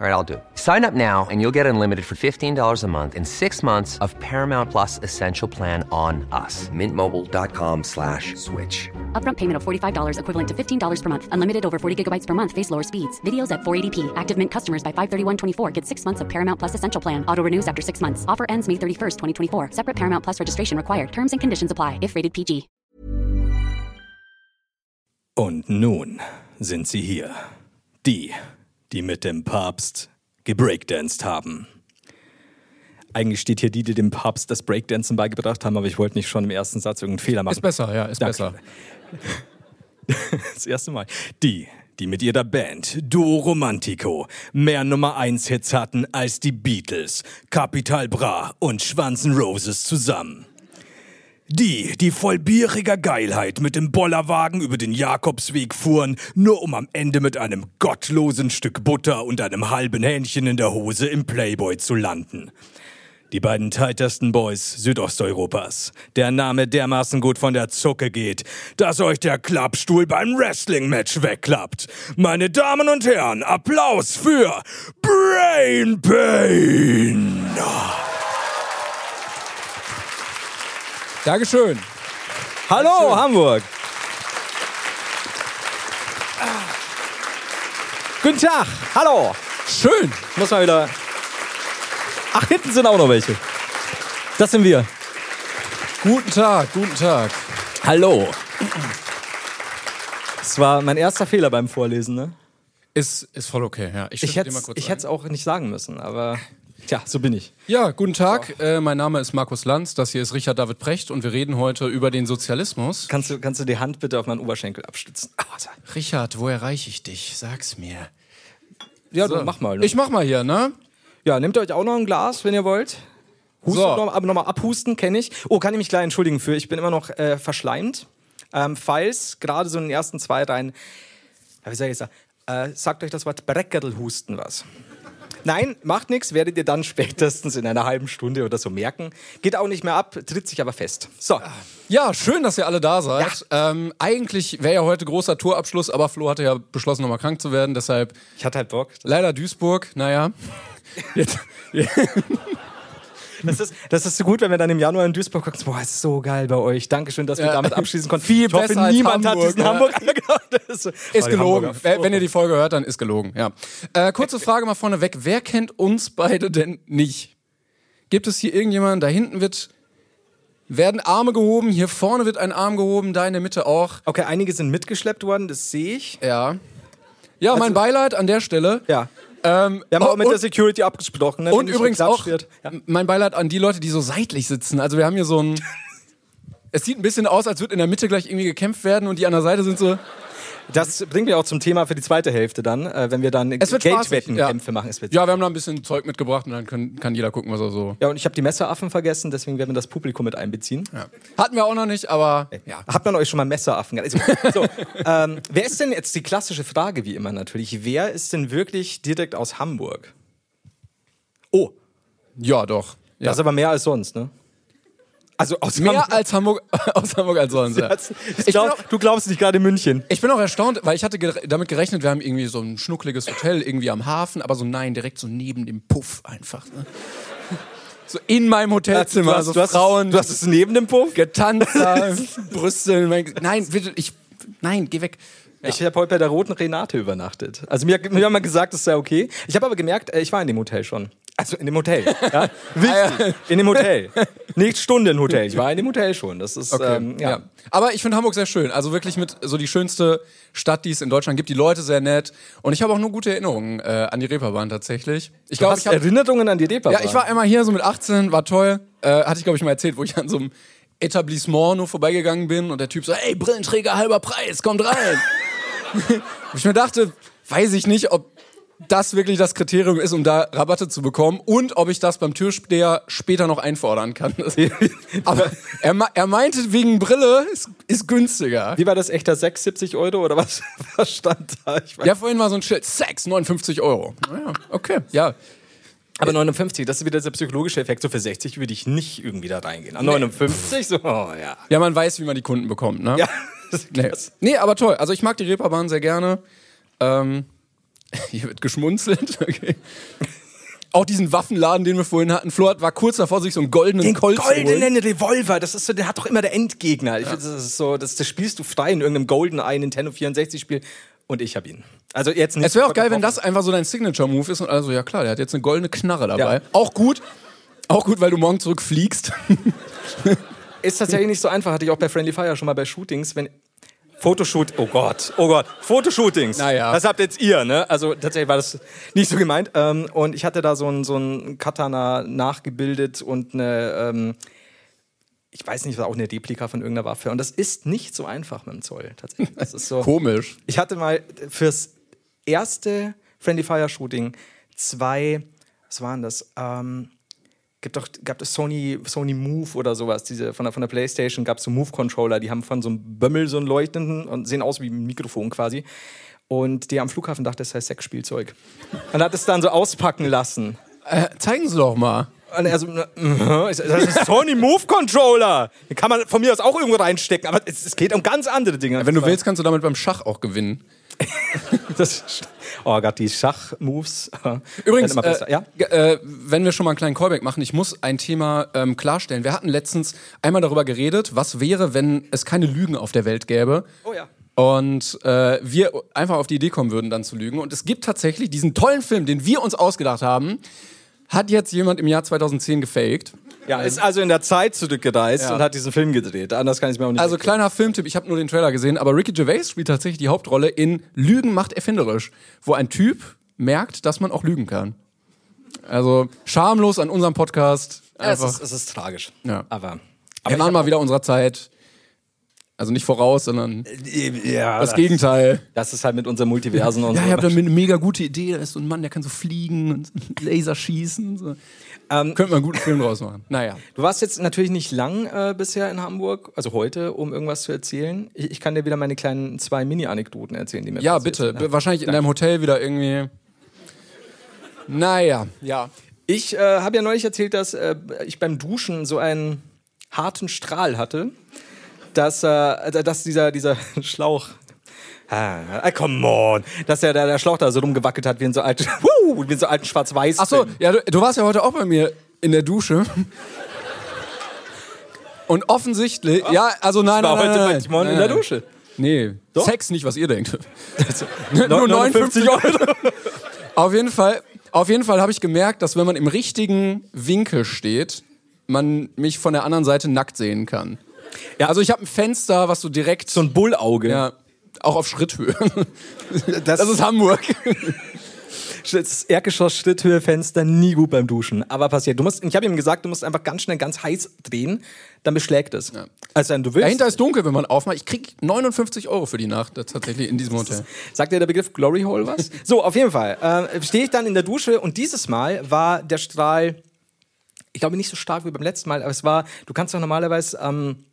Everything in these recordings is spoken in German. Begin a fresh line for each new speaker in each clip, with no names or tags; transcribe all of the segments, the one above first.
All right, I'll do. it. Sign up now and you'll get unlimited for $15 a month in six months of Paramount Plus Essential Plan on us. Mintmobile.com slash switch.
Upfront payment of $45 equivalent to $15 per month. Unlimited over 40 gigabytes per month. Face lower speeds. Videos at 480p. Active Mint customers by 531.24 get six months of Paramount Plus Essential Plan. Auto renews after six months. Offer ends May 31st, 2024. Separate Paramount Plus registration required. Terms and conditions apply if rated PG.
Und nun sind sie hier. Die, die mit dem Papst gebreakdanced haben. Eigentlich steht hier die, die dem Papst das Breakdancen beigebracht haben, aber ich wollte nicht schon im ersten Satz irgendeinen Fehler machen.
Ist besser, ja, ist
Danke.
besser.
Das erste Mal. Die, die mit ihrer Band Duo Romantico mehr Nummer 1 Hits hatten als die Beatles, Capital Bra und Schwanzen Roses zusammen. Die, die voll bieriger Geilheit mit dem Bollerwagen über den Jakobsweg fuhren, nur um am Ende mit einem gottlosen Stück Butter und einem halben Hähnchen in der Hose im Playboy zu landen. Die beiden tightesten Boys Südosteuropas, der Name dermaßen gut von der Zucke geht, dass euch der Klappstuhl beim Wrestling-Match wegklappt. Meine Damen und Herren, Applaus für Brain Pain!
Dankeschön.
Hallo Hamburg!
Guten Tag.
Hallo!
Schön.
Muss mal wieder. Ach, hinten sind auch noch welche. Das sind wir.
Guten Tag, guten Tag.
Hallo. Das war mein erster Fehler beim Vorlesen, ne?
Ist, ist voll okay, ja. Ich,
Ich
schüttel dir mal
hätte
kurz ein.
es auch nicht sagen müssen, aber tja, so bin ich.
Ja, guten Tag. Äh, mein Name ist Markus Lanz. Das hier ist Richard David Precht und wir reden heute über den Sozialismus.
Kannst du, kannst du die Hand bitte auf meinen Oberschenkel abstützen? Ah, warte.
Richard, wo erreiche ich dich? Sag's mir.
Ja,
So.
du, mach mal. Ne?
Ich mach mal hier, ne?
ja, nehmt euch auch noch ein Glas, wenn ihr wollt. Hustet
So.
noch, aber nochmal abhusten, kenne ich. Oh, kann ich mich gleich entschuldigen für. Ich bin immer noch äh, verschleimt. Ähm, falls gerade so in den ersten zwei rein. Ja, wie soll ich jetzt sagen? Äh, sagt euch das Wort Breckerlhusten was. Nein, macht nichts, werdet ihr dann spätestens in einer halben Stunde oder so merken. Geht auch nicht mehr ab, tritt sich aber fest. So,
Ja, schön, dass ihr alle da seid. Ähm, eigentlich wäre ja heute großer Tourabschluss, aber Flo hatte ja beschlossen, nochmal krank zu werden. Deshalb
ich hatte halt Bock.
leider Duisburg. Naja. Jetzt,
Das ist, das ist so gut, wenn wir dann im Januar in Duisburg gucken. Boah, ist so geil bei euch. Dankeschön, dass wir
Ja.
damit abschließen konnten.
Viel
ich hoffe,
besser als
niemand
Hamburg,
hat diesen
ja.
Hamburg ne? angehauen. Das
Ist
Oh, die
gelogen.
Hamburger.
Wenn wenn ihr die Folge hört, dann ist gelogen, ja. Äh, kurze Frage mal vorneweg. Wer kennt uns beide denn nicht? Gibt es hier irgendjemanden? Da hinten wird, werden Arme gehoben, hier vorne wird ein Arm gehoben, da in der Mitte auch.
Okay, einige sind mitgeschleppt worden, das sehe ich.
Ja. Ja, mein Beileid an der Stelle.
Also- Ja.
Ähm,
Wir haben auch
und-
mit der Security abgesprochen. Ne?
Und
Wenn nicht
übrigens
geklatscht
auch
Wird. Ja.
mein Beileid an die Leute, die so seitlich sitzen. Also wir haben hier so ein... Es sieht ein bisschen aus, als würde in der Mitte gleich irgendwie gekämpft werden und die an der Seite sind so...
Das bringt mich auch zum Thema für die zweite Hälfte dann, äh, wenn wir dann
Es wird
Geldwettenkämpfe
spaßig,
machen. Es wird
Ja, wir haben da ein bisschen Zeug mitgebracht und dann können, kann jeder gucken, was er so...
ja, und ich habe die Messeraffen vergessen, deswegen werden wir das Publikum mit einbeziehen.
Ja. Hatten wir auch noch nicht, aber
Ja. Hat man euch schon mal Messeraffen? Also, so, ähm, wer ist denn jetzt die klassische Frage, wie immer natürlich? Wer ist denn wirklich direkt aus Hamburg? Oh,
ja, doch. Ja.
Das ist aber mehr als sonst, ne? Also aus
Mehr als Hamburg, aus Hamburg als sonst. Ja.
Ich
Ich,
glaub,
bin auch,
du glaubst nicht gerade München.
ich bin auch erstaunt, weil ich hatte gere damit gerechnet, wir haben irgendwie so ein schnuckliges Hotel irgendwie am Hafen, aber so nein, direkt so neben dem Puff einfach. Ne? So in meinem Hotelzimmer, so
du hast,
Frauen
Du hast es neben dem Puff?
getanzt, da, Brüssel. Mein, nein, bitte, ich, nein, geh weg.
Ich habe heute bei der Roten Renate übernachtet. Also mir, mir haben mal gesagt, das sei okay. Ich habe aber gemerkt, äh, ich war in dem Hotel schon. Also in dem Hotel. Ja? Wichtig. In dem Hotel. Nicht Stundenhotel. Ich war in dem Hotel schon. Das ist,
Okay,
ähm,
ja.
ja.
Aber ich finde Hamburg sehr schön. Also wirklich mit so die schönste Stadt, die es in Deutschland gibt. Die Leute sehr nett. Und ich habe auch nur gute Erinnerungen äh, an die Reeperbahn tatsächlich. Ich
Du
glaube,
hast
ich habe
Erinnerungen an die Reeperbahn.
Ja, ich war einmal hier so mit 18, war toll. Äh, hatte ich, glaube ich, mal erzählt, wo ich an so einem Etablissement nur vorbeigegangen bin und der Typ so, ey, Brillenträger, halber Preis, kommt rein. Wo ich mir dachte, weiß ich nicht, ob das wirklich das Kriterium ist, um da Rabatte zu bekommen und ob ich das beim Türsteher später noch einfordern kann. Das- Aber er, me- er meinte, wegen Brille ist, ist günstiger.
Wie war das echter 6, 70 Euro oder was, was stand da? Ich weiß
Ja, vorhin war so ein Schild, Sex, 59 Euro. Naja, okay, ja.
Aber 59, das ist wieder der psychologische Effekt. So für 60 würde ich nicht irgendwie da reingehen. An 59, so, oh, ja.
Ja, man weiß, wie man die Kunden bekommt, ne?
Ja, das ist
Nee.
klasse.
nee, aber toll. Also ich mag die Reeperbahn sehr gerne. Ähm, hier wird geschmunzelt. Okay. Auch diesen Waffenladen, den wir vorhin hatten. Flo hat- war kurz davor, sich so einen goldenen
Den
Colts zu holen.
goldenen Revolver, das ist so, der hat doch immer der Endgegner. Ich find, das ist so, das, das spielst du frei in irgendeinem GoldenEye Nintendo 64 Spiel und ich habe ihn. Also jetzt nicht.
Es wäre auch geil, wenn das einfach so dein Signature-Move ist. Und also, ja klar, der hat jetzt eine goldene Knarre dabei.
Ja.
Auch gut. Auch gut, weil du morgen zurückfliegst.
Ist tatsächlich nicht so einfach, hatte ich auch bei Friendly Fire schon mal bei Shootings, wenn. Fotoshoot, oh Gott, oh Gott, Fotoshootings.
Naja.
Das habt jetzt ihr, ne? Also tatsächlich war das nicht so gemeint. Ähm, und ich hatte da so ein, so ein Katana nachgebildet und eine, ähm, ich weiß nicht, was auch eine Replika von irgendeiner Waffe. Und das ist nicht so einfach mit dem Zoll, tatsächlich. Das ist so.
Komisch.
Ich hatte mal fürs erste Friendly Fire Shooting zwei, was waren das? Ähm, gibt doch, gab es Sony, Sony Move oder sowas, diese von der, von der Playstation gab es so Move-Controller, die haben von so einem Bömmel so einen leuchtenden und sehen aus wie ein Mikrofon quasi. Und die am Flughafen dachte, das heißt Sexspielzeug. Und hat es dann so auspacken lassen.
Äh, Zeigen Sie doch mal.
Und er so, "Mhm." Ich so, das ist Sony Move Controller. Den kann man von mir aus auch irgendwo reinstecken, aber es, es geht um ganz andere Dinge.
Wenn du willst, kannst du damit beim Schach auch gewinnen.
Das, st- oh Gott, die Schachmoves. äh,
Übrigens,
werden immer besser.
äh,
ja?
g- äh, wenn wir schon mal einen kleinen Callback machen, ich muss ein Thema ähm, klarstellen. Wir hatten letztens einmal darüber geredet, was wäre, wenn es keine Lügen auf der Welt gäbe.
Oh ja.
Und äh, wir einfach auf die Idee kommen würden, dann zu lügen. Und es gibt tatsächlich diesen tollen Film, den wir uns ausgedacht haben, hat jetzt jemand im Jahr 2010 gefaked.
ja, ist also in der Zeit zurückgereist
Ja.
und hat diesen Film gedreht. Anders kann ich es mir auch nicht
Also
erklären.
kleiner Filmtipp, ich habe nur den Trailer gesehen, aber Ricky Gervais spielt tatsächlich die Hauptrolle in Lügen macht erfinderisch, wo ein Typ merkt, dass man auch lügen kann. Also schamlos an unserem Podcast.
Ja, es,
Einfach.
ist, es ist tragisch.
Ja.
Aber,
Wir waren mal wieder unserer Zeit. Also nicht voraus, sondern
ja,
das Gegenteil.
das ist halt mit unserem Multiversen und
Ja,
so.
ihr habt dann eine mega gute Idee. Da ist so ein Mann, der kann so fliegen und Laser schießen. So.
Ähm,
Könnte man einen guten Film draus machen. Naja.
Du warst jetzt natürlich nicht lang äh, bisher in Hamburg, also heute, um irgendwas zu erzählen. Ich, ich kann dir wieder meine kleinen zwei Mini-Anekdoten erzählen, die mir
Ja,
passiert
bitte.
sind.
B- Wahrscheinlich in deinem Hotel wieder irgendwie. Naja, ja.
Ich äh, habe ja neulich erzählt, dass äh, ich beim Duschen so einen harten Strahl hatte, dass, äh, dass dieser, dieser Schlauch. Ah, ah, come on. Dass der, der, der Schlauch da so rumgewackelt hat wie in so alten, Wuh, wie in so alten schwarz-weiß.
Ach so, ja, du, du warst ja heute auch bei mir in der Dusche. Und offensichtlich, ja, also nein,
war
nein,
heute
nein,
bei
nein,
Timon
nein,
in der
nein.
Dusche.
Nee,
Doch?
Sex nicht, was ihr denkt.
Nur
Nur
59
59
Euro.
Auf jeden Fall, auf jeden Fall habe ich gemerkt, dass wenn man im richtigen Winkel steht, man mich von der anderen Seite nackt sehen kann. Ja, also ich habe ein Fenster, was du direkt
So ein Bullauge.
ja, auch auf Schritthöhe.
das,
Das ist Hamburg.
das Erdgeschoss, Schlitthöhe, Fenster, nie gut beim Duschen. Aber passiert. Du musst, ich habe ihm gesagt, du musst einfach ganz schnell ganz heiß drehen, dann beschlägt es. Also dann, du willst.
Dahinter ist dunkel, wenn man aufmacht. Ich krieg 59 Euro für die Nacht das tatsächlich in diesem Hotel.
Sagt dir der Begriff Glory Hole was? so, auf jeden Fall. Äh, Stehe ich dann in der Dusche und dieses Mal war der Strahl, ich glaube nicht so stark wie beim letzten Mal, aber es war, du kannst doch normalerweise ähm,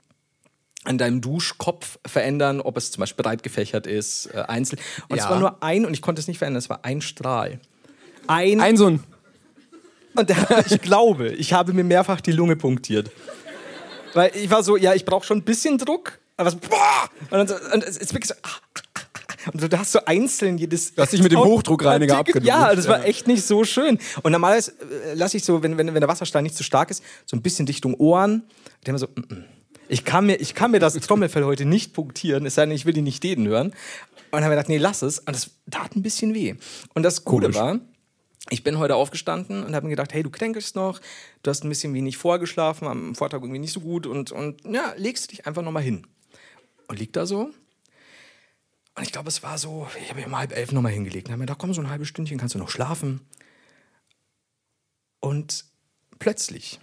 an deinem Duschkopf verändern, ob es zum Beispiel breit gefächert ist, äh, einzeln. Und es
Ja.
war nur ein, und ich konnte es nicht verändern, es war ein Strahl. Ein,
Ein so ein
und der, ich glaube, ich habe mir mehrfach die Lunge punktiert. Weil ich war so, ja, ich brauche schon ein bisschen Druck. Aber so, boah! Und, dann so, und es ist wirklich so. ah, ah, ah. Und so, da hast du einzeln jedes.
Du hast dich mit dem Hochdruckreiniger abgeduscht.
Ja, das war
Ja.
echt nicht so schön. Und normalerweise lasse ich so, wenn, wenn, wenn der Wasserstrahl nicht zu stark ist, so ein bisschen Richtung Ohren. Und immer so, mm, mm. ich kann mir, ich kann mir das Trommelfell heute nicht punktieren, es sei denn, ich will die nicht reden hören. Und dann haben wir gedacht, nee, lass es. Und das tat ein bisschen weh. Und das Coole war, ich bin heute aufgestanden und habe mir gedacht, hey, du kränkelst noch, du hast ein bisschen wenig vorgeschlafen, am Vortag irgendwie nicht so gut und, und ja, legst dich einfach nochmal hin. Und liegt da so. Und ich glaube, es war so, ich habe mich um halb elf nochmal hingelegt. Und habe mir gedacht, komm, so ein halbes Stündchen kannst du noch schlafen. Und plötzlich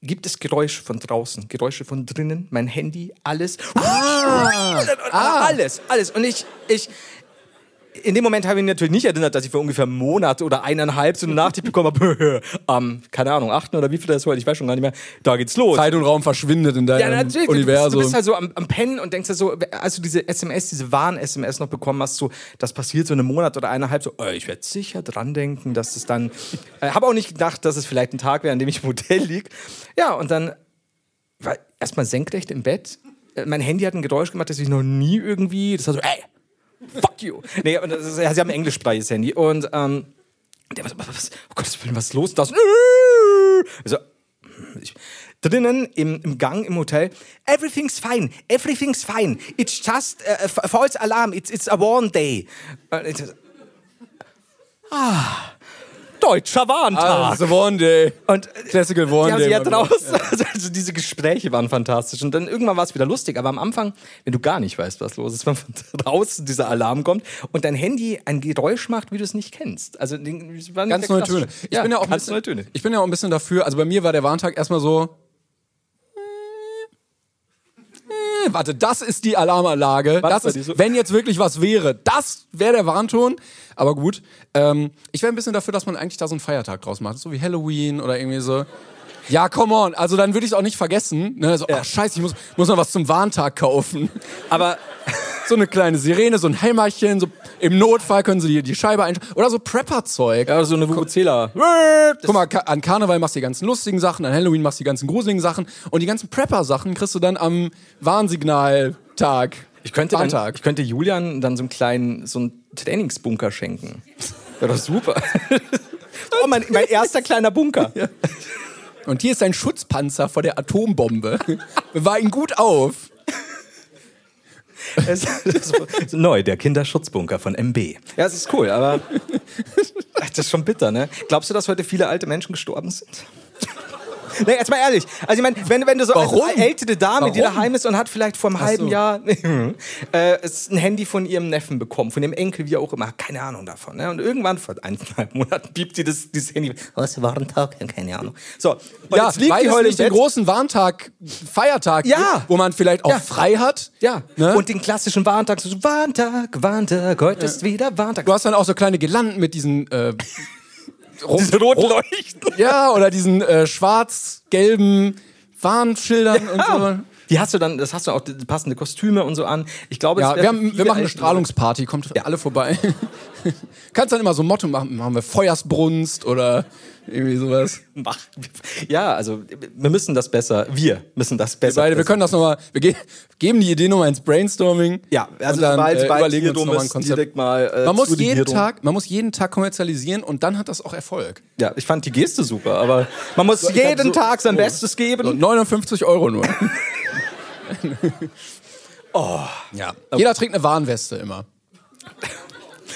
gibt es Geräusche von draußen, Geräusche von drinnen, mein Handy, alles. Alles, alles. Und ich, ich, in dem Moment habe ich mich natürlich nicht erinnert, dass ich vor ungefähr einem Monat oder eineinhalb so eine Nachricht bekommen habe, am, keine Ahnung, achten oder wie viel das war, ich weiß schon gar nicht mehr, da geht's los.
Zeit und Raum verschwindet in deinem
Du bist-
Universum.
Du bist halt so am, am Pennen und denkst dir so, als du diese SMS, diese Warn-SMS noch bekommen hast, so, das passiert so einen Monat oder eineinhalb, so, äh, ich werde sicher dran denken, dass es dann. Äh, Habe auch nicht gedacht, dass es vielleicht ein Tag wäre, an dem ich im Hotel lieg. Ja, und dann war erstmal senkrecht im Bett. Äh, Mein Handy hat ein Geräusch gemacht, das ich noch nie irgendwie. Das war so, ey, fuck you. Nee, und das ist, sie haben ein englischsprachiges Handy. Und ähm, der war so, was, was, oh Gott, was ist los? Das. Ich so, ich, drinnen im, im Gang im Hotel. Everything's fine, everything's fine. It's just a, a f- false alarm. It's, it's a warn day. Und ich so, ah, deutscher Warntag.
Also, One Day.
Und äh,
Classical
die haben
Warning.
sie ja draus. Also, also diese Gespräche waren fantastisch. Und dann irgendwann war es wieder lustig. Aber am Anfang, wenn du gar nicht weißt, was los ist, wenn von draußen dieser Alarm kommt und dein Handy ein Geräusch macht, wie du es nicht kennst. Also den- es war nicht
Ganz
der
neue Töne.
klassische-
Ich, bin ja auch ein
ganz
bisschen,
neue Töne.
ich bin ja auch ein bisschen dafür. Also bei mir war der Warntag erstmal so. äh, äh, Warte, das ist die Alarmanlage. Das
bei dir
ist,
so?
wenn jetzt wirklich was wäre, das wäre der Warnton. Aber gut, ähm, ich wäre ein bisschen dafür, dass man eigentlich da so einen Feiertag draus macht. So wie Halloween oder irgendwie so. Ja, come on. Also dann würde ich es auch nicht vergessen. Ne? So, ach, scheiße, ich muss, muss noch was zum Warntag kaufen.
Aber
So eine kleine Sirene, so ein Hämmerchen. So, Im Notfall können sie die, die Scheibe einschalten. Oder so Prepper-Zeug.
ja, so eine Vuvuzela.
Guck mal, Ka an Karneval machst du die ganzen lustigen Sachen, an Halloween machst du die ganzen gruseligen Sachen und die ganzen Prepper-Sachen kriegst du dann am Warnsignaltag.
Ich könnte, dann,
Warntag.
ich könnte Julian dann so einen kleinen so einen Trainingsbunker schenken. Wäre doch super. oh, mein, mein erster kleiner Bunker.
Und hier ist ein Schutzpanzer vor der Atombombe. Bewahr ihn gut auf.
Es- das ist Neu, der Kinderschutzbunker von MB. Ja, es ist cool, aber Ach, das ist schon bitter, ne? Glaubst du, dass heute viele alte Menschen gestorben sind? Nee, jetzt mal ehrlich. Also ich meine, wenn, wenn du so
Warum?
eine ältere Dame, die
Warum?
daheim ist und hat vielleicht vor einem halben
so.
Jahr äh, es- ein Handy von ihrem Neffen bekommen, von ihrem Enkel, wie auch immer, hat keine Ahnung davon. Ne? Und irgendwann vor eineinhalb Monaten piept sie das, dieses Handy. Was war ein Tag? Keine Ahnung. So, und
Ja,
jetzt liegt
weil
die
es
heute
nicht den großen Warntag, Feiertag
Ja.
gibt, wo man vielleicht auch
Ja.
frei hat.
ja,
Ne?
und den klassischen Warntag, so Warntag, Warntag, heute ist wieder Warntag.
du hast dann auch so kleine Girlanden mit diesen äh,
Diese roten Leuchten.
ja oder diesen äh, schwarz-gelben Warnschildern und so.
Die hast du dann, das hast du auch die- passende Kostüme und so an. Ich glaube, es
Ja,
wär
wir,
für
haben,
viele
wir machen eine
Eltern-
Strahlungsparty, kommt alle vorbei. Kannst dann immer so ein Motto machen, machen wir Feuersbrunst oder irgendwie sowas.
Mach. Ja, also wir müssen das besser. Wir müssen das besser.
Beide, wir können das nochmal, wir ge geben die Idee nochmal ins Brainstorming.
Ja, also
Und dann,
sobald-
äh,
sobald
überlegen
hier
wir uns nochmal
dumm
ein
ist,
Konzept.
direkt mal, äh,
man, muss
zu die
jeden
Regierung.
Tag, man muss jeden Tag kommerzialisieren und dann hat das auch Erfolg.
Ja, ich fand die Geste super, aber man muss
ich hab
jeden
so- Oh.
Tag sein
so.
Bestes
Und
geben.
59 Euro nur. oh.
Oh.
Ja. Jeder trägt eine Warnweste immer.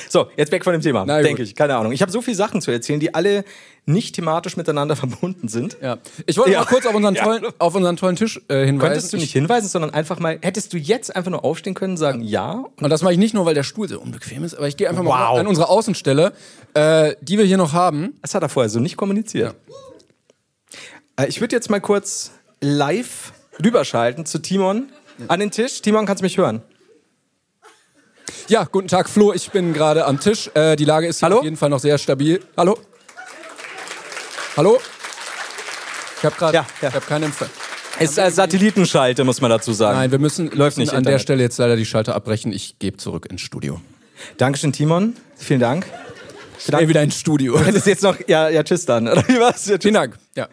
So, jetzt weg von dem Thema,
Na gut.
denke ich. Keine Ahnung. Ich habe so viele Sachen zu erzählen, die alle nicht thematisch miteinander verbunden sind.
Ja. Ich wollte
Ja.
mal kurz auf unseren
Ja.
tollen, auf unseren tollen Tisch äh, hinweisen.
Könntest du nicht hinweisen, sondern einfach mal, hättest du jetzt einfach nur aufstehen können, sagen ja?
Und das mache ich nicht nur, weil der Stuhl so unbequem ist, aber ich gehe einfach mal
Wow.
an unsere Außenstelle, äh, die wir hier noch haben.
Das hat er vorher so nicht kommuniziert. Äh, Ich würde jetzt mal kurz live rüberschalten zu Timon an den Tisch. Timon, kannst du mich hören?
Ja, guten Tag, Flo. Ich bin gerade am Tisch. Äh, die Lage ist hier
Hallo?
auf jeden Fall noch sehr stabil. Hallo? Hallo? Ich habe gerade
Ja, ja.
Ich hab keinen Empfang.
Ist äh, Satellitenschalte, muss man dazu sagen.
Nein, wir müssen,
Läuft
müssen
nicht,
an der
Internet.
Stelle jetzt leider die Schalter abbrechen. Ich gebe zurück ins Studio.
Dankeschön, Timon. Vielen Dank.
Schnell Äh, wieder ins Studio.
Das ist jetzt noch, ja, ja, tschüss dann. Oder wie war's? Ja, tschüss.
Vielen Dank. Ja.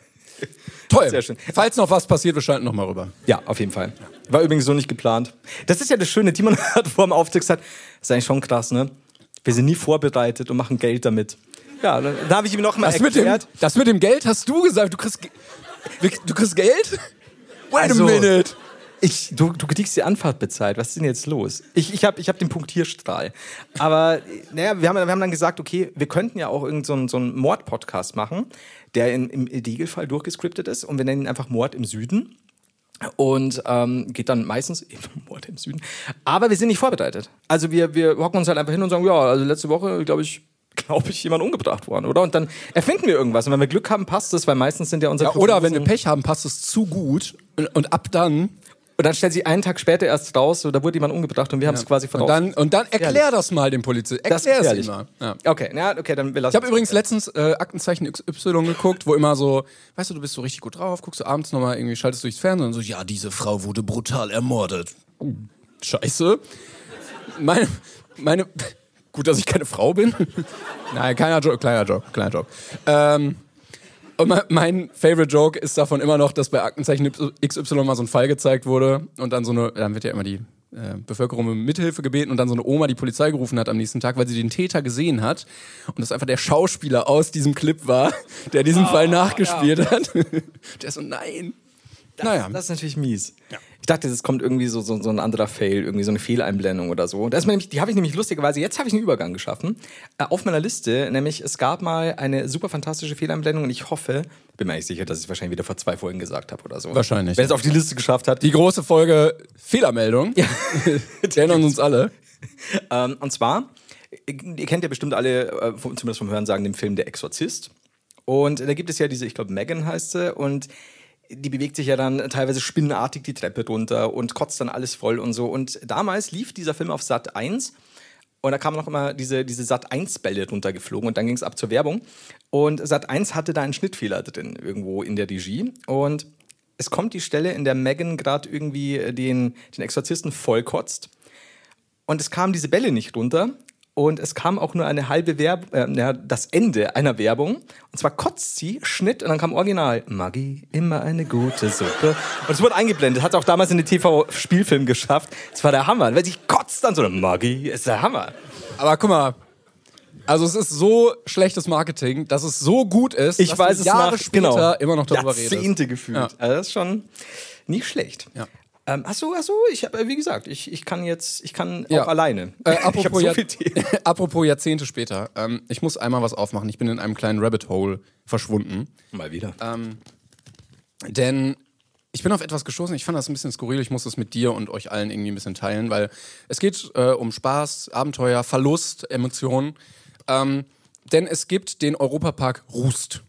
Toll.
Sehr schön.
Falls noch was passiert, wir schalten nochmal rüber.
ja, auf jeden Fall. War übrigens so nicht geplant. Das ist ja das Schöne, Timon hat vor dem Auftritt gesagt, das ist eigentlich schon krass, ne? Wir sind nie vorbereitet und machen Geld damit. Ja, dann- da habe ich ihm nochmal
Das mit, dem,
erklärt.
das mit dem Geld hast du gesagt. Du kriegst, Ge- du kriegst Geld? Wait
Also-
a minute.
Ich, du, du kriegst die Anfahrt bezahlt. Was ist denn jetzt los? Ich, ich habe ich hab den Punktierstrahl. Aber naja, wir haben, wir haben dann gesagt, okay, wir könnten ja auch irgendeinen so einen- so einen Mord-Podcast machen, der in, im Regelfall durchgescriptet ist. Und wir nennen ihn einfach Mord im Süden. Und ähm, geht dann meistens eben um Mord im Süden. Aber wir sind nicht vorbereitet. Also wir, wir hocken uns halt einfach hin und sagen, ja, also letzte Woche, glaube ich, glaube ich, jemand umgebracht worden, oder? Und dann erfinden wir irgendwas. Und wenn wir Glück haben, passt das, weil meistens sind ja unsere
Ja, oder wenn wir Pech haben, passt es zu gut. Und, und ab dann
Und dann stellt sich einen Tag später erst raus, so, da wurde jemand umgebracht und wir haben es quasi
und
voraus.
dann, und dann erklär das mal dem Polizisten.
das
Erklär es
gefährlich.
ihm mal. Ja.
Okay, na, okay, dann wir lassen
Ich habe übrigens letztens äh, Aktenzeichen XY geguckt, wo immer so, weißt du, du bist so richtig gut drauf, guckst du abends nochmal irgendwie, schaltest durchs Fernsehen und so, ja, diese Frau wurde brutal ermordet. Oh, scheiße. Meine, meine, gut, dass ich keine Frau bin. Nein, kleiner Joke, kleiner Joke, kleiner Joke. Ähm, und mein, mein Favorite Joke ist davon immer noch, dass bei Aktenzeichen XY mal so ein Fall gezeigt wurde und dann so eine, dann wird ja immer die äh, Bevölkerung um Mithilfe gebeten und dann so eine Oma die Polizei gerufen hat am nächsten Tag, weil sie den Täter gesehen hat und das einfach der Schauspieler aus diesem Clip war, der diesen Fall
Oh,
nachgespielt hat. der so, nein. naja,
Das ist natürlich mies. Ich dachte, es kommt irgendwie so, so, so ein anderer Fail, irgendwie so eine Fehleinblendung oder so. Das ist mir nämlich, die habe ich nämlich lustigerweise, jetzt habe ich einen Übergang geschaffen, äh, auf meiner Liste, nämlich es gab mal eine super fantastische Fehleinblendung und ich hoffe, bin mir eigentlich sicher, dass ich es wahrscheinlich wieder vor zwei Folgen gesagt habe oder so.
Wahrscheinlich.
Wer es auf die Liste geschafft hat.
die große Folge Fehlermeldung. Ja. Wir erinnern uns alle.
Ähm, und zwar, äh, ihr kennt ja bestimmt alle, äh, vom- zumindest vom Hörensagen, den Film Der Exorzist. Und da gibt es ja diese, ich glaube, Megan heißt sie, und die bewegt sich ja dann teilweise spinnenartig die Treppe runter und kotzt dann alles voll und so. Und damals lief dieser Film auf Sat 1 und da kamen noch immer diese, diese Sat1-Bälle runtergeflogen und dann ging es ab zur Werbung. Und Sat1 hatte da einen Schnittfehler drin, irgendwo in der Regie. Und es kommt die Stelle, in der Megan gerade irgendwie äh, den, den Exorzisten vollkotzt. Und es kamen diese Bälle nicht runter. Und es kam auch nur eine halbe Werbung, äh, ja, das Ende einer Werbung. Und zwar kotzt sie, Schnitt, und dann kam Original. Maggi, immer eine gute Suppe. Und es wurde eingeblendet. Hat auch damals in den TV-Spielfilm geschafft. Es war der Hammer. Weil sie kotzt dann so, Maggi ist der Hammer.
Aber guck mal, also es ist so schlechtes Marketing, dass es so gut ist,
Ich
dass
weiß
du
es
Jahre
nach,
später
genau,
immer noch darüber redest.
Jahrzehnte gefühlt.
Ja.
Also das ist schon nicht schlecht.
Ja.
Ähm, ach so, ach so, ich habe, wie gesagt, ich, ich kann jetzt, ich kann
Ja.
auch alleine. ich
Äh,
hab
apropos,
so
Jahr-
viel Tee.
apropos Jahrzehnte später, ähm, ich muss einmal was aufmachen. Ich bin in einem kleinen Rabbit Hole verschwunden.
Mal wieder.
Denn ich bin auf etwas gestoßen, ich fand das ein bisschen skurril, ich muss es mit dir und euch allen irgendwie ein bisschen teilen, weil es geht äh, um Spaß, Abenteuer, Verlust, Emotionen. Ähm, denn es gibt den Europapark Rust.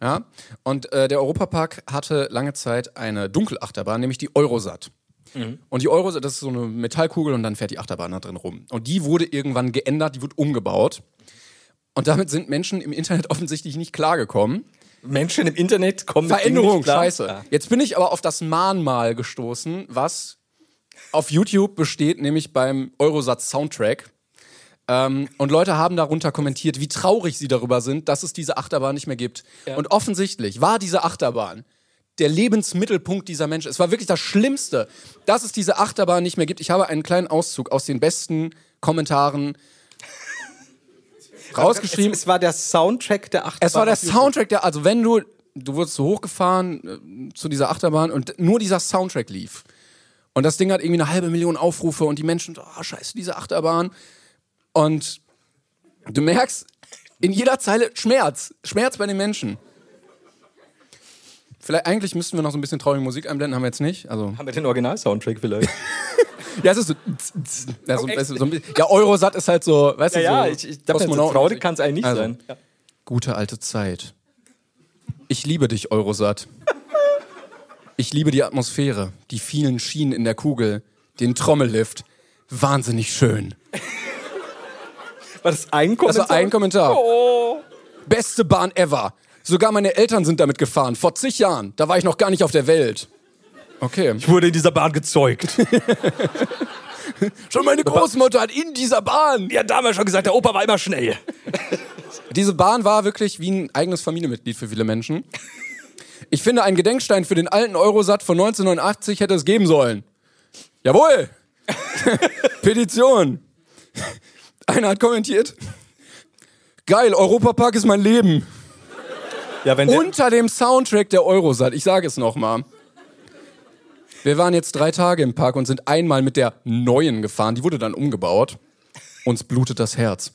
Ja? Und äh, der Europapark hatte lange Zeit eine Dunkelachterbahn, nämlich die Eurosat. Und die Eurosat, das ist so eine Metallkugel und dann fährt die Achterbahn da drin rum. Und die wurde irgendwann geändert, die wird umgebaut. Und damit sind Menschen im Internet offensichtlich nicht klargekommen.
Menschen im Internet kommen mit Dingen
Veränderung,
nicht klar.
scheiße.
Ja.
Jetzt bin ich aber auf das Mahnmal gestoßen, was auf YouTube besteht, nämlich beim Eurosatz-Soundtrack. Ähm, und Leute haben darunter kommentiert, wie traurig sie darüber sind, dass es diese Achterbahn nicht mehr gibt. Und offensichtlich war diese Achterbahn der Lebensmittelpunkt dieser Menschen. Es war wirklich das Schlimmste, dass es diese Achterbahn nicht mehr gibt. Ich habe einen kleinen Auszug aus den besten Kommentaren rausgeschrieben.
Es, es war der Soundtrack der Achterbahn.
Es war der
auf YouTube.
Soundtrack, der, also wenn du, du wurdest so hochgefahren äh, zu dieser Achterbahn und nur dieser Soundtrack lief. Und das Ding hat irgendwie eine halbe Million Aufrufe und die Menschen, so, oh, scheiße, diese Achterbahn. Und du merkst in jeder Zeile Schmerz, Schmerz bei den Menschen. Vielleicht, eigentlich müssten wir noch so ein bisschen traurige Musik einblenden, haben wir jetzt nicht. Also,
Haben wir den Original-Soundtrack vielleicht?
ja, es ist so, ja, so, weißt du, so ein bisschen, ja, Eurosat ist halt so, weißt du, so
dachte,
Kosmonauten-
traurig kann es eigentlich nicht
Also.
sein. Ja.
Gute alte Zeit. Ich liebe dich, Eurosat. Ich liebe die Atmosphäre, die vielen Schienen in der Kugel, den Trommellift. Wahnsinnig schön.
War das ein
Das
Kommentar? Oh.
war ein Kommentar. Beste Bahn ever. Sogar meine Eltern sind damit gefahren. Vor zig Jahren. Da war ich noch gar nicht auf der Welt. Okay.
Ich wurde in dieser Bahn gezeugt.
Schon meine Großmutter hat in dieser Bahn.
Die hat damals schon gesagt, der Opa war immer schnell.
Diese Bahn war wirklich wie ein eigenes Familienmitglied für viele Menschen. Ich finde, einen Gedenkstein für den alten Eurosat von 1989 hätte es geben sollen. Jawohl! Petition! Einer hat kommentiert. Geil, Europapark ist mein Leben.
Ja, wenn der,
Unter dem Soundtrack der Eurosat. Ich sage es nochmal. Wir waren jetzt drei Tage im Park und sind einmal mit der neuen gefahren. Die wurde dann umgebaut. Uns blutet das Herz.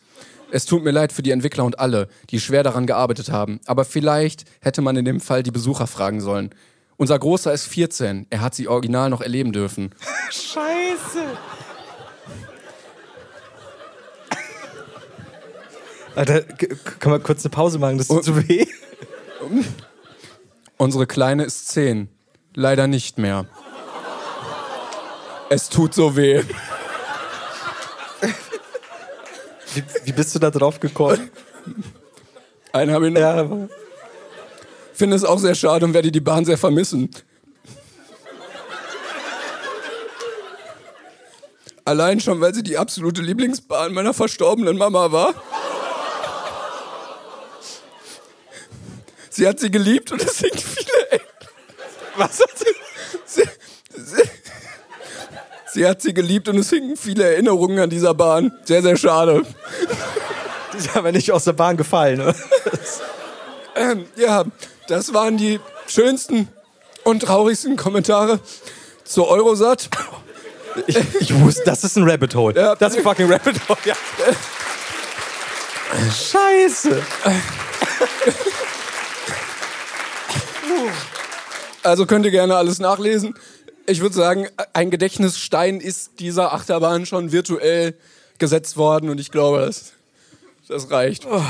Es tut mir leid für die Entwickler und alle, die schwer daran gearbeitet haben. Aber vielleicht hätte man in dem Fall die Besucher fragen sollen. Unser Großer ist 14. Er hat sie original noch erleben dürfen.
Alter, k- k- kann man kurz eine Pause machen? Das tut so weh.
Unsere Kleine ist 10. Leider nicht mehr. Es tut so weh.
Wie, wie bist du da drauf gekommen?
Einen habe ich noch. Finde es auch sehr schade und werde die Bahn sehr vermissen. Allein schon, weil sie die absolute Lieblingsbahn meiner verstorbenen Mama war. Sie hat sie geliebt und es sind viele. Enden.
Was hat sie?
Sie, sie, sie hat sie geliebt und es hingen viele Erinnerungen an dieser Bahn. Sehr, sehr schade.
Die ist aber nicht aus der Bahn gefallen, oder?
Ähm, ja, das waren die schönsten und traurigsten Kommentare zur Eurosat.
Ich, ich wusste, das ist ein Rabbit Hole.
Ja.
Das ist ein fucking Rabbit Hole, ja. Scheiße.
Also könnt ihr gerne alles nachlesen. Ich würde sagen, ein Gedächtnisstein ist dieser Achterbahn schon virtuell gesetzt worden und ich glaube, das, das reicht.
Oh.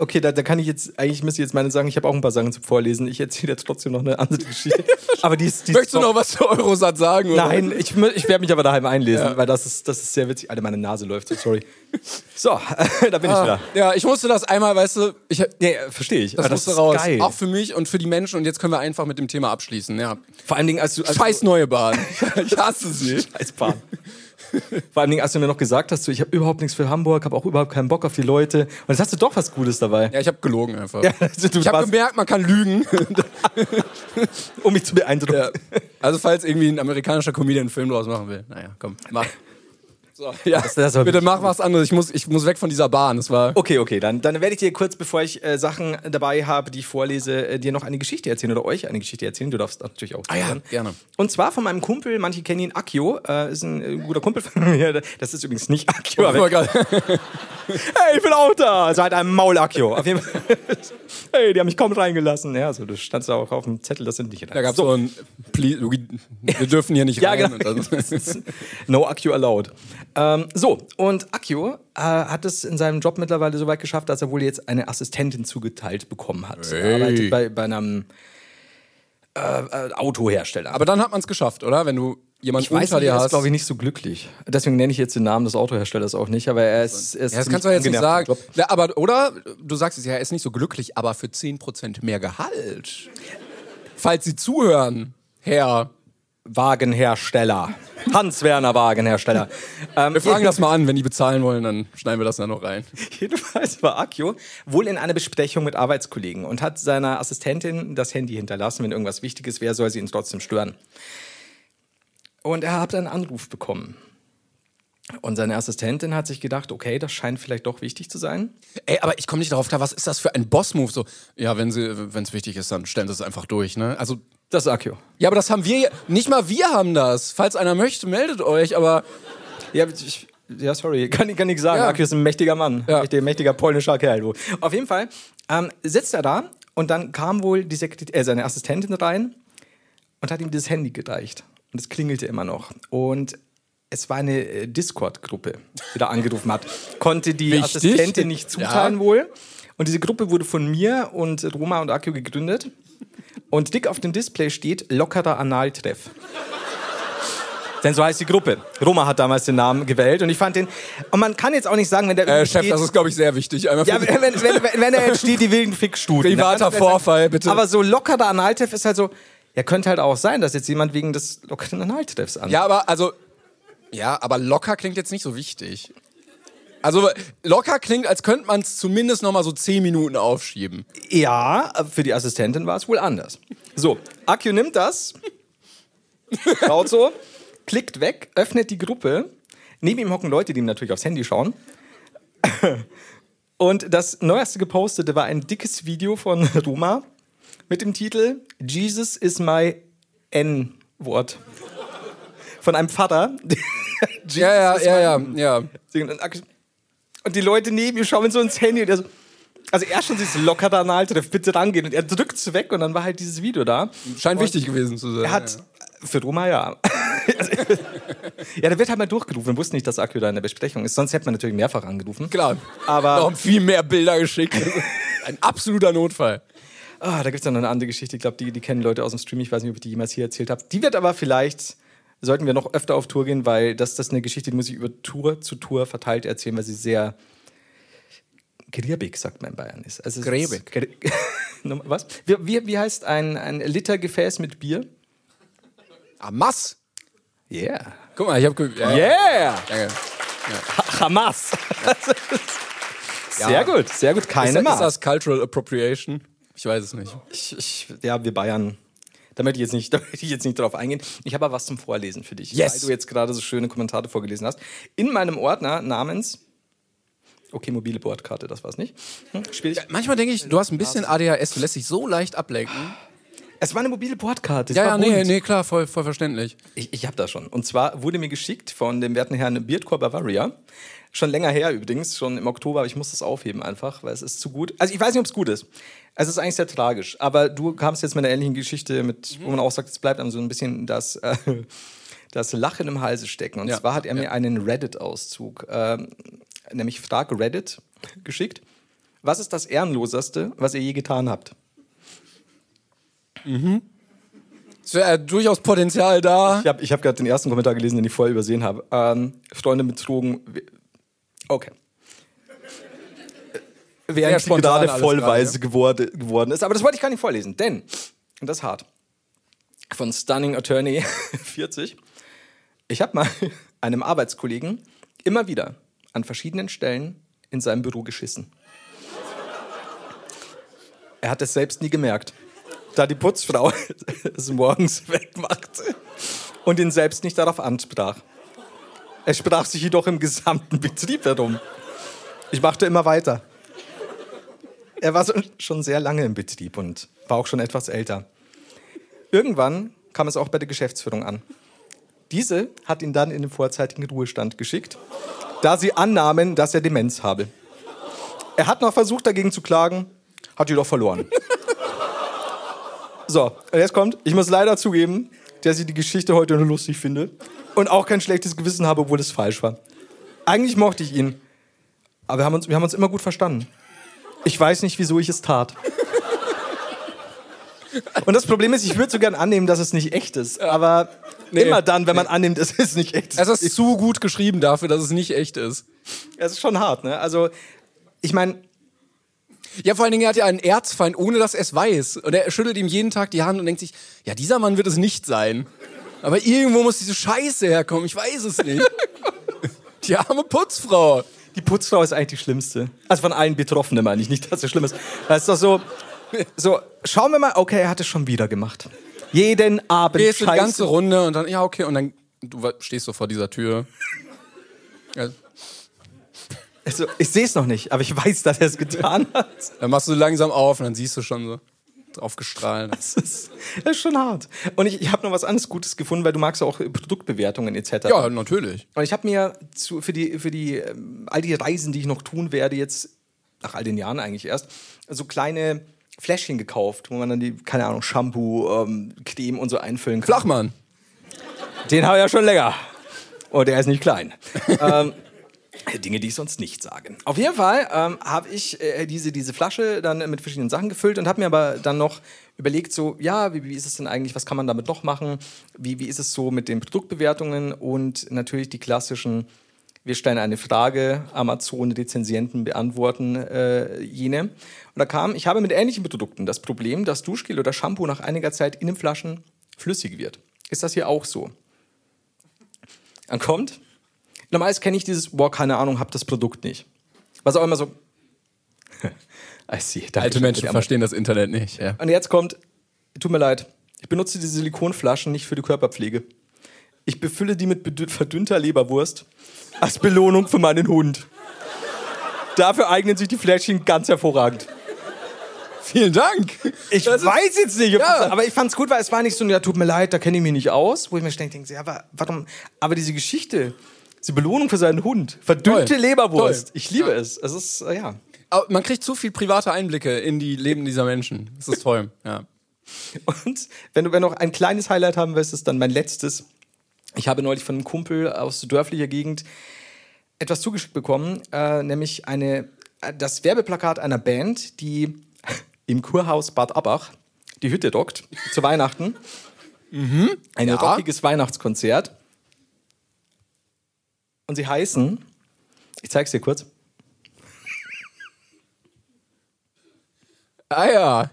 Okay, da, da kann ich jetzt, eigentlich müsste ich jetzt meine sagen, ich habe auch ein paar Sachen zum Vorlesen. Ich erzähle jetzt trotzdem noch eine andere Geschichte. Aber die ist, die ist
Möchtest du noch was zur Eurosat sagen? Oder?
Nein, ich, mü- ich werde mich aber daheim einlesen, weil das ist, das ist sehr witzig. Alter, meine Nase läuft, so, sorry. So, da bin ich wieder.
Ah, Ja, ich musste das einmal, weißt du, ich,
Nee, verstehe ich.
das
aber
musste raus.
Geil.
Auch für mich und für die Menschen und jetzt können wir einfach mit dem Thema abschließen, ja.
vor allen Dingen, als du. Als
Scheiß neue Bahn. Ich hasse sie.
Scheiß Bahn. Vor allen Dingen, als du mir noch gesagt hast, so, ich habe überhaupt nichts für Hamburg, habe auch überhaupt keinen Bock auf die Leute. Und jetzt hast du doch was Gutes dabei.
Ja, ich habe gelogen einfach.
also du
ich habe
warst-
gemerkt, man kann lügen.
Um mich zu beeindrucken.
ja. Also falls irgendwie ein amerikanischer Comedian einen Film draus machen will, naja, komm, mach. So, ja.
Das- das war
Bitte
wirklich
mach was anderes. Ich muss, ich muss weg von dieser Bahn. Das war.
Okay, okay, dann, dann werde ich dir kurz, bevor ich äh, Sachen dabei habe, die ich vorlese, äh, dir noch eine Geschichte erzählen oder euch eine Geschichte erzählen. Du darfst natürlich auch. Ah
ja, gerne.
Und zwar von meinem Kumpel, manche kennen ihn, Akio, äh, ist ein äh, guter Kumpel von mir. Das ist übrigens nicht Akio,
Ich war
aber
grad-
hey, ich bin auch da, seit einem Maul Akio. Auf jeden Fall. hey, die haben mich kaum reingelassen. Ja, so, du standst da auch auf dem Zettel, das sind nicht
Da gab's so ein Please, wir dürfen hier nicht
Ja,
rein.
genau.
Und dann-
no Akio allowed. Ähm, so, und Akio äh, hat es in seinem Job mittlerweile so weit geschafft, dass er wohl jetzt eine Assistentin zugeteilt bekommen hat. Er arbeitet bei, bei einem äh, äh, Autohersteller.
Aber dann hat man es geschafft, oder? Wenn du jemanden
ich weiß
unter
nicht,
dir
er ist,
hast.
glaube ich, nicht so glücklich. Deswegen nenne ich jetzt den Namen des Autoherstellers auch nicht, aber er ist. Er ist
ja, das kannst du
ziemlich
ja jetzt nicht
angenervt
sagen.
vom Job.
Na, aber, oder? Du sagst es ja, er ist nicht so glücklich, aber für 10% mehr Gehalt. Falls sie zuhören, Herr.
Wagenhersteller. Hans-Werner Wagenhersteller. Ähm,
Wir fragen das mal an, wenn die bezahlen wollen, dann schneiden wir das dann noch rein.
Jedenfalls war Akio wohl in einer Besprechung mit Arbeitskollegen und hat seiner Assistentin das Handy hinterlassen. Wenn irgendwas Wichtiges wäre, soll sie ihn trotzdem stören. Und er hat einen Anruf bekommen. Und seine Assistentin hat sich gedacht, okay, das scheint vielleicht doch wichtig zu sein.
Ey, aber ich komme nicht darauf klar, was ist das für ein Boss-Move? So, ja, wenn es wichtig ist, dann stellen sie es einfach durch, ne? Also,
Das ist Akio.
ja, aber das haben wir ja. Nicht mal wir haben das. Falls einer möchte, meldet euch, aber
Ja, ich, ja sorry, kann, ich- kann ich sagen.
Ja.
Akio ist ein mächtiger Mann.
Ja.
Mächtiger, mächtiger polnischer Kerl. du. Auf jeden Fall ähm, sitzt er da und dann kam wohl die Sekret äh, seine Assistentin rein und hat ihm dieses Handy gereicht. Und es klingelte immer noch. Und es war eine äh, Discord-Gruppe, die da angerufen hat. Konnte die
Wichtig.
Assistentin nicht zuteilen
Ja.
wohl. Und diese Gruppe wurde von mir und Roma und Akio gegründet. Und dick auf dem Display steht lockerer Analtreff. Denn so heißt die Gruppe. Roma hat damals den Namen gewählt und ich fand den. Und man kann jetzt auch nicht sagen, wenn der.
äh,
irgendwie
Chef,
steht-
das ist, glaube ich, sehr wichtig. Einmal
ja,
für-
wenn, wenn, wenn, wenn er jetzt steht, die wilden Fickstuten.
Privater
Dann kann man
Vorfall,
sagen,
bitte.
Aber so lockerer Analtreff ist halt so. Ja, könnte halt auch sein, dass jetzt jemand wegen des lockeren Analtreffs an.
ja, aber also. Ja, aber locker klingt jetzt nicht so wichtig. Also locker klingt, als könnte man es zumindest noch mal so 10 Minuten aufschieben.
Ja, für die Assistentin war es wohl anders. So, Akio nimmt das, schaut so, klickt weg, öffnet die Gruppe. Neben ihm hocken Leute, die ihm natürlich aufs Handy schauen. Und das neueste gepostete war ein dickes Video von Roma mit dem Titel Jesus is my N-Wort. Von einem Vater.
Ja, ja, ja, ja, ja.
Singen und Akku- Und die Leute neben ihm schauen so ins Handy und er so. Also er schon dieses locker da Analtreff, bitte rangehen. Und er drückt es weg und dann war halt dieses Video da.
Scheint wichtig gewesen zu sein.
Er hat. Für Roma ja. Also, ja, da wird halt mal durchgerufen. Wir wussten nicht, dass Akku da in der Besprechung ist. Sonst hätte man natürlich mehrfach angerufen.
Klar.
Aber-
Darum viel mehr Bilder geschickt. Ein absoluter Notfall.
Ah, da gibt es noch eine andere Geschichte. Ich glaube, die, die kennen Leute aus dem Stream. Ich weiß nicht, ob ich die jemals hier erzählt habe. Die wird aber vielleicht sollten wir noch öfter auf Tour gehen, weil das, das ist eine Geschichte, die muss ich über Tour zu Tour verteilt erzählen, weil sie sehr gräbig, sagt man in Bayern, ist. Also es ist-
Gräbig.
Grä- Nochmal, Was? Wie, wie, wie heißt ein, ein Liter Gefäß mit Bier?
Hamas.
Yeah.
Guck mal, ich habe ge- ja,
Yeah!
Danke.
Hamas. Sehr gut, sehr gut.
Ist,
Keine
ist
Maß.
das Cultural Appropriation? Ich weiß es nicht.
Ich, ich, ja, wir Bayern. Da möchte ich jetzt nicht, da möchte ich jetzt nicht drauf eingehen. Ich habe aber was zum Vorlesen für dich,
Yes.
weil du jetzt gerade so schöne Kommentare vorgelesen hast. In meinem Ordner namens Okay, mobile Bordkarte, das war's nicht. Hm, schwierig.
Manchmal denke ich, du hast ein bisschen ADHS, du lässt dich so leicht ablenken.
Es war eine mobile Bordkarte. es
Ja,
war
ja, nee,
bunt.
nee, klar, voll, voll verständlich.
Ich, ich habe da schon. Und zwar wurde mir geschickt von dem werten Herrn Beardcore Bavaria. Schon länger her übrigens, schon im Oktober, aber ich muss das aufheben einfach, weil es ist zu gut. Also ich weiß nicht, ob es gut ist. Es ist eigentlich sehr tragisch. Aber du kamst jetzt mit einer ähnlichen Geschichte, mit,
Mhm.
wo man auch sagt, es bleibt einem so ein bisschen das, äh, das Lachen im Halse stecken. Und
Ja,
zwar hat er
ja.
mir einen Reddit-Auszug, ähm, nämlich Frage Reddit, geschickt. Was ist das Ehrenloseste, was ihr je getan habt?
Es wäre äh, durchaus Potenzial da.
Ich habe ich hab gerade den ersten Kommentar gelesen, den ich vorher übersehen habe. Ähm, Freunde betrogen. We- Okay. Äh, Während sie
spontan
gerade
alles
vollweise geworde, geworden ist. Aber das wollte ich gar nicht vorlesen, denn, und das ist hart, von Stunning Attorney 40, ich habe mal einem Arbeitskollegen immer wieder an verschiedenen Stellen in seinem Büro geschissen. Er hat es selbst nie gemerkt, da die Putzfrau es morgens wegmachte und ihn selbst nicht darauf ansprach. Er sprach sich jedoch im gesamten Betrieb herum. Ich machte immer weiter. Er war so, schon sehr lange im Betrieb und war auch schon etwas älter. Irgendwann kam es auch bei der Geschäftsführung an. Diese hat ihn dann in den vorzeitigen Ruhestand geschickt, da sie annahmen, dass er Demenz habe. Er hat noch versucht, dagegen zu klagen, hat jedoch verloren. So, und jetzt kommt, ich muss leider zugeben, dass ich die Geschichte heute nur lustig finde und auch kein schlechtes Gewissen habe, obwohl es falsch war. Eigentlich mochte ich ihn, aber wir haben uns, wir haben uns immer gut verstanden. Ich weiß nicht, wieso ich es tat. Und das Problem ist, ich würde so gern annehmen, dass es nicht echt ist, aber immer dann, wenn man annimmt, es ist nicht echt.
Es ist zu gut geschrieben dafür, dass es nicht echt ist.
Es ist schon hart, ne? Also, ich meine,
Ja, vor allen Dingen, er hat ja einen Erzfeind, ohne dass er es weiß. Und er schüttelt ihm jeden Tag die Hand und denkt sich, ja, dieser Mann wird es nicht sein. Aber irgendwo muss diese Scheiße herkommen, ich weiß es nicht. die arme Putzfrau.
Die Putzfrau ist eigentlich die schlimmste. Also von allen Betroffenen meine ich nicht, dass es schlimm ist. Das ist doch so, so, schauen wir mal, okay, er hat es schon wieder gemacht. Jeden Abend
Gehst du die
Scheiße.
ganze Runde und dann, ja, okay, und dann, du wa- stehst so vor dieser Tür. Ja,
also, ich sehe es noch nicht, aber ich weiß, dass er es getan hat.
dann machst du langsam auf und dann siehst du schon so drauf gestrahlt.
Das ist, das ist schon hart. Und ich, ich habe noch was anderes Gutes gefunden, weil du magst ja auch äh, Produktbewertungen etc.
Ja, natürlich.
Und ich habe mir zu, für, die, für die, ähm, all die Reisen, die ich noch tun werde, jetzt nach all den Jahren eigentlich erst, so kleine Fläschchen gekauft, wo man dann die, keine Ahnung, Shampoo, ähm, Creme und so einfüllen kann.
Flachmann.
Den habe ich ja schon länger. Und er ist nicht klein. ähm, Dinge, die ich sonst nicht sage. Auf jeden Fall ähm, habe ich äh, diese, diese Flasche dann mit verschiedenen Sachen gefüllt und habe mir aber dann noch überlegt, so, ja, wie, wie ist es denn eigentlich, was kann man damit noch machen? Wie, wie ist es so mit den Produktbewertungen und natürlich die klassischen, wir stellen eine Frage, Amazon-Rezensienten beantworten äh, jene. Und da kam, ich habe mit ähnlichen Produkten das Problem, dass Duschgel oder Shampoo nach einiger Zeit in den Flaschen flüssig wird. Ist das hier auch so? Dann kommt. Normalerweise kenne ich dieses, boah, keine Ahnung, hab das Produkt nicht. Was auch immer so. I see. danke
Alte
schön.
Menschen
Ja,
verstehen das Internet nicht. Ja.
Und jetzt kommt, tut mir leid, ich benutze diese Silikonflaschen nicht für die Körperpflege. Ich befülle die mit bedü- verdünnter Leberwurst als Belohnung für meinen Hund. Dafür eignen sich die Fläschchen ganz hervorragend.
Vielen Dank.
Ich weiß jetzt nicht, ob
Ja.
das, aber ich fand's gut, weil es war nicht so, ja, tut mir leid, da kenne ich mich nicht aus, wo ich mir ständig denke, ja, aber warum, aber diese Geschichte, diese Belohnung für seinen Hund, verdünnte
Toll.
Leberwurst,
Toll.
ich liebe es. Es ist, äh, ja.
Aber man kriegt so viel private Einblicke in die Leben dieser Menschen. Das ist toll. Ja.
Und wenn du wenn du noch ein kleines Highlight haben willst, ist dann mein letztes. Ich habe neulich von einem Kumpel aus dörflicher Gegend etwas zugeschickt bekommen, äh, nämlich eine, äh, das Werbeplakat einer Band, die im Kurhaus Bad Abbach die Hütte dockt zu Weihnachten. Ein rockiges Weihnachtskonzert. Und sie heißen, ich zeig's dir kurz,
Ah ja.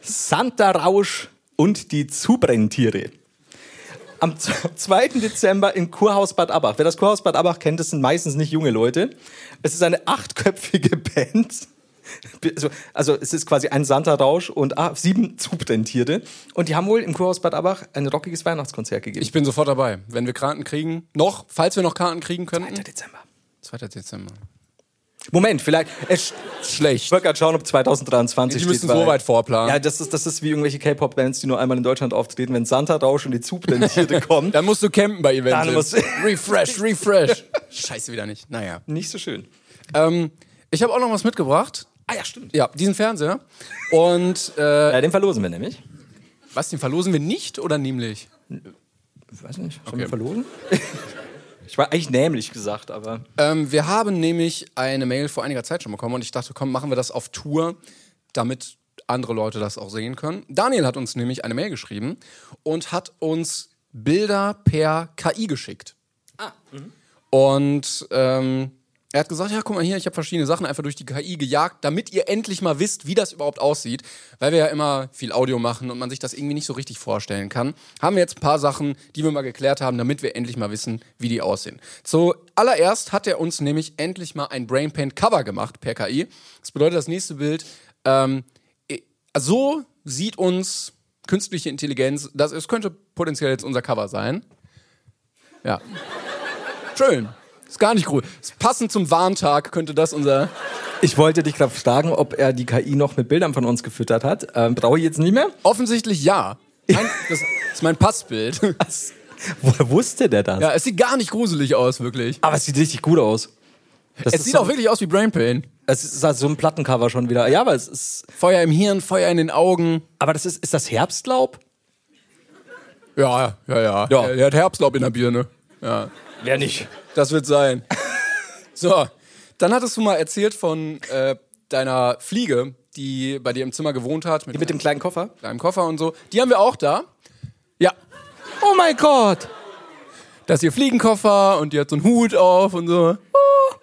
Santa Rausch und die Zubrenntiere. Am z- 2. Dezember im Kurhaus Bad Abach. Wer das Kurhaus Bad Abach kennt, das sind meistens nicht junge Leute. Es ist eine achtköpfige Band. Also, also es ist quasi ein Santa Rausch und ah, sieben Zubrenntiere. Und die haben wohl im Kurhaus Bad Abach ein rockiges Weihnachtskonzert gegeben.
Ich bin sofort dabei. Wenn wir Karten kriegen, noch, falls wir noch Karten kriegen könnten.
2. Dezember.
2. Dezember.
Moment, vielleicht. Es,
Schlecht.
Ich wollte gerade schauen, ob 2023
Die
steht.
müssen
weil-
so weit vorplanen.
Ja, das ist, das ist wie irgendwelche K-Pop-Bands, die nur einmal in Deutschland auftreten. Wenn Santa Rausch und die Zubrenntiere kommen,
Dann musst du campen bei Events.
Dann musst du-
refresh, refresh. Scheiße, wieder nicht. Naja.
nicht so schön.
Ähm, ich habe auch noch was mitgebracht.
Ah ja, stimmt.
Ja, diesen Fernseher. Und äh,
Ja, den verlosen wir nämlich.
was, den verlosen wir nicht oder nämlich?
Ich weiß nicht, sollen wir verlosen? ich war eigentlich nämlich gesagt, aber
Ähm, wir haben nämlich eine Mail vor einiger Zeit schon bekommen und ich dachte, komm, machen wir das auf Tour, damit andere Leute das auch sehen können. Daniel hat uns nämlich eine Mail geschrieben und hat uns Bilder per KI geschickt. Und ähm, er hat gesagt, ja, guck mal hier, ich habe verschiedene Sachen einfach durch die KI gejagt, damit ihr endlich mal wisst, wie das überhaupt aussieht. Weil wir ja immer viel Audio machen und man sich das irgendwie nicht so richtig vorstellen kann, haben wir jetzt ein paar Sachen, die wir mal geklärt haben, damit wir endlich mal wissen, wie die aussehen. Zuallererst hat er uns nämlich endlich mal ein Brain Paint Cover gemacht per KI. Das bedeutet, das nächste Bild, ähm, eh, so sieht uns künstliche Intelligenz, das es könnte potenziell jetzt unser Cover sein. Ja. Schön. Ist gar nicht cool. Ist passend zum Warntag könnte das unser.
ich wollte dich gerade fragen, ob er die KI noch mit Bildern von uns gefüttert hat. Ähm, Brauche ich jetzt nicht mehr?
Offensichtlich ja. Nein, das ist mein Passbild.
Woher wusste der das?
Ja, es sieht gar nicht gruselig aus, wirklich.
Aber es sieht richtig gut aus. Das
Es
ist
sieht
so,
auch wirklich aus wie Brain Pain.
Es ist also so ein Plattencover schon wieder. Ja, aber es ist.
Feuer im Hirn, Feuer in den Augen.
Aber das ist, ist das Herbstlaub?
Ja, ja, ja.
Ja.
Er, er hat Herbstlaub in der Birne. Ja.
Wer nicht?
Das wird sein. So, dann hattest du mal erzählt von äh, deiner Fliege, die bei dir im Zimmer gewohnt hat, mit,
Mit dem kleinen Koffer?
deinem Koffer und so. Die haben wir auch da. Ja,
Oh mein Gott!
da ist ihr Fliegenkoffer und die hat so einen Hut auf und so. Oh.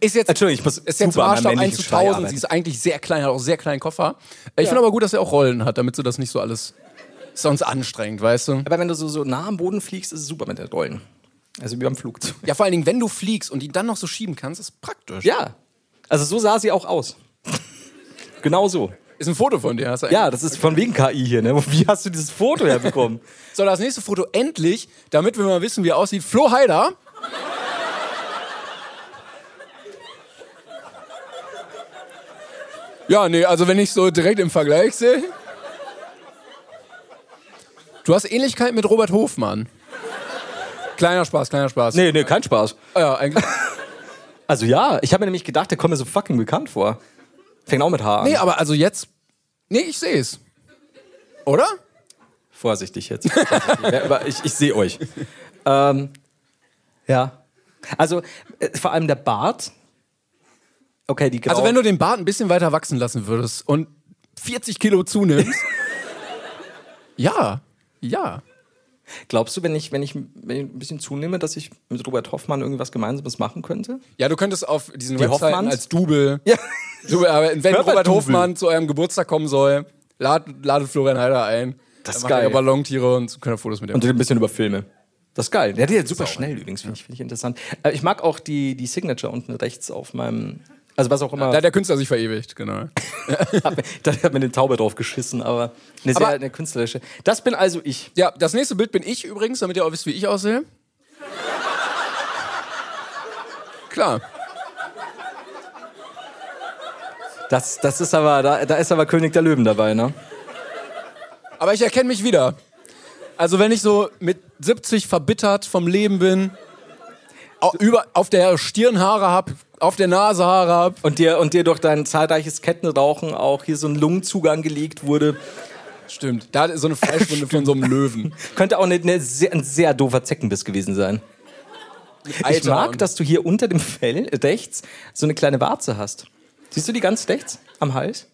Ist jetzt,
Entschuldigung, ich muss
ist jetzt
Äh, super an meinem
Maßstab 1
männlichen
zu
Schrei
1000.
arbeiten.
Sie ist eigentlich sehr klein, hat auch sehr kleinen Koffer. Äh, Ich finde aber gut, dass er auch Rollen hat, damit sie das nicht so alles sonst anstrengend, weißt du?
Aber wenn du so, so nah am Boden fliegst, ist es super mit den Rollen. Also wie beim Flugzeug.
Ja, vor allen Dingen, wenn du fliegst und ihn dann noch so schieben kannst, ist praktisch.
Ja. Also so sah sie auch aus. genau so.
Ist ein Foto von dir, hast du
Ja, das ist von wegen KI hier, ne? Wie hast du dieses Foto herbekommen?
So, das nächste Foto endlich, damit wir mal wissen, wie er aussieht. Flo Heider. Ja, nee, also wenn ich so direkt im Vergleich sehe. Du hast Ähnlichkeit mit Robert Hofmann. Kleiner Spaß, kleiner Spaß.
nee, nee, kein Spaß.
Ah Ja, eigentlich.
Also ja, ich habe mir nämlich gedacht, der kommt mir so fucking bekannt vor. Fängt auch mit H an.
Nee, aber also jetzt. Nee, ich sehe es. Oder?
Vorsichtig jetzt. ja, aber ich ich sehe euch. Ähm, ja. Also äh, vor allem der Bart. Okay, die Grau
Also wenn du den Bart ein bisschen weiter wachsen lassen würdest und 40 Kilo zunimmst. ja, ja.
Glaubst du, wenn ich, wenn, ich, wenn ich ein bisschen zunehme, dass ich mit Robert Hoffmann irgendwas Gemeinsames machen könnte?
Ja, du könntest auf diesen
Die
Webseiten
Hoffmanns?
als Double.
Ja.
Double aber wenn
Hört man
Robert
Double?
Hofmann zu eurem Geburtstag kommen soll, lad, ladet Florian Heider ein.
Das ist
Dann macht
geil.
ihr Ballontiere und könnt ihr Fotos mit ihm.
Und ein bisschen über Filme. Das ist geil. Der ist super schnell übrigens, finde ich, find ich interessant. Äh, ich mag auch die, die Signature unten rechts auf meinem. Also was auch immer.
Da hat der Künstler sich verewigt, genau.
Hab mir- Da hat mir den Taube drauf geschissen, aber eine sehr
Aber-
eine künstlerische. Das bin also ich.
Ja, das nächste Bild bin ich übrigens, damit ihr auch wisst, wie ich aussehe. Klar.
Das, das ist aber, da, da ist aber König der Löwen dabei, ne?
Aber ich erkenne mich wieder. Also wenn ich so mit 70 verbittert vom Leben bin, au- über, auf der Stirn Haare hab, auf der Nase Haare hab,
Und dir, und dir durch dein zahlreiches Kettenrauchen auch hier so ein Lungenzugang gelegt wurde.
stimmt, da ist so eine Fleischwunde von so einem Löwen.
Könnte auch eine, eine sehr, ein sehr doofer Zeckenbiss gewesen sein. ich
Alter,
mag,
und-
dass du hier unter dem Fell rechts so eine kleine Warze hast. Siehst du die ganz rechts am Hals?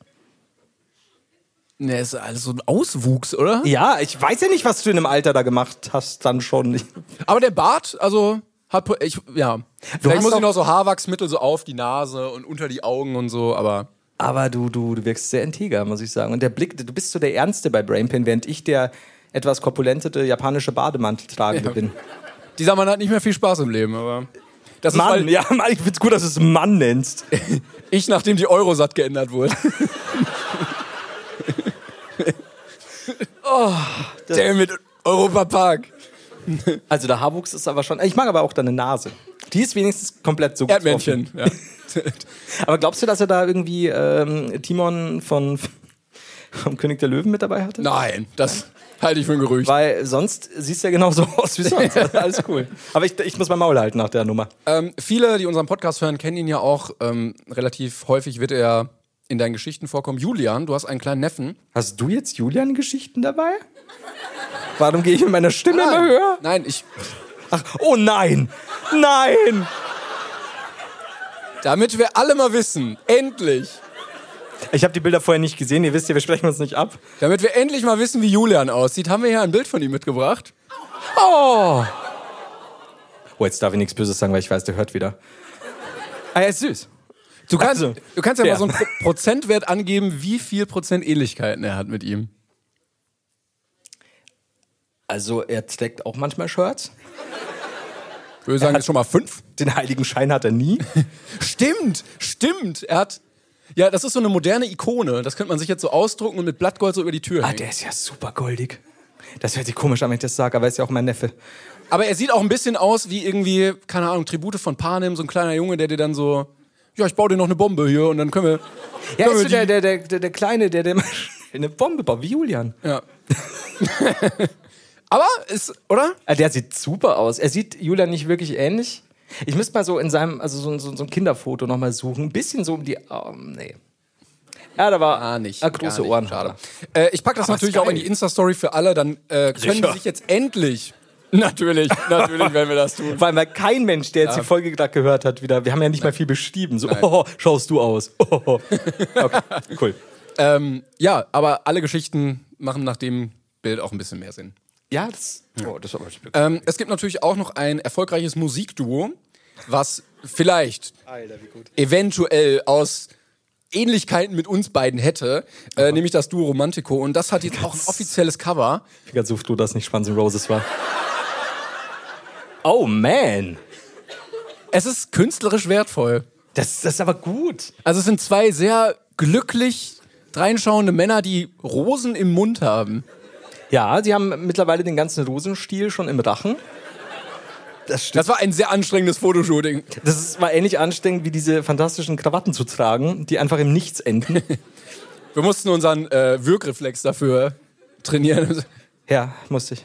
Ne, ist alles so ein Auswuchs, oder?
Ja, ich weiß ja nicht, was du in dem Alter da gemacht hast, dann schon.
Aber der Bart, also, hat, po- ich, ja. Vielleicht
hast
muss ich
doch-
noch so Haarwachsmittel so auf die Nase und unter die Augen und so, aber.
Aber du, du, du wirkst sehr integer, muss ich sagen. Und der Blick, du bist so der Ernste bei Brainpin, während ich der etwas korpulentete japanische Bademantel tragende bin.
Dieser Mann hat nicht mehr viel Spaß im Leben, aber. Das ist, halt weil
ja, Mann, ich find's gut, dass du es Mann nennst.
ich, nachdem die Eurosat geändert wurde. oh, der mit Europa Park.
Also der Haarwuchs ist aber schon. Ich mag aber auch deine Nase. Die ist wenigstens komplett so gut
Erdmännchen, ja.
getroffen. Aber glaubst du, dass er da irgendwie ähm, Timon von vom König der Löwen mit dabei hatte?
Nein, das halte ich für ein Gerücht.
Weil sonst siehst du ja genauso aus wie sonst. Also alles cool. Aber ich, ich muss mein Maul halten nach der Nummer.
Ähm, viele, die unseren Podcast hören, kennen ihn ja auch. Ähm, relativ häufig wird er in deinen Geschichten vorkommen. Julian, du hast einen kleinen Neffen.
Hast du jetzt Julian-Geschichten dabei? Warum gehe ich mit meiner Stimme immer höher?
Nein, ich.
Ach, oh nein! Nein!
Damit wir alle mal wissen, endlich,
Ich habe die Bilder vorher nicht gesehen. Ihr wisst ja, wir sprechen uns nicht ab.
damit wir endlich mal wissen, wie Julian aussieht, haben wir hier ein Bild von ihm mitgebracht. Oh!
Oh, jetzt darf ich nichts Böses sagen, weil ich weiß, der hört wieder. Ah, er ist süß.
Du kannst,
Also,
du kannst ja,
ja.
mal so einen Pro Prozentwert angeben, wie viel Prozent Ähnlichkeiten er hat mit ihm.
Also, er trägt auch manchmal Shirts.
Ich würde sagen, jetzt schon mal fünf.
Den heiligen Schein hat er nie.
Stimmt, stimmt. Er hat. Ja, das ist so eine moderne Ikone. Das könnte man sich jetzt so ausdrucken und mit Blattgold so über die Tür
ah,
hängen.
der ist ja super goldig. Das hört sich komisch an, wenn ich das sage, aber er ist ja auch mein Neffe.
Aber er sieht auch ein bisschen aus wie irgendwie, keine Ahnung, Tribute von Panem, so ein kleiner Junge, der dir dann so, ja, ich baue dir noch eine Bombe hier und dann können wir.
Ja,
können
ist
wir
so der, der, der, der, der Kleine, der, der eine Bombe baut, wie Julian.
die, ja. Aber ist, oder?
Ah, Der sieht super aus. Er sieht Julian nicht wirklich ähnlich. Ich müsste mal so in seinem, also so, ein- so, ein- so ein Kinderfoto nochmal suchen. Ein bisschen so um die. Oh, nee. Ja, da war
Ah, nicht.
Ah, große
Gar nicht.
Ohren.
Schade. Äh, ich packe das
Aber
natürlich
ist
auch in
geil.
die Insta-Story für alle, dann äh, können die
Sicher.
sich jetzt endlich. Natürlich, natürlich werden wir das tun.
Vor allem, weil kein Mensch, der jetzt die Folge gerade gehört hat, wieder. Wir haben ja nicht mal viel beschrieben. So, oh, schaust du aus. Oh. Okay, cool.
Ähm, ja, aber alle Geschichten machen nach dem Bild auch ein bisschen mehr Sinn.
Ja, das. Oh, das war aber
Ähm, es gibt natürlich auch noch ein erfolgreiches Musikduo, was vielleicht eventuell aus Ähnlichkeiten mit uns beiden hätte, äh, nämlich das Duo Romantico. Und das hat jetzt auch ein offizielles Cover.
Ich bin ganz so froh, dass es nicht Schwanz und Roses war. Oh, man.
Es ist künstlerisch wertvoll.
Das, das ist aber gut.
Also es sind zwei sehr glücklich dreinschauende Männer, die Rosen im Mund haben.
Ja, sie haben mittlerweile den ganzen Rosenstiel schon im Rachen. Das stimmt.
Das war ein sehr anstrengendes Fotoshooting.
Das ist, war ähnlich anstrengend, wie diese fantastischen Krawatten zu tragen, die einfach im Nichts enden.
Wir mussten unseren äh, Wirkreflex dafür trainieren.
ja, musste ich.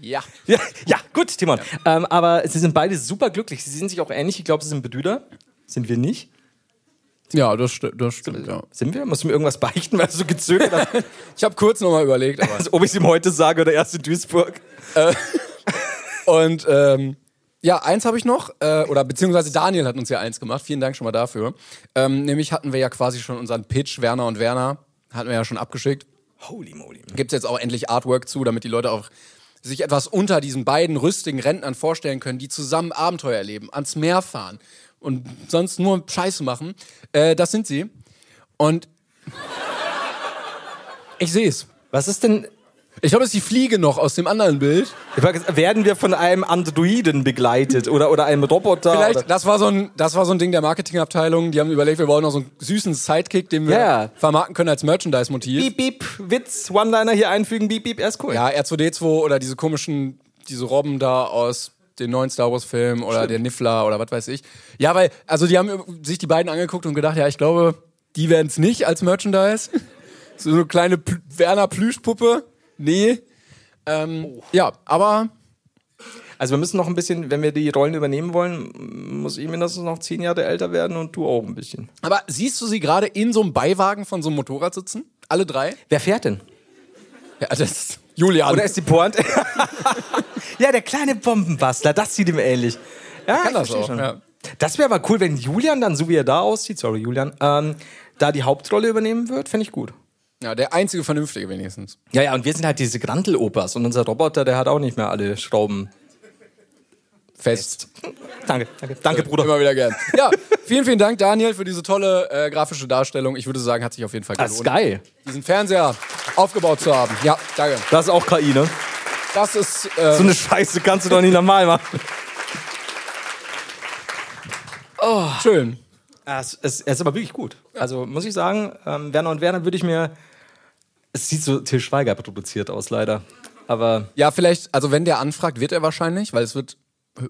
Ja.
Ja, ja gut, Timon. Ähm, aber sie sind beide super glücklich. Sie sehen sich auch ähnlich. Ich glaube, sie sind Brüder. Sind wir nicht?
Ja, das, sti- das stimmt, ja.
Sind wir? Musst du mir irgendwas beichten, weil du so gezögert hast,
Ich habe kurz nochmal überlegt, aber...
als ob ich es ihm heute sage oder erst in Duisburg?
Und ähm, ja, eins habe ich noch, äh, oder beziehungsweise Daniel hat uns ja eins gemacht. Vielen Dank schon mal dafür. Ähm, nämlich hatten wir ja quasi schon unseren Pitch, Werner und Werner, hatten wir ja schon abgeschickt.
Holy moly.
Gibt es jetzt auch endlich Artwork zu, damit die Leute auch sich etwas unter diesen beiden rüstigen Rentnern vorstellen können, die zusammen Abenteuer erleben, ans Meer fahren und sonst nur Scheiße machen. Äh, das sind sie. Und ich sehe es.
Was ist denn.
Ich glaube, es ist die Fliege noch aus dem anderen Bild.
Ich frag jetzt, werden wir von einem Androiden begleitet oder, oder einem Roboter?
Vielleicht,
Ah, oder?
das war, so ein, das war so ein Ding der Marketingabteilung. Die haben überlegt, wir brauchen noch so einen süßen Sidekick, den wir
Ja.
vermarkten können als Merchandise-Motiv.
Beep, beep, Witz, One-Liner hier einfügen, beep, beep, er ist cool.
Ja, R2D2 oder diese komischen, diese Robben da aus den neuen Star Wars-Filmen oder der Niffler oder was weiß ich. Ja, weil, also die haben sich die beiden angeguckt und gedacht, ja, ich glaube, die werden es nicht als Merchandise. so eine kleine Pl Werner Plüschpuppe. Nee.
Oh.
Ähm, Ja, aber
Also wir müssen noch ein bisschen, wenn wir die Rollen übernehmen wollen, muss ich mindestens noch zehn Jahre älter werden und du auch ein bisschen.
aber siehst du sie gerade in so einem Beiwagen von so einem Motorrad sitzen? Alle drei?
Wer fährt denn?
Ja, das ist Julian.
Oder ist die Pointe? ja, der kleine Bombenbastler, das sieht ihm ähnlich. Ja, ich
das
verstehe
auch, ja.
Das wäre aber cool, wenn Julian dann, so wie er da aussieht, sorry Julian, ähm, da die Hauptrolle übernehmen wird, finde ich gut.
Ja, der einzige Vernünftige wenigstens.
Ja, ja, und wir sind halt diese Grantel-Opas und unser Roboter, der hat auch nicht mehr alle Schrauben.
Fest.
Danke, Äh, danke, danke Bruder.
Immer wieder gern. Ja, vielen, vielen Dank, Daniel, für diese tolle äh, grafische Darstellung. Ich würde sagen, hat sich auf jeden Fall
Das Ah, ist
gelohnt,
geil.
diesen Fernseher aufgebaut zu haben. Ja, danke.
Das ist auch KI, ne?
Das ist. Äh,
So eine Scheiße kannst du doch nicht normal machen.
Schön.
Ja, Es es- es ist aber wirklich gut. Also muss ich sagen, ähm, Werner und Werner würde ich mir. Es sieht so Til Schweiger produziert aus, leider. Aber
Ja, vielleicht, also wenn der anfragt, wird er wahrscheinlich, weil es wird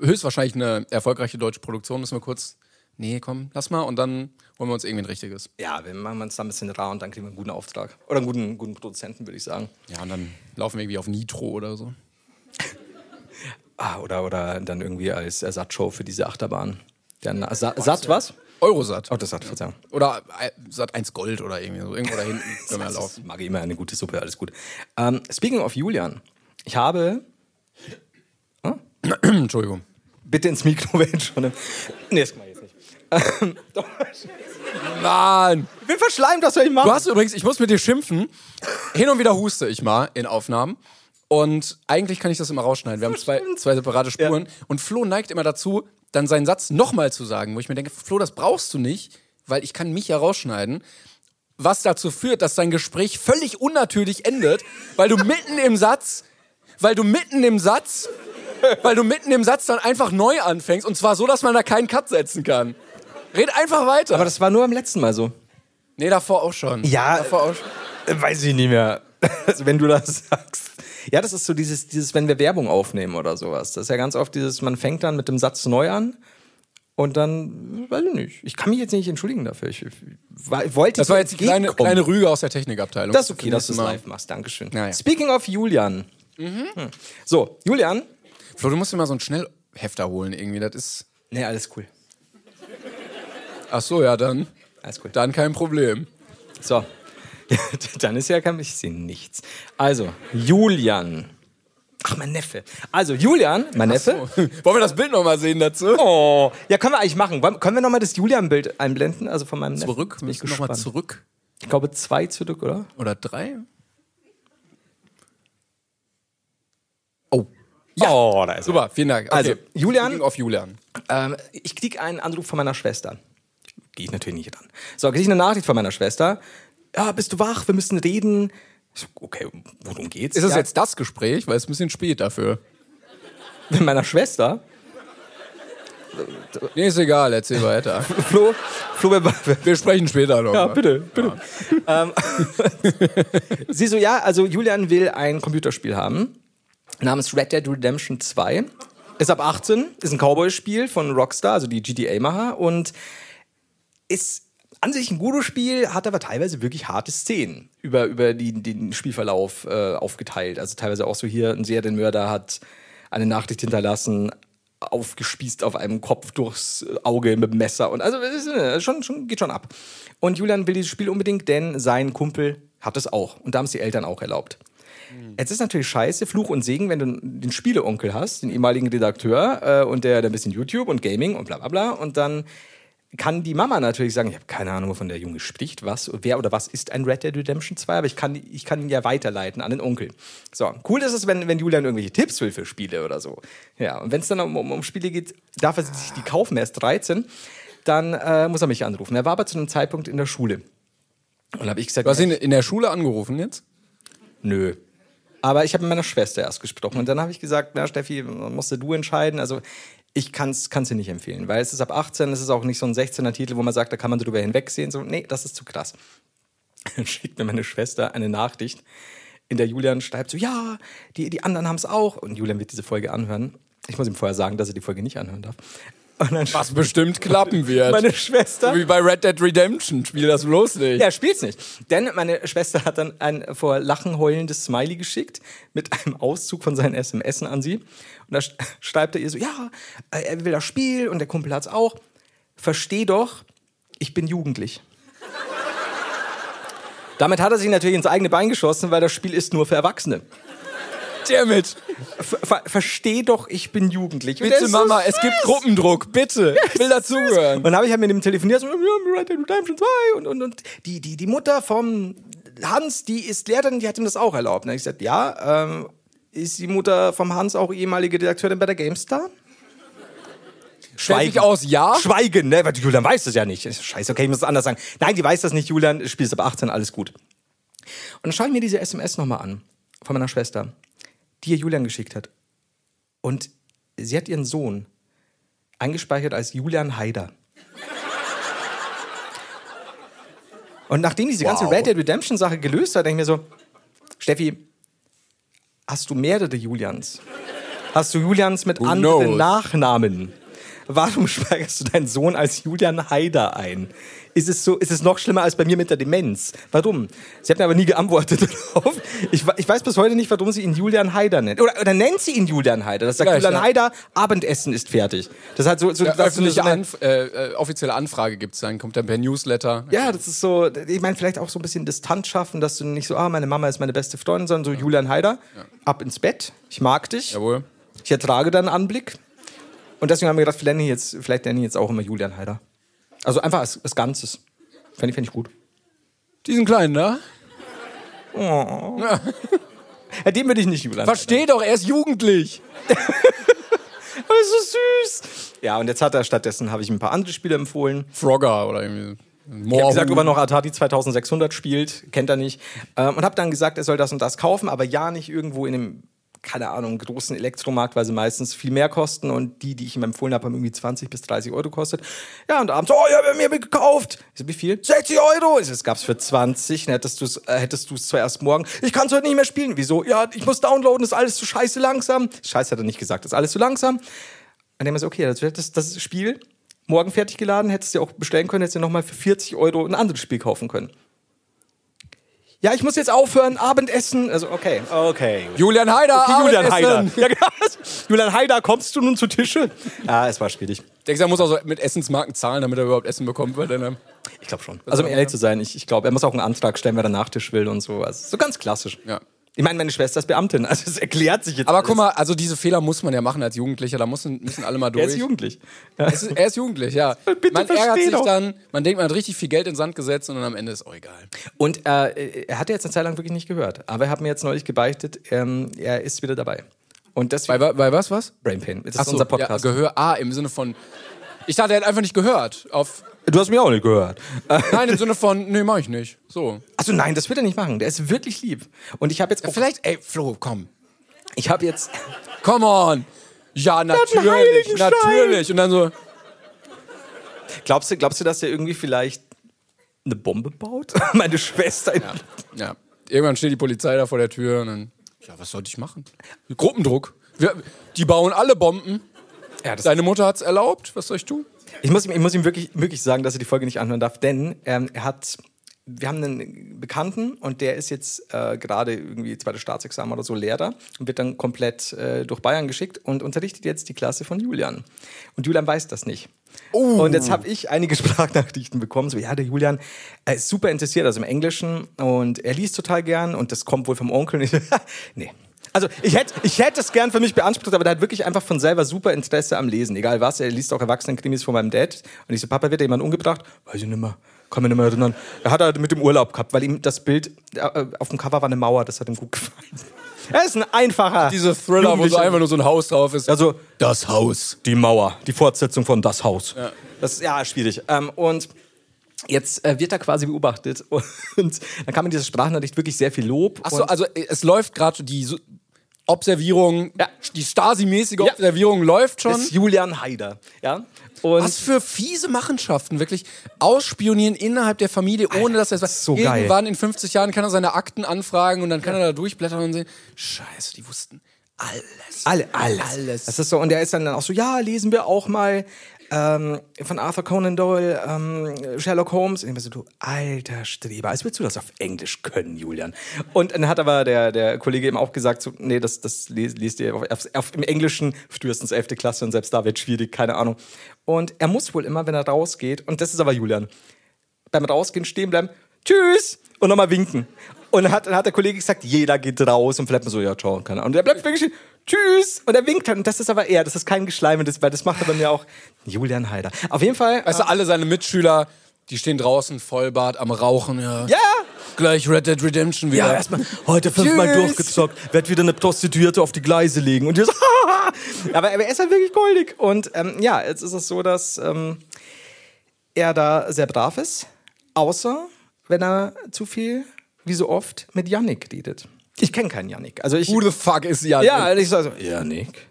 höchstwahrscheinlich eine erfolgreiche deutsche Produktion. Müssen wir kurz, nee, komm, lass mal und dann holen wir uns irgendwie ein richtiges.
ja, wir machen uns da ein bisschen rar und dann kriegen wir einen guten Auftrag. Oder einen guten, guten Produzenten, würde ich sagen.
Ja, und dann laufen wir irgendwie auf Nitro oder so.
Ah, oder, oder dann irgendwie als Ersatzshow für diese Achterbahn. Dann Sa Sat was?
Eurosat.
Oh, das Sat, Verzeihung.
Oder äh, Sat 1 Gold oder irgendwie so. Irgendwo da hinten können wir
Das
laufen.
ist- mag ich immer eine gute Suppe, alles gut. Ähm, speaking of Julian, ich habe
Entschuldigung.
bitte ins Mikro, wenn schon. Nee, das kann man jetzt nicht. Ähm, doch,
Mann!
ich bin verschleimt, was soll ich machen?
Du hast übrigens, ich muss mit dir schimpfen. Hin und wieder huste ich mal in Aufnahmen. Und eigentlich kann ich das immer rausschneiden. Wir haben zwei, zwei separate Spuren. Und Flo neigt immer dazu, dann seinen Satz nochmal zu sagen, wo ich mir denke, Flo, das brauchst du nicht, weil ich kann mich ja rausschneiden. Was dazu führt, dass dein Gespräch völlig unnatürlich endet, weil du mitten im Satz, weil du mitten im Satz, weil du mitten im Satz dann einfach neu anfängst. Und zwar so, dass man da keinen Cut setzen kann. Red einfach weiter.
Aber das war nur beim letzten Mal so.
nee, davor auch schon.
Ja.
Davor auch schon.
Äh, Weiß ich nicht mehr. Also, wenn du das sagst. Ja, das ist so dieses, dieses, wenn wir Werbung aufnehmen oder sowas. Das ist ja ganz oft dieses, man fängt dann mit dem Satz neu an und dann, weiß ich nicht. Ich kann mich jetzt nicht entschuldigen dafür. Ich, ich, war- ich wollte
Das war jetzt die kleine,
entgegenkommen.
kleine Rüge aus der Technikabteilung.
Das ist okay, dass du es
Mal.
live machst. Dankeschön.
Ja, ja.
Speaking of Julian. Hm. So, Julian.
Flo, du musst dir mal so einen Schnellhefter holen irgendwie. Das ist.
Nee, alles cool.
Ach so, ja, dann.
Alles cool.
Dann kein Problem.
So. Dann ist ja kein. Ich sehe nichts. Also, Julian. Ach, mein Neffe. Also, Julian, mein Neffe.
Wollen wir das Bild nochmal sehen dazu?
Oh, ja, können wir eigentlich machen. Wollen- Können wir nochmal das Julian-Bild einblenden? Also von meinem
Zurück,
Neffen? Bin ich
müssen nochmal
gespannt.
zurück.
Ich glaube, zwei zurück, oder?
Oder drei?
Oh. Ja. Oh, da ist
Super, vielen Dank. Okay.
Also, Julian-
Speaking Auf Julian.
er. Ähm, ich kriege einen Anruf von meiner Schwester. Gehe ich natürlich nicht ran. So, kriege ich eine Nachricht von meiner Schwester. Ja, bist du wach? Wir müssen reden. Ich so, okay, worum geht's?
Ist das
ja,
jetzt das Gespräch? Weil es ist ein bisschen spät dafür.
mit meiner Schwester?
Nee, ist egal, erzähl weiter.
Flo, Flo, wir, wir,
Wir sprechen später noch.
Ja, bitte, bitte. Ähm, sie so, ja, also Julian will ein Computerspiel haben, namens Red Dead Redemption 2. Ist ab 18, ist ein Cowboy-Spiel von Rockstar, also die GTA-Macher, und ist an sich ein gutes Spiel, hat aber teilweise wirklich harte Szenen über, über die, den Spielverlauf äh, aufgeteilt. Also teilweise auch so hier, ein Serienmörder hat eine Nachricht hinterlassen, aufgespießt auf einem Kopf durchs Auge mit dem Messer. Und also es ist, äh, schon, schon, geht schon ab. Und Julian will dieses Spiel unbedingt, denn sein Kumpel hat es auch. Und da haben es die Eltern auch erlaubt.
Hm.
Jetzt ist natürlich scheiße, Fluch und Segen, wenn du den Spieleonkel hast, den ehemaligen Redakteur, äh, und der hat ein bisschen YouTube und Gaming und bla bla bla. Und dann kann die Mama natürlich sagen, ich habe keine Ahnung, wovon der Junge spricht, was, wer oder was ist ein Red Dead Redemption 2, aber ich kann, ich kann ihn ja weiterleiten an den Onkel. So, cool ist es, wenn, wenn Julian irgendwelche Tipps will für Spiele oder so. Ja, und wenn es dann um, um, um Spiele geht, darf er sich die kaufen, er ist 13, dann äh, muss er mich anrufen. Er war aber zu einem Zeitpunkt in der Schule. Und habe ich gesagt,
Du hast ihn in der Schule angerufen jetzt?
Nö. Aber ich habe mit meiner Schwester erst gesprochen und dann habe ich gesagt, na Steffi, musst du entscheiden. Also ich kann es dir nicht empfehlen, weil es ist ab 18, es ist auch nicht so ein 16er Titel, wo man sagt, da kann man drüber hinwegsehen. So, nee, das ist zu krass. Dann schickt mir meine Schwester eine Nachricht, in der Julian schreibt so, ja, die, die anderen haben es auch. Und Julian wird diese Folge anhören. Ich muss ihm vorher sagen, dass er die Folge nicht anhören darf. Und dann
Was bestimmt klappen wird.
meine Schwester
Wie bei Red Dead Redemption. Spiel das bloß nicht.
ja, spielt's nicht. Denn meine Schwester hat dann ein vor Lachen heulendes Smiley geschickt mit einem Auszug von seinen SMS an sie. Und da sch- schreibt er ihr so: Ja, äh, er will das Spiel und der Kumpel hat's auch. Versteh doch, ich bin jugendlich. Damit hat er sich natürlich ins eigene Bein geschossen, weil das Spiel ist nur für Erwachsene.
Goddammit.
Ver ver versteh doch, ich bin jugendlich. Und der
Bitte,
ist
Mama,
so
es gibt
süß.
Gruppendruck. Bitte. Ich will
Und
dazugehören.
dann habe ich halt mit ihm telefoniert, so, ja, Red Dead Redemption 2 und, und, und die, die, die Mutter vom Hans, die ist Lehrerin, die hat ihm das auch erlaubt. Und dann habe ich gesagt, ja, ähm, ist die Mutter vom Hans auch ehemalige Redakteurin bei der GameStar?
Schweig ich aus, ja?
Schweigen, ne? Weil Julian weiß das ja nicht. Scheiße, okay, ich muss es anders sagen. Nein, die weiß das nicht, Julian, spielst ab 18, alles gut. Und dann schaue ich mir diese SMS nochmal an von meiner Schwester, die ihr Julian geschickt hat. Und sie hat ihren Sohn eingespeichert als Julian Haider. Und nachdem diese ganze Red Dead Redemption Sache gelöst hat, denke ich mir so, Steffi, hast du mehrere Julians? Hast du Julians mit
Who
anderen
knows?
Nachnamen? Warum speicherst du deinen Sohn als Julian Haider ein? Ist es, so, ist es noch schlimmer als bei mir mit der Demenz? Warum? Sie hat mir aber nie geantwortet darauf. Ich, we- ich weiß bis heute nicht, warum sie ihn Julian Haider nennt. Oder, oder nennt sie ihn Julian Haider? Das sagt
Vielleicht,
Julian
ja.
Haider, Abendessen ist fertig. Das hat so, so,
Ja,
das ist so
öffentliche
eine-
Anf äh, äh, offizielle Anfrage gibt's dann, kommt dann per Newsletter.
Ja, das ist so, ich meine, vielleicht auch so ein bisschen Distanz schaffen, dass du nicht so, ah, meine Mama ist meine beste Freundin, sondern so Julian Haider, ab ins Bett, ich mag dich,
Jawohl.
ich ertrage deinen Anblick. Und deswegen haben wir gedacht, vielleicht nenne ich jetzt, vielleicht nenne ich jetzt auch immer Julian Haider. Also einfach als, als Ganzes. Fände ich, fänd ich gut.
Diesen kleinen, ne?
Ja, Äh, den würde ich nicht Julian
Versteh doch, er ist jugendlich.
Haider. Aber ist so süß. Ja, und jetzt hat er stattdessen, habe ich ihm ein paar andere Spiele empfohlen.
Frogger oder irgendwie.
Ich
Moor
habe gesagt, ob er noch Atari 2600 spielt, kennt er nicht. Ähm, und habe dann gesagt, er soll das und das kaufen, aber ja nicht irgendwo in einem, keine Ahnung, großen Elektromarkt, weil sie meistens viel mehr kosten und die, die ich ihm empfohlen habe, haben irgendwie 20 bis 30 Euro gekostet. Ja, und abends, oh, ja, wir haben mir gekauft. Ich so, wie viel? 60 Euro. Ich so, das gab's für 20, dann hättest du es äh, hättest du's zwar erst morgen. Ich kann es heute nicht mehr spielen. Wieso? Ja, ich muss downloaden, ist alles zu scheiße langsam. Scheiße hat er nicht gesagt, ist alles zu langsam. Und dann haben wir so, okay, das, das, das Spiel morgen fertig geladen, hättest du dir auch bestellen können, hättest du nochmal für 40 Euro ein anderes Spiel kaufen können. Ja, ich muss jetzt aufhören, Abendessen. Also, okay. Okay.
Julian Haider,
Julian Haider.
Abendessen.
Ja, genau. Julian Haider, kommst du nun zu Tische? Ja, es war schwierig.
Ich denke, er muss auch so mit Essensmarken zahlen, damit er überhaupt Essen bekommt. Weil dann, ähm,
Ich glaube schon. Also, um ehrlich zu sein, ich, ich glaube, er muss auch einen Antrag stellen, wer er Nachtisch will und so. Also, so ganz klassisch.
Ja.
Ich meine, meine Schwester ist Beamtin, also es erklärt sich jetzt.
aber
alles.
guck mal, also diese Fehler muss man ja machen als Jugendlicher. Da müssen, müssen alle mal durch.
er ist jugendlich. Ja.
Es ist, er ist jugendlich, ja.
Bitte
man ärgert
versteh
sich
doch.
dann, man denkt, man hat richtig viel Geld in den Sand gesetzt und dann am Ende ist auch egal.
Und äh, er hatte jetzt eine Zeit lang wirklich nicht gehört. Aber er hat mir jetzt neulich gebeichtet, ähm, er ist wieder dabei. Und
Bei,
deswegen.
wa- bei was, was?
Brain Pain. Das
Ach
ist
so,
unser Podcast.
Ja, Gehör, ah, im Sinne von. Ich dachte, er hat einfach nicht gehört. Auf,
du hast mich auch nicht gehört.
nein, im Sinne von, nee, mach ich nicht. So.
Also nein, das wird er nicht machen. Der ist wirklich lieb. Und ich habe jetzt.
Vielleicht, ey, Flo, komm.
Ich habe jetzt.
Come on. Ja,
einen
natürlich,
Heiligenschein.
natürlich. Und dann so,
Glaubst du, glaubst du, dass er irgendwie vielleicht eine Bombe baut? Meine Schwester.
ja. Irgendwann steht die Polizei da vor der Tür und dann, ja, was sollte ich machen? Gruppendruck. Wir, die bauen alle Bomben.
Ja, das-
Deine Mutter hat's erlaubt. Was soll ich tun?
Ich muss, ihm- ich muss ihm wirklich, wirklich sagen, dass er die Folge nicht anhören darf, denn ähm, er hat. Wir haben einen Bekannten und der ist jetzt äh, gerade irgendwie zweites Staatsexamen oder so Lehrer und wird dann komplett äh, durch Bayern geschickt und unterrichtet jetzt die Klasse von Julian. Und Julian weiß das nicht. Und jetzt habe ich einige Sprachnachrichten bekommen, so ja, der Julian er ist super interessiert, also im Englischen und er liest total gern und das kommt wohl vom Onkel. Und ich, nee. Also ich hätte ich hätte es gern für mich beansprucht, aber der hat wirklich einfach von selber super Interesse am Lesen. Egal was, er liest auch Erwachsenenkrimis von meinem Dad. Und ich so, Papa, wird da jemand umgebracht? Weiß ich nicht mehr. Kann mich nicht mehr erinnern. Er hat halt mit dem Urlaub gehabt, weil ihm das Bild äh, auf dem Cover war eine Mauer, das hat ihm gut gefallen. Er ist ein einfacher.
Diese Thriller, wo so
Jugendlicher.
einfach nur so ein Haus drauf ist.
Also,
das Haus.
die Mauer, die Fortsetzung von das Haus. Das ist ja schwierig. Ähm, und jetzt äh, wird er quasi beobachtet und dann kam in dieser Sprachnachricht wirklich sehr viel Lob.
Achso,
und
also äh, es läuft gerade die Su- Observierung,
Ja.
die Stasi-mäßige
Ja.
Observierung läuft schon.
ist Julian Haider. Ja? Und
Was für fiese Machenschaften, wirklich. Ausspionieren innerhalb der Familie, ohne dass er es weiß.
so geil.
Irgendwann in 50 Jahren kann er seine Akten anfragen und dann kann er da durchblättern und sehen, scheiße, die wussten alles.
alle, alles.
Alles.
Das ist so, und er ist dann auch so, ja, lesen wir auch mal ähm, von Arthur Conan Doyle, ähm, Sherlock Holmes. Und ich bin so, du alter Streber, als würdest du das auf Englisch können, Julian. Und dann hat aber der, der Kollege eben auch gesagt, so, nee, das, das les- liest ihr auf, auf, im Englischen frühestens 11. Klasse und selbst da wird schwierig, keine Ahnung. Und er muss wohl immer, wenn er rausgeht, und das ist aber Julian, beim Rausgehen stehen bleiben, tschüss und nochmal winken. Und dann hat, dann hat der Kollege gesagt, jeder geht raus und vielleicht mal so, ja, ciao, keine Ahnung. Und er bleibt wirklich stehen, tschüss. Und er winkt halt. Und das ist aber er, das ist kein Geschleimendes, weil das macht er bei mir auch Julian Heider. Auf jeden Fall. also,
Weißt du, alle seine Mitschüler, die stehen draußen, Vollbart, am Rauchen. Ja.
Ja!
Gleich Red Dead Redemption wieder.
Ja, erstmal heute fünfmal
Tschüss.
durchgezockt, werd wieder eine Prostituierte auf die Gleise legen. Und die so, aber, aber er ist halt wirklich goldig. Und ähm, ja, jetzt ist es so, dass ähm, er da sehr brav ist, außer wenn er zu viel, wie so oft, mit Yannick redet. Ich kenne keinen Yannick. Also ich,
Who the fuck ist Jan?
ja, und ich so, also, Yannick.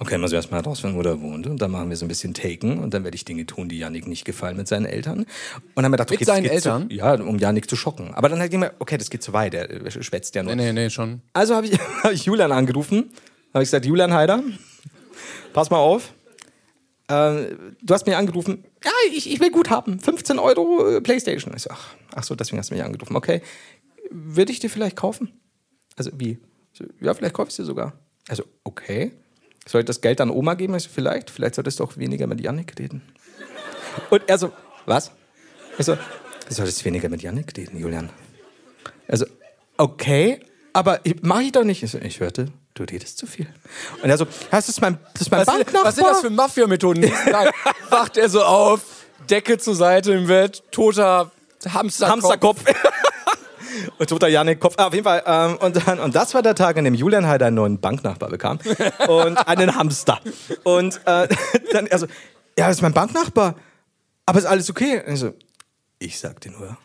Okay, müssen wir erstmal herausfinden, wo der wohnt. Und dann machen wir so ein bisschen Taken. Und dann werde ich Dinge tun, die Yannick nicht gefallen mit seinen Eltern. Und dann haben wir gedacht, okay,
Mit
das
seinen
geht zu-
Eltern?
ja, um Yannick zu schocken. Aber dann halt immer, okay, das geht zu weit. Er äh, schwätzt ja nur.
Nee, nee, nee, schon.
Also habe ich, hab ich Julian angerufen. Habe ich gesagt, Julian Heider, pass mal auf. Äh, du hast mich angerufen. Ja, ich, ich will gut haben. 15 Euro äh, Playstation. Ich so, ach, ach so, deswegen hast du mich angerufen. Okay, würde ich dir vielleicht kaufen? Also wie? So, ja, vielleicht kaufe ich dir sogar. Also okay. Soll ich das Geld an Oma geben? Ich so, vielleicht. Vielleicht solltest du auch weniger mit Yannick reden. Und er so, was? Ich so, du solltest weniger mit Yannick reden, Julian. Also, okay, aber mache ich doch nicht. Ich, so, ich hörte, du redest zu viel. Und er so, das ist mein, das ist mein
Was, sind-
Banknachbar.
was sind das für Mafia-Methoden? Nächsten Tag wacht er so auf, Decke zur Seite im Bett, toter Hamsterkopf.
Hamsterkopf. Und toter Janik Kopf. Ah, auf jeden Fall. Ähm, und, dann, und das war der Tag, an dem Julian halt einen neuen Banknachbar bekam. Und einen Hamster. Und äh, dann, also, ja, das ist mein Banknachbar. Aber ist alles okay? Und ich so, ich sag dir nur,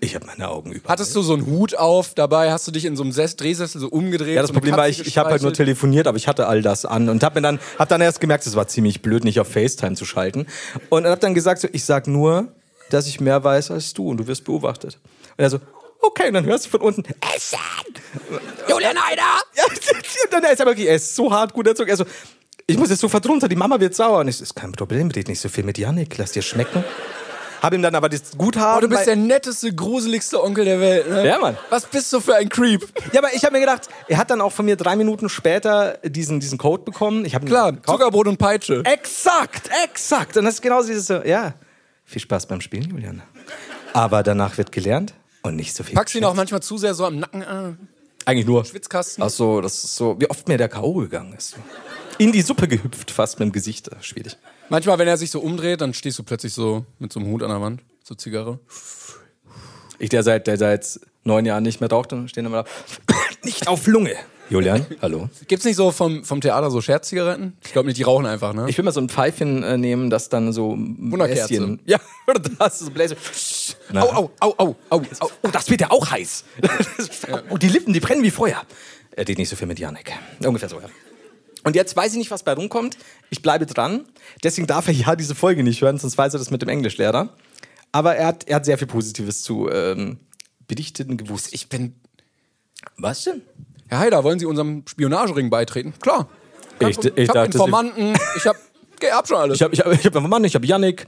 ich habe meine Augen über.
Hattest du so einen Hut auf dabei? Hast du dich in so einem Ses Drehsessel so umgedreht?
Ja, das
so eine
Problem war,
Katze
ich, ich habe halt nur
gestreichelt?
telefoniert, aber ich hatte all das an und habe mir dann, hab dann erst gemerkt, es war ziemlich blöd, nicht auf FaceTime zu schalten. Und habe dann gesagt, so, ich sag nur, dass ich mehr weiß als du und du wirst beobachtet. Und er so, okay, und dann hörst du von unten, Essen! Julian Heider! Ja, und dann er ist aber wirklich, er ist so hart gut erzogen. Er so, ich muss jetzt sofort runter, die Mama wird sauer. Und ich so, ist kein Problem, red nicht so viel mit Janik, lass dir schmecken. Hab ihm dann aber das Guthaben.
Oh, du bist
bei-
der netteste, gruseligste Onkel der Welt, ne?
Ja, Mann.
Was bist du für ein Creep?
Ja, aber ich habe mir gedacht, er hat dann auch von mir drei Minuten später diesen, diesen Code bekommen. Ich habe ihn
Klar,
gekauft.
Zuckerbrot und Peitsche.
Exakt, exakt. Und das ist genau dieses so, ja. Viel Spaß beim Spielen, Julian. Aber danach wird gelernt und nicht so viel.
Packst ihn auch manchmal zu sehr so am Nacken an.
eigentlich nur.
Schwitzkasten.
Ach so, das ist so, wie oft mir der K.O. gegangen ist. In die Suppe gehüpft, fast mit dem Gesicht. Schwierig.
Manchmal, wenn er sich so umdreht, dann stehst du plötzlich so mit so einem Hut an der Wand, so Zigarre.
Ich, der seit, der seit neun Jahren nicht mehr raucht, dann stehen immer da, nicht auf Lunge. Julian, hallo.
Gibt's nicht so vom, vom Theater so Scherzzigaretten? Ich glaube nicht, die rauchen einfach, ne?
Ich will mal so ein Pfeifchen äh, nehmen, das dann so
Wunderkerze.
Ästchen- Ja, oder das so Bläser. Na.
au, au, au, au, au.
Oh, das wird ja auch heiß. oh, die Lippen, die brennen wie Feuer. Er redet nicht so viel mit Janik. Ungefähr so, ja. Und jetzt weiß ich nicht, was bei rumkommt. Ich bleibe dran. Deswegen darf er ja diese Folge nicht hören, sonst weiß er das mit dem Englischlehrer. Aber er hat, er hat sehr viel Positives zu ähm, berichten gewusst. Ich,
Ich bin.
was denn?
Herr Haider, wollen Sie unserem Spionagering beitreten? Klar. Kein
Ich-
Problem.
ich
hab
dachte, Sie-
Informanten, ich hab. Ich hab schon alles.
Ich habe ich hab, ich hab, Mann, ich habe Janik.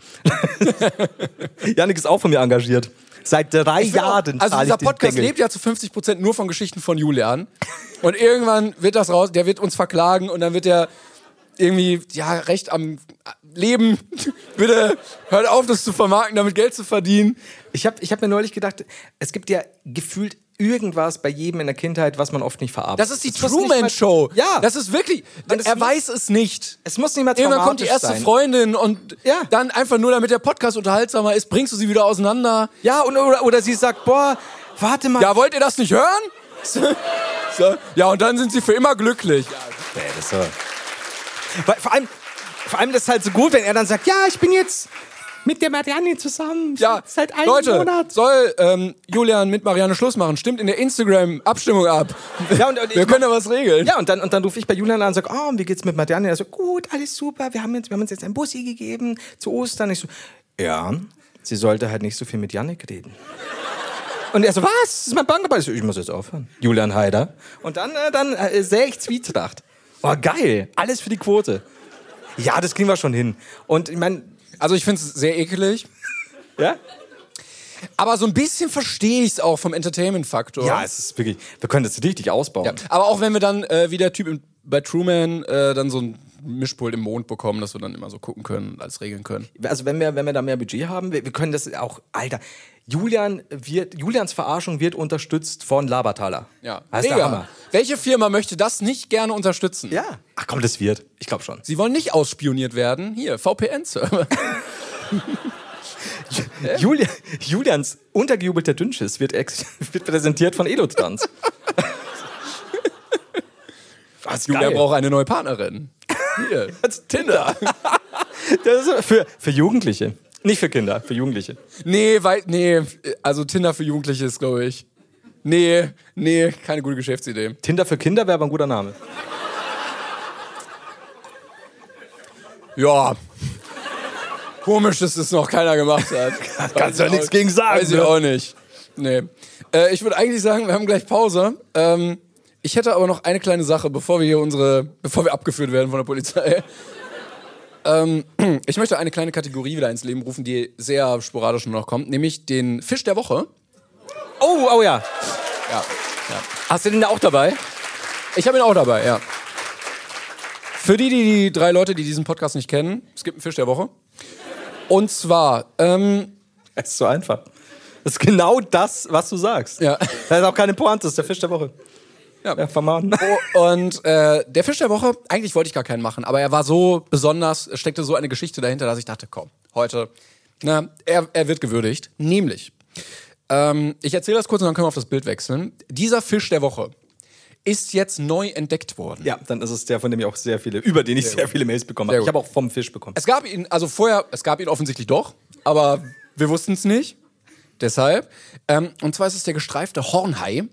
Janik ist auch von mir engagiert. Seit drei
Ich will auch-
Jahren.
Also
zahle ich
dieser
den
Podcast
Bengel.
lebt ja zu 50% nur von Geschichten von Julian. Und irgendwann wird das raus, der wird uns verklagen und dann wird er irgendwie, ja, recht am Leben. Bitte hört auf, das zu vermarkten, damit Geld zu verdienen.
Ich habe ich hab mir neulich gedacht, es gibt ja gefühlt irgendwas bei jedem in der Kindheit, was man oft nicht verarbeitet.
Das ist die
Es muss nicht mal-
Truman Show.
Ja.
Das ist wirklich,
Und
er
es
weiß es nicht.
es muss nicht mal
Irgendwann kommt die
traumatisch
erste
sein.
Freundin und
Ja.
dann einfach nur, damit der Podcast unterhaltsamer ist, bringst du sie wieder auseinander.
Ja, und, oder, oder sie sagt, boah, warte mal.
Ja, wollt ihr das nicht hören? So. Ja, und dann sind sie für immer glücklich.
das so. Weil, vor, allem, vor allem das ist halt so gut, wenn er dann sagt, ja, ich bin jetzt mit der Marianne zusammen.
Ja,
seit einem
Leute,
Monat.
soll ähm, Julian mit Marianne Schluss machen? Stimmt in der Instagram-Abstimmung ab.
Ja, und- und ich
Wir können da was regeln.
Ja, und dann, und dann rufe ich bei Julian an und sage, oh, wie geht's mit Marianne? Er so, gut, alles super, wir haben, jetzt, wir haben uns jetzt ein Bussi gegeben zu Ostern. Ich so, ja, sie sollte halt nicht so viel mit Janik reden. Und er so, was? Das ist mein Bankaball. Ich so, ich muss jetzt aufhören. Julian Haider. Und dann, äh, dann äh, sähe ich Zwietracht. Oh, geil. Alles für die Quote. Ja, das kriegen wir schon hin. Und ich meine,
Also ich finde es sehr ekelig.
ja?
Aber so ein bisschen verstehe ich es auch vom Entertainment-Faktor.
Ja, es ist wirklich, wir können das richtig ausbauen.
Ja, aber auch wenn wir dann, äh, wie der Typ im, bei Truman, äh, dann so ein Mischpult im Mond bekommen, dass wir dann immer so gucken können, und alles regeln können.
Also wenn wir, wenn wir da mehr Budget haben, wir, wir können das auch, Alter, Julian wird, Julians Verarschung wird unterstützt von Labertaler.
Ja.
Das ist der Hammer.
Welche Firma möchte das nicht gerne unterstützen?
Ja. Ach komm, das wird. Ich glaube schon.
Sie wollen nicht ausspioniert werden. Hier, VPN-Server.
Julia, Julians untergejubelter Dünnschiss wird, ex wird präsentiert von Elotanz. Was
Julia
geil.
braucht eine neue Partnerin. Hier, Tinder.
Das ist für, für Jugendliche. Nicht für Kinder, für Jugendliche.
Nee, weil, nee, also Tinder für Jugendliche ist, glaube ich. Nee, nee, keine gute Geschäftsidee.
Tinder für Kinder wäre aber ein guter Name.
Ja. Komisch, dass das noch keiner gemacht hat.
Kannst ja
Weiß ich
nichts
auch-
gegen sagen,
Weiß ich
ne?
auch nicht. Nee. Äh, ich würde eigentlich sagen, wir haben gleich Pause. Ähm, ich hätte aber noch eine kleine Sache, bevor wir hier unsere, bevor wir abgeführt werden von der Polizei. Ähm, ich möchte eine kleine Kategorie wieder ins Leben rufen, die sehr sporadisch nur noch kommt, nämlich den Fisch der Woche.
Oh, oh ja.
Ja. ja.
Hast du den da auch dabei?
Ich habe ihn auch dabei, ja. Für die, die, die drei Leute, die diesen Podcast nicht kennen, es gibt einen Fisch der Woche. Und zwar, ähm,
Es ist so einfach. Das ist genau das, was du sagst.
Ja.
Das ist auch keine Pointe, das ist der Fisch der Woche.
ja.
Ja, vermachen.
Oh, Und äh, der Fisch der Woche, eigentlich wollte ich gar keinen machen, aber er war so besonders, es steckte so eine Geschichte dahinter, dass ich dachte, komm, heute, na, er, er wird gewürdigt. Nämlich, ähm, ich erzähle das kurz und dann können wir auf das Bild wechseln. Dieser Fisch der Woche ist jetzt neu entdeckt worden.
Ja, dann ist es der, von dem ich auch sehr viele, über den ich sehr, viele Mails bekommen habe.
Sehr
Ich
gut.
habe auch vom Fisch bekommen.
Es gab ihn, also vorher, es gab ihn offensichtlich doch, aber wir wussten es nicht. Deshalb. Ähm, und zwar ist es der gestreifte Hornhai.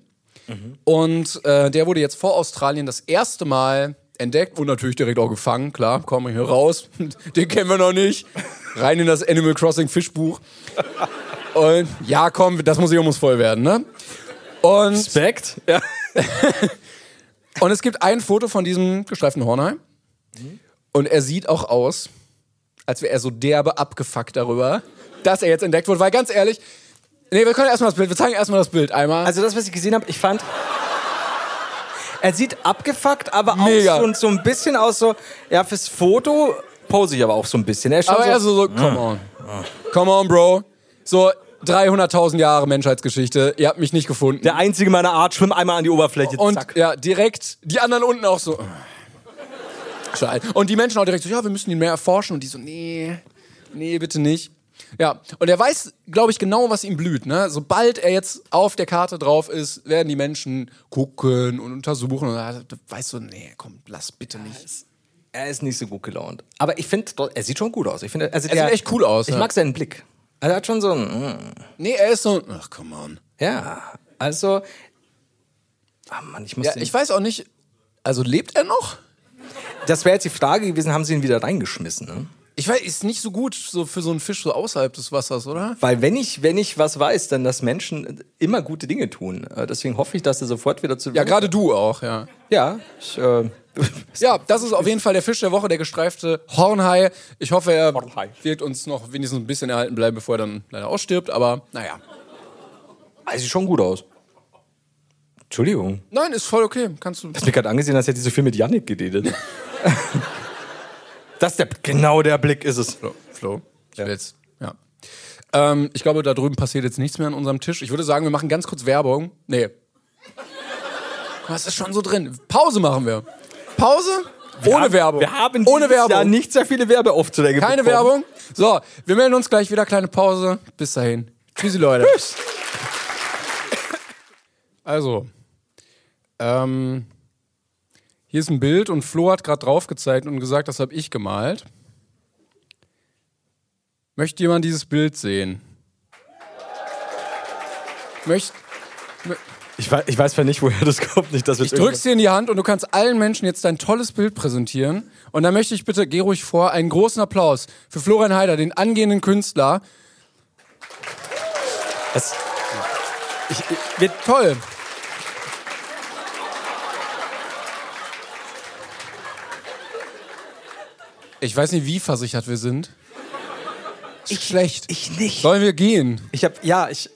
Und äh, der wurde jetzt vor Australien das erste Mal entdeckt und natürlich direkt auch gefangen. Klar, komm hier raus. Den kennen wir noch nicht. Rein in das Animal Crossing Fischbuch. Und ja, komm, das Museum muss voll werden, ne? Und
Respekt. Ja.
und es gibt ein Foto von diesem gestreiften Hornei. Und er sieht auch aus, als wäre er so derbe abgefuckt darüber, dass er jetzt entdeckt wurde. Weil ganz ehrlich, nee, wir können erstmal das Bild, wir zeigen erstmal das Bild einmal.
Also das, was ich gesehen habe, ich fand. Er sieht abgefuckt, aber
Mega.
auch so, so ein bisschen aus so. Ja, fürs Foto pose ich aber auch so ein bisschen. Er ist schon
aber
so,
er so, so, come on. Come on, Bro. So 300.000 Jahre Menschheitsgeschichte, ihr habt mich nicht gefunden.
der einzige meiner Art, schwimm einmal an die Oberfläche.
Und
zack.
ja, direkt, die anderen unten auch so. Scheiße. Und die Menschen auch direkt so, ja, wir müssen ihn mehr erforschen. Und die so, nee, nee, bitte nicht. Ja, und er weiß, glaube ich, genau, was ihm blüht. Ne? Sobald er jetzt auf der Karte drauf ist, werden die Menschen gucken und untersuchen. Und er weiß so, nee, komm, lass bitte nicht.
Er ist nicht so gut gelaunt. Aber ich finde, er sieht schon gut aus. Ich finde, also
Er sieht echt cool aus.
Ich
ja.
mag seinen Blick. Also er hat schon so ein. mm,
Nee, er ist so, ach, come on.
Ja, also. Ah Mann, ich muss.
Ja,
den-
ich weiß auch nicht, also lebt er noch?
das wäre jetzt die Frage gewesen, haben sie ihn wieder reingeschmissen? Ne?
Ich weiß, ist nicht so gut so für so einen Fisch so außerhalb des Wassers, oder?
Weil wenn ich, wenn ich was weiß, dann dass Menschen immer gute Dinge tun. Äh, Deswegen hoffe ich, dass er sofort wieder zu.
Ja, gerade du auch, ja.
Ja, ich, äh,
Ja, das ist auf jeden Fall der Fisch der Woche, der gestreifte Hornhai. Ich hoffe, er
Hornhai.
wird uns noch wenigstens ein bisschen erhalten bleiben, bevor er dann leider ausstirbt, aber naja.
Ah, sieht schon gut aus. Entschuldigung.
Nein, ist voll okay. Kannst du.
Ich mir gerade angesehen, als hätte ich so viel mit Yannick geredet. das ist der, genau der Blick ist es.
Flo, ich will jetzt. Ja. Ähm, ich glaube, da drüben passiert jetzt nichts mehr an unserem Tisch. Ich würde sagen, wir machen ganz kurz Werbung. Nee. Was ist schon so drin? Pause machen wir. Pause? Ohne Werbung.
Wir haben
Ohne
dieses
Werbung.
Jahr nicht sehr viele Werbeaufträge
Keine
bekommen.
Werbung. So, wir melden uns gleich wieder. Kleine Pause. Bis dahin. Tschüssi, Leute. Tschüss. Also, ähm, hier ist ein Bild und Flo hat gerade drauf gezeigt und gesagt, das habe ich gemalt. Möchte jemand dieses Bild sehen? Möcht,
Ich weiß, ich weiß zwar nicht, woher das kommt. Nicht, dass wir
ich drück's dir in die Hand und du kannst allen Menschen jetzt dein tolles Bild präsentieren. Und da möchte ich bitte, geh ruhig vor, einen großen Applaus für Florian Heider, den angehenden Künstler.
Das, ich, ich,
Wird toll. Ich weiß nicht, wie versichert wir sind. Ist schlecht.
ich nicht.
Sollen wir gehen?
Ich hab, ja, ich.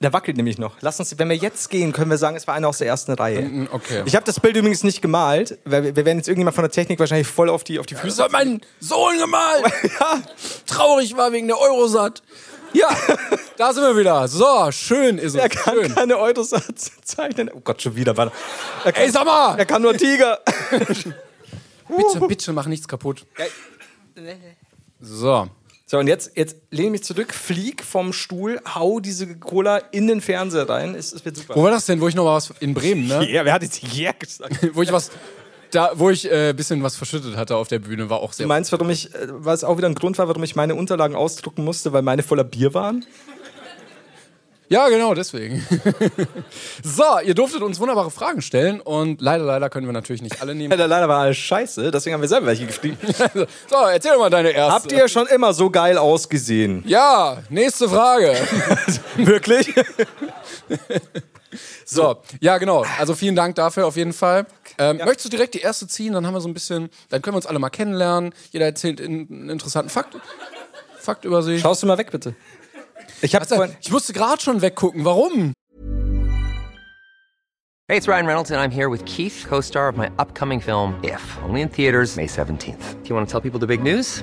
Der wackelt nämlich noch. Lass uns, wenn wir jetzt gehen, können wir sagen, es war einer aus der ersten Reihe.
hm, okay.
Ich habe das Bild übrigens nicht gemalt, weil wir, wir werden jetzt irgendjemand von der Technik wahrscheinlich voll auf die, auf die Füße.
mein Sohn gemalt. ja. Traurig war wegen der Eurosat. Ja, da sind wir wieder. So, schön ist es.
Er kann
schön.
keine Eutersatz zeichnen. Oh Gott, schon wieder. warte. Er kann,
Ey, sag mal!
er kann nur Tiger.
Bitte, bitte mach nichts kaputt. So.
So, und jetzt, jetzt lehne ich mich zurück, flieg vom Stuhl, hau diese Cola in den Fernseher rein. Es, es wird super.
Wo war das denn, wo ich noch was in Bremen, ne?
Ja, wer hat jetzt hier gesagt?
Wo ich was da wo ich äh, bisschen was verschüttet hatte auf der Bühne war auch sehr
Du meinst, warum ich, äh, was auch wieder ein Grund war, warum ich meine Unterlagen ausdrucken musste, weil meine voller Bier waren?
Ja, genau, deswegen. so, ihr durftet uns wunderbare Fragen stellen und leider leider können wir natürlich nicht alle nehmen.
Leider, leider war alles scheiße, deswegen haben wir selber welche geschrieben.
So, erzähl doch mal deine erste.
Habt ihr schon immer so geil ausgesehen?
Ja, nächste Frage.
Wirklich?
So, ja, genau. Also vielen Dank dafür auf jeden Fall. Ähm, Möchtest du direkt die erste ziehen? Dann haben wir so ein bisschen, dann können wir uns alle mal kennenlernen. Jeder erzählt in- einen interessanten Fakt, Fakt über sich.
Schaust du mal weg, bitte. Ich hab's vorhin.
Ich musste gerade schon weggucken. Warum?
Hey, it's Ryan Reynolds, and I'm here with Keith, co star of my upcoming film, If, only in theaters, May 17th. Do you want to tell people the big news?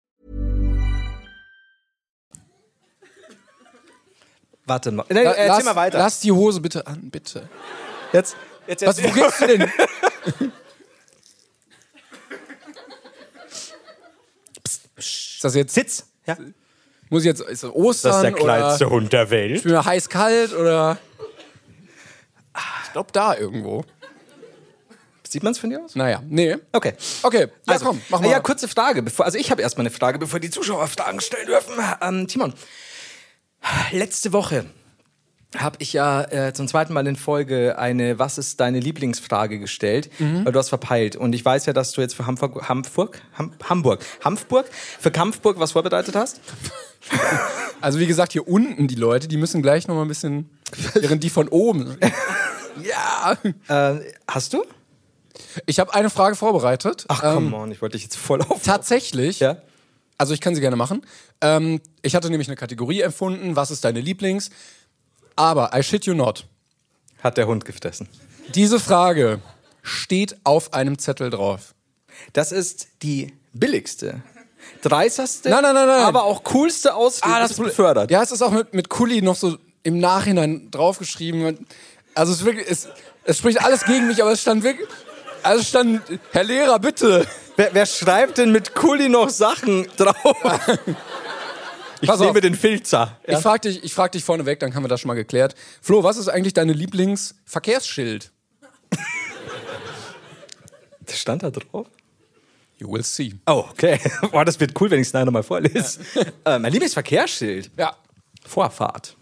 Warte mal. Nein, erzähl
lass,
mal weiter.
Lass die Hose bitte an, bitte.
Jetzt, jetzt,
Was,
jetzt.
wo gehst du denn? Ist das jetzt,
Sitz. Ja.
muss ich jetzt, ist das Ostern oder
Hund der Welt.
bin ich heiß-kalt oder? Ich glaube da irgendwo.
Sieht man's von dir aus?
Naja, nee.
Okay.
Okay, Also, ja komm, mach mal.
Also, Ja, kurze Frage. Bevor, also ich habe erstmal eine Frage, bevor die Zuschauer Fragen stellen dürfen. Ähm, Timon, letzte Woche habe ich ja äh, zum zweiten Mal in Folge eine Was ist deine Lieblingsfrage gestellt,
Mhm.
weil du hast verpeilt. Und ich weiß ja, dass du jetzt für Hamburg, Hamburg, Ham, Hamburg, Hamburg, für Kampfburg was vorbereitet hast.
Also wie gesagt, hier unten die Leute, die müssen gleich noch mal ein bisschen, während die von oben. ja.
Äh, hast du?
Ich habe eine Frage vorbereitet.
Ach,
Ähm,
come on, ich wollte dich jetzt voll auf.
Tatsächlich.
Ja.
Also ich kann sie gerne machen. Ähm, ich hatte nämlich eine Kategorie empfunden, was ist deine Lieblings? Aber I shit you not.
Hat der Hund gefressen.
Diese Frage steht auf einem Zettel drauf.
Das ist die billigste, dreisterste,
Nein, nein, nein, nein. Ah,
aber auch coolste Auswahl. Ah, befördert.
Ja, es ist auch mit, mit Kuli noch so im Nachhinein draufgeschrieben. Also es, ist wirklich, es, es spricht alles gegen mich, aber es stand wirklich. Also es stand, Herr Lehrer, bitte.
Wer, wer schreibt denn mit Kuli noch Sachen drauf? Ich
Pass auf.
nehme den Filzer.
Ich frag dich, ich frag dich vorneweg, dann haben wir das schon mal geklärt. Flo, was ist eigentlich deine Lieblingsverkehrsschild?
Das stand da drauf.
You will see.
Oh, okay. Boah, das wird cool, wenn ich es nachher nochmal vorlese. Äh, mein Lieblingsverkehrsschild.
Ja.
Vorfahrt.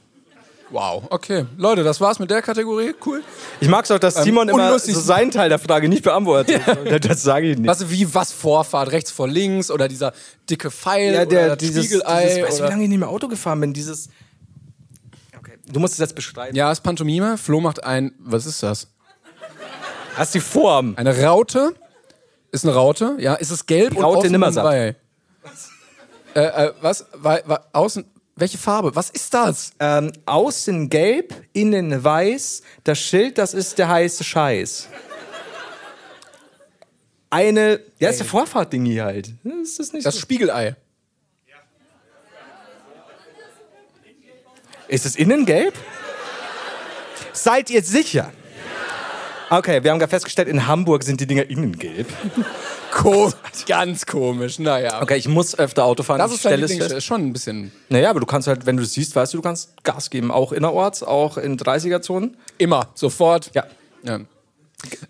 Wow. Okay. Leute, das war's mit der Kategorie. Cool.
Ich mag es auch, dass Simon immer
unlustig-
so seinen Teil der Frage nicht beantwortet. Das sage ich nicht.
Was wie was Vorfahrt, rechts vor links oder dieser dicke Pfeil
Ja,
oder
der,
das
dieses, dieses,
Spiegelei.
weißt du, wie
oder
lange ich nicht mehr Auto gefahren bin? Dieses. Okay. Du musst es jetzt beschreiben.
ja, ist Pantomime. Flo macht ein, was ist das?
Hast die Form.
Eine Raute ist eine Raute, ja. Ist es gelb und
Raute
außen
Nimmersatt.
Brei? Äh, äh, was? Wa, wa, außen? Welche Farbe? Was ist das?
Ähm, außen gelb, innen weiß. Das Schild, das ist der heiße Scheiß. Eine. Ja, ist der Vorfahrt-Dingi halt. Ist das nicht
Das
so?
Spiegelei.
Ist es innen gelb? Seid ihr sicher? Okay, wir haben gerade festgestellt, in Hamburg sind die Dinger innen gelb.
Ko ganz komisch. Naja.
Okay, ich muss öfter Auto fahren.
Das
ich
ist dein
stelle es
Lieblings
fest.
ist schon ein bisschen
Naja, aber du kannst halt, wenn du es siehst, weißt du, du kannst Gas geben. Auch innerorts, auch in 30er-Zonen.
immer sofort.
Ja.
Ja.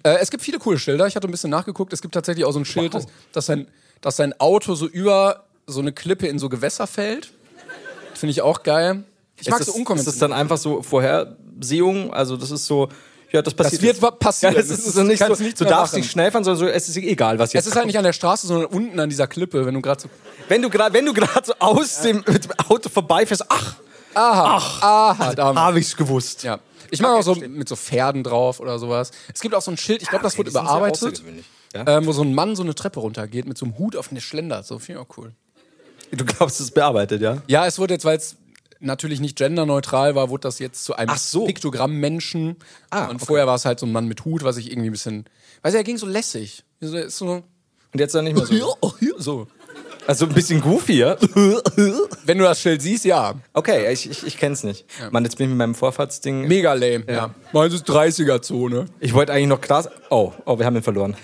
Äh, es gibt viele coole Schilder. Ich hatte ein bisschen nachgeguckt. Es gibt tatsächlich auch so ein Schild,
Wow.
dass, dass, sein, dass sein Auto so über so eine Klippe in so Gewässer fällt. Finde ich auch geil. Ich mag
Ist
so
das- Ist das
unkonventionell.
dann einfach so Vorhersehung? Also das ist so, ja, das passiert.
Das wird wa- passieren.
Ja, das
Das
ist so nicht so,
kannst du nicht
du
mehr
darfst
machen.
nicht schnell fahren, sondern so, es ist egal, was jetzt
Es ist halt nicht an der Straße, sondern unten an dieser Klippe, wenn du gerade so.
kommt. Wenn du gerade wenn du gerade so aus dem mit dem Auto vorbeifährst, ach,
aha,
Also,
aha, ah, da haben wir-
Habe ich's gewusst.
Ja. Ich mag auch so mit so Pferden drauf oder sowas. Es gibt auch so ein Schild, ich glaube,
Ah,
das
okay,
wurde
die sind sehr
überarbeitet,
außergewöhnlich. ne?
ähm, wo so ein Mann so eine Treppe runtergeht mit so einem Hut auf eine Schlender. So finde ich auch cool.
Du glaubst, es ist bearbeitet, ja?
Ja, es wurde jetzt, weil es natürlich nicht genderneutral war, wurde das jetzt zu einem
Ach so.
Piktogramm-Menschen.
Ah,
und
okay.
vorher war es halt so ein Mann mit Hut, was ich irgendwie ein bisschen. Weiß ich, er ging so lässig. So, ist so,
Und jetzt dann nicht mehr so.
so.
Also ein bisschen goofy, ja?
Wenn du das Schild siehst, ja.
Okay, ich, ich, ich kenn's nicht. Mann, jetzt bin ich mit meinem Vorfahrtsding.
Mega lame, ja. Meins ist 30er-Zone.
Ich wollte eigentlich noch krass. Oh, oh, wir haben ihn verloren.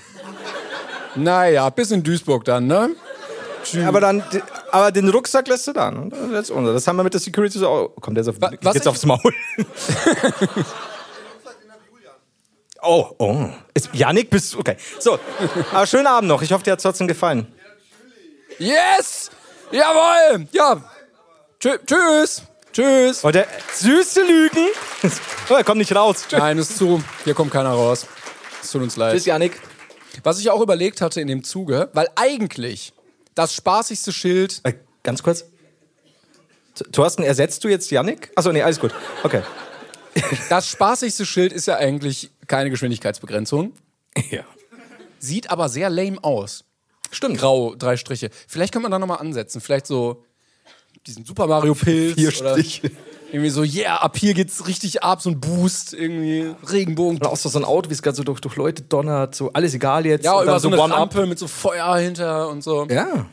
Naja, bis in Duisburg dann, ne?
Aber dann, aber den Rucksack lässt du da. ne? Das, ist unser. das haben wir mit der Security so. Oh, kommt jetzt auf,
Wa- was
geht's
ich-
aufs Maul. oh, oh. Ist, Janik, bist du. Okay. So, aber schönen Abend noch. Ich hoffe, dir hat's trotzdem gefallen.
Yes! Jawohl! Ja! Tschö tschüss! Tschüss!
Oh, der süße Lügen. Oh, er kommt nicht raus. Tschüss.
Nein, ist zu. Hier kommt keiner raus. Es tut uns leid.
Tschüss, Janik.
Was ich auch überlegt hatte in dem Zuge, weil eigentlich das spaßigste Schild.
Äh, ganz kurz. T- Thorsten, ersetzt du jetzt Janik? Achso, nee, alles gut. Okay.
Das spaßigste Schild ist ja eigentlich keine Geschwindigkeitsbegrenzung.
Ja.
Sieht aber sehr lame aus. Stimmt. Grau, drei Striche. Vielleicht könnte man da nochmal ansetzen. Vielleicht so diesen Super Mario Pilz.
Vier
oder
Stiche.
Irgendwie so, yeah, ab hier geht's richtig ab, so ein Boost, irgendwie Regenbogen.
Oder auch so so ein Auto, wie es gerade so durch, durch Leute donnert, so alles egal jetzt.
Ja,
Und
über
dann
so eine
One-Up.
Rampe mit so Feuer hinter und so.
Ja.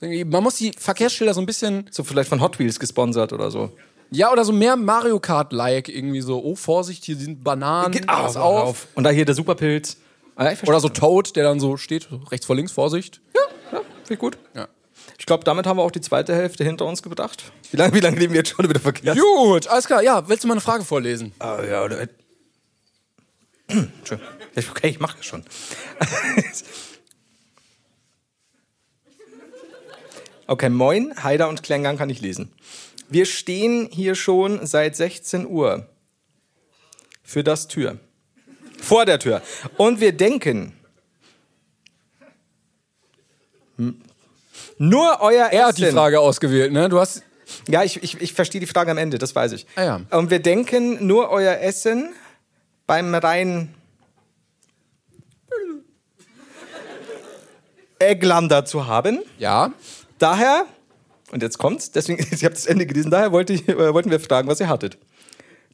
Irgendwie, Man muss die Verkehrsschilder so ein bisschen,
So vielleicht von Hot Wheels gesponsert oder so.
ja, oder so mehr Mario Kart-like irgendwie so, oh, Vorsicht, hier sind Bananen, pass auf.
Und da hier der Superpilz. Ah, ich
Oder so Toad, der dann so steht, so rechts vor links, Vorsicht.
Ja, viel gut.
Ja.
Ich glaube, damit haben wir auch die zweite Hälfte hinter uns gebracht. Wie lange wie lange leben wir jetzt schon wieder verkehrt?
Gut, alles klar, ja, willst du mal eine Frage vorlesen?
Ah, ja, oder. Entschuldigung. Ich- Okay, ich mache das schon. okay, moin, Haider und Klängern kann ich lesen. Wir stehen hier schon seit 16 Uhr. Für das Tür. Vor der Tür. Und wir denken. Hm. Nur euer
Er hat
Essen.
die Frage ausgewählt, ne? Du hast,
Ja, ich, ich, ich verstehe die Frage am Ende, das weiß ich.
Ah ja.
Und wir denken nur euer Essen beim rein Eglander zu haben.
ja,
Daher, und jetzt kommt's, deswegen, ich habe das Ende gelesen, daher wollte ich, äh, wollten wir fragen, was ihr hattet.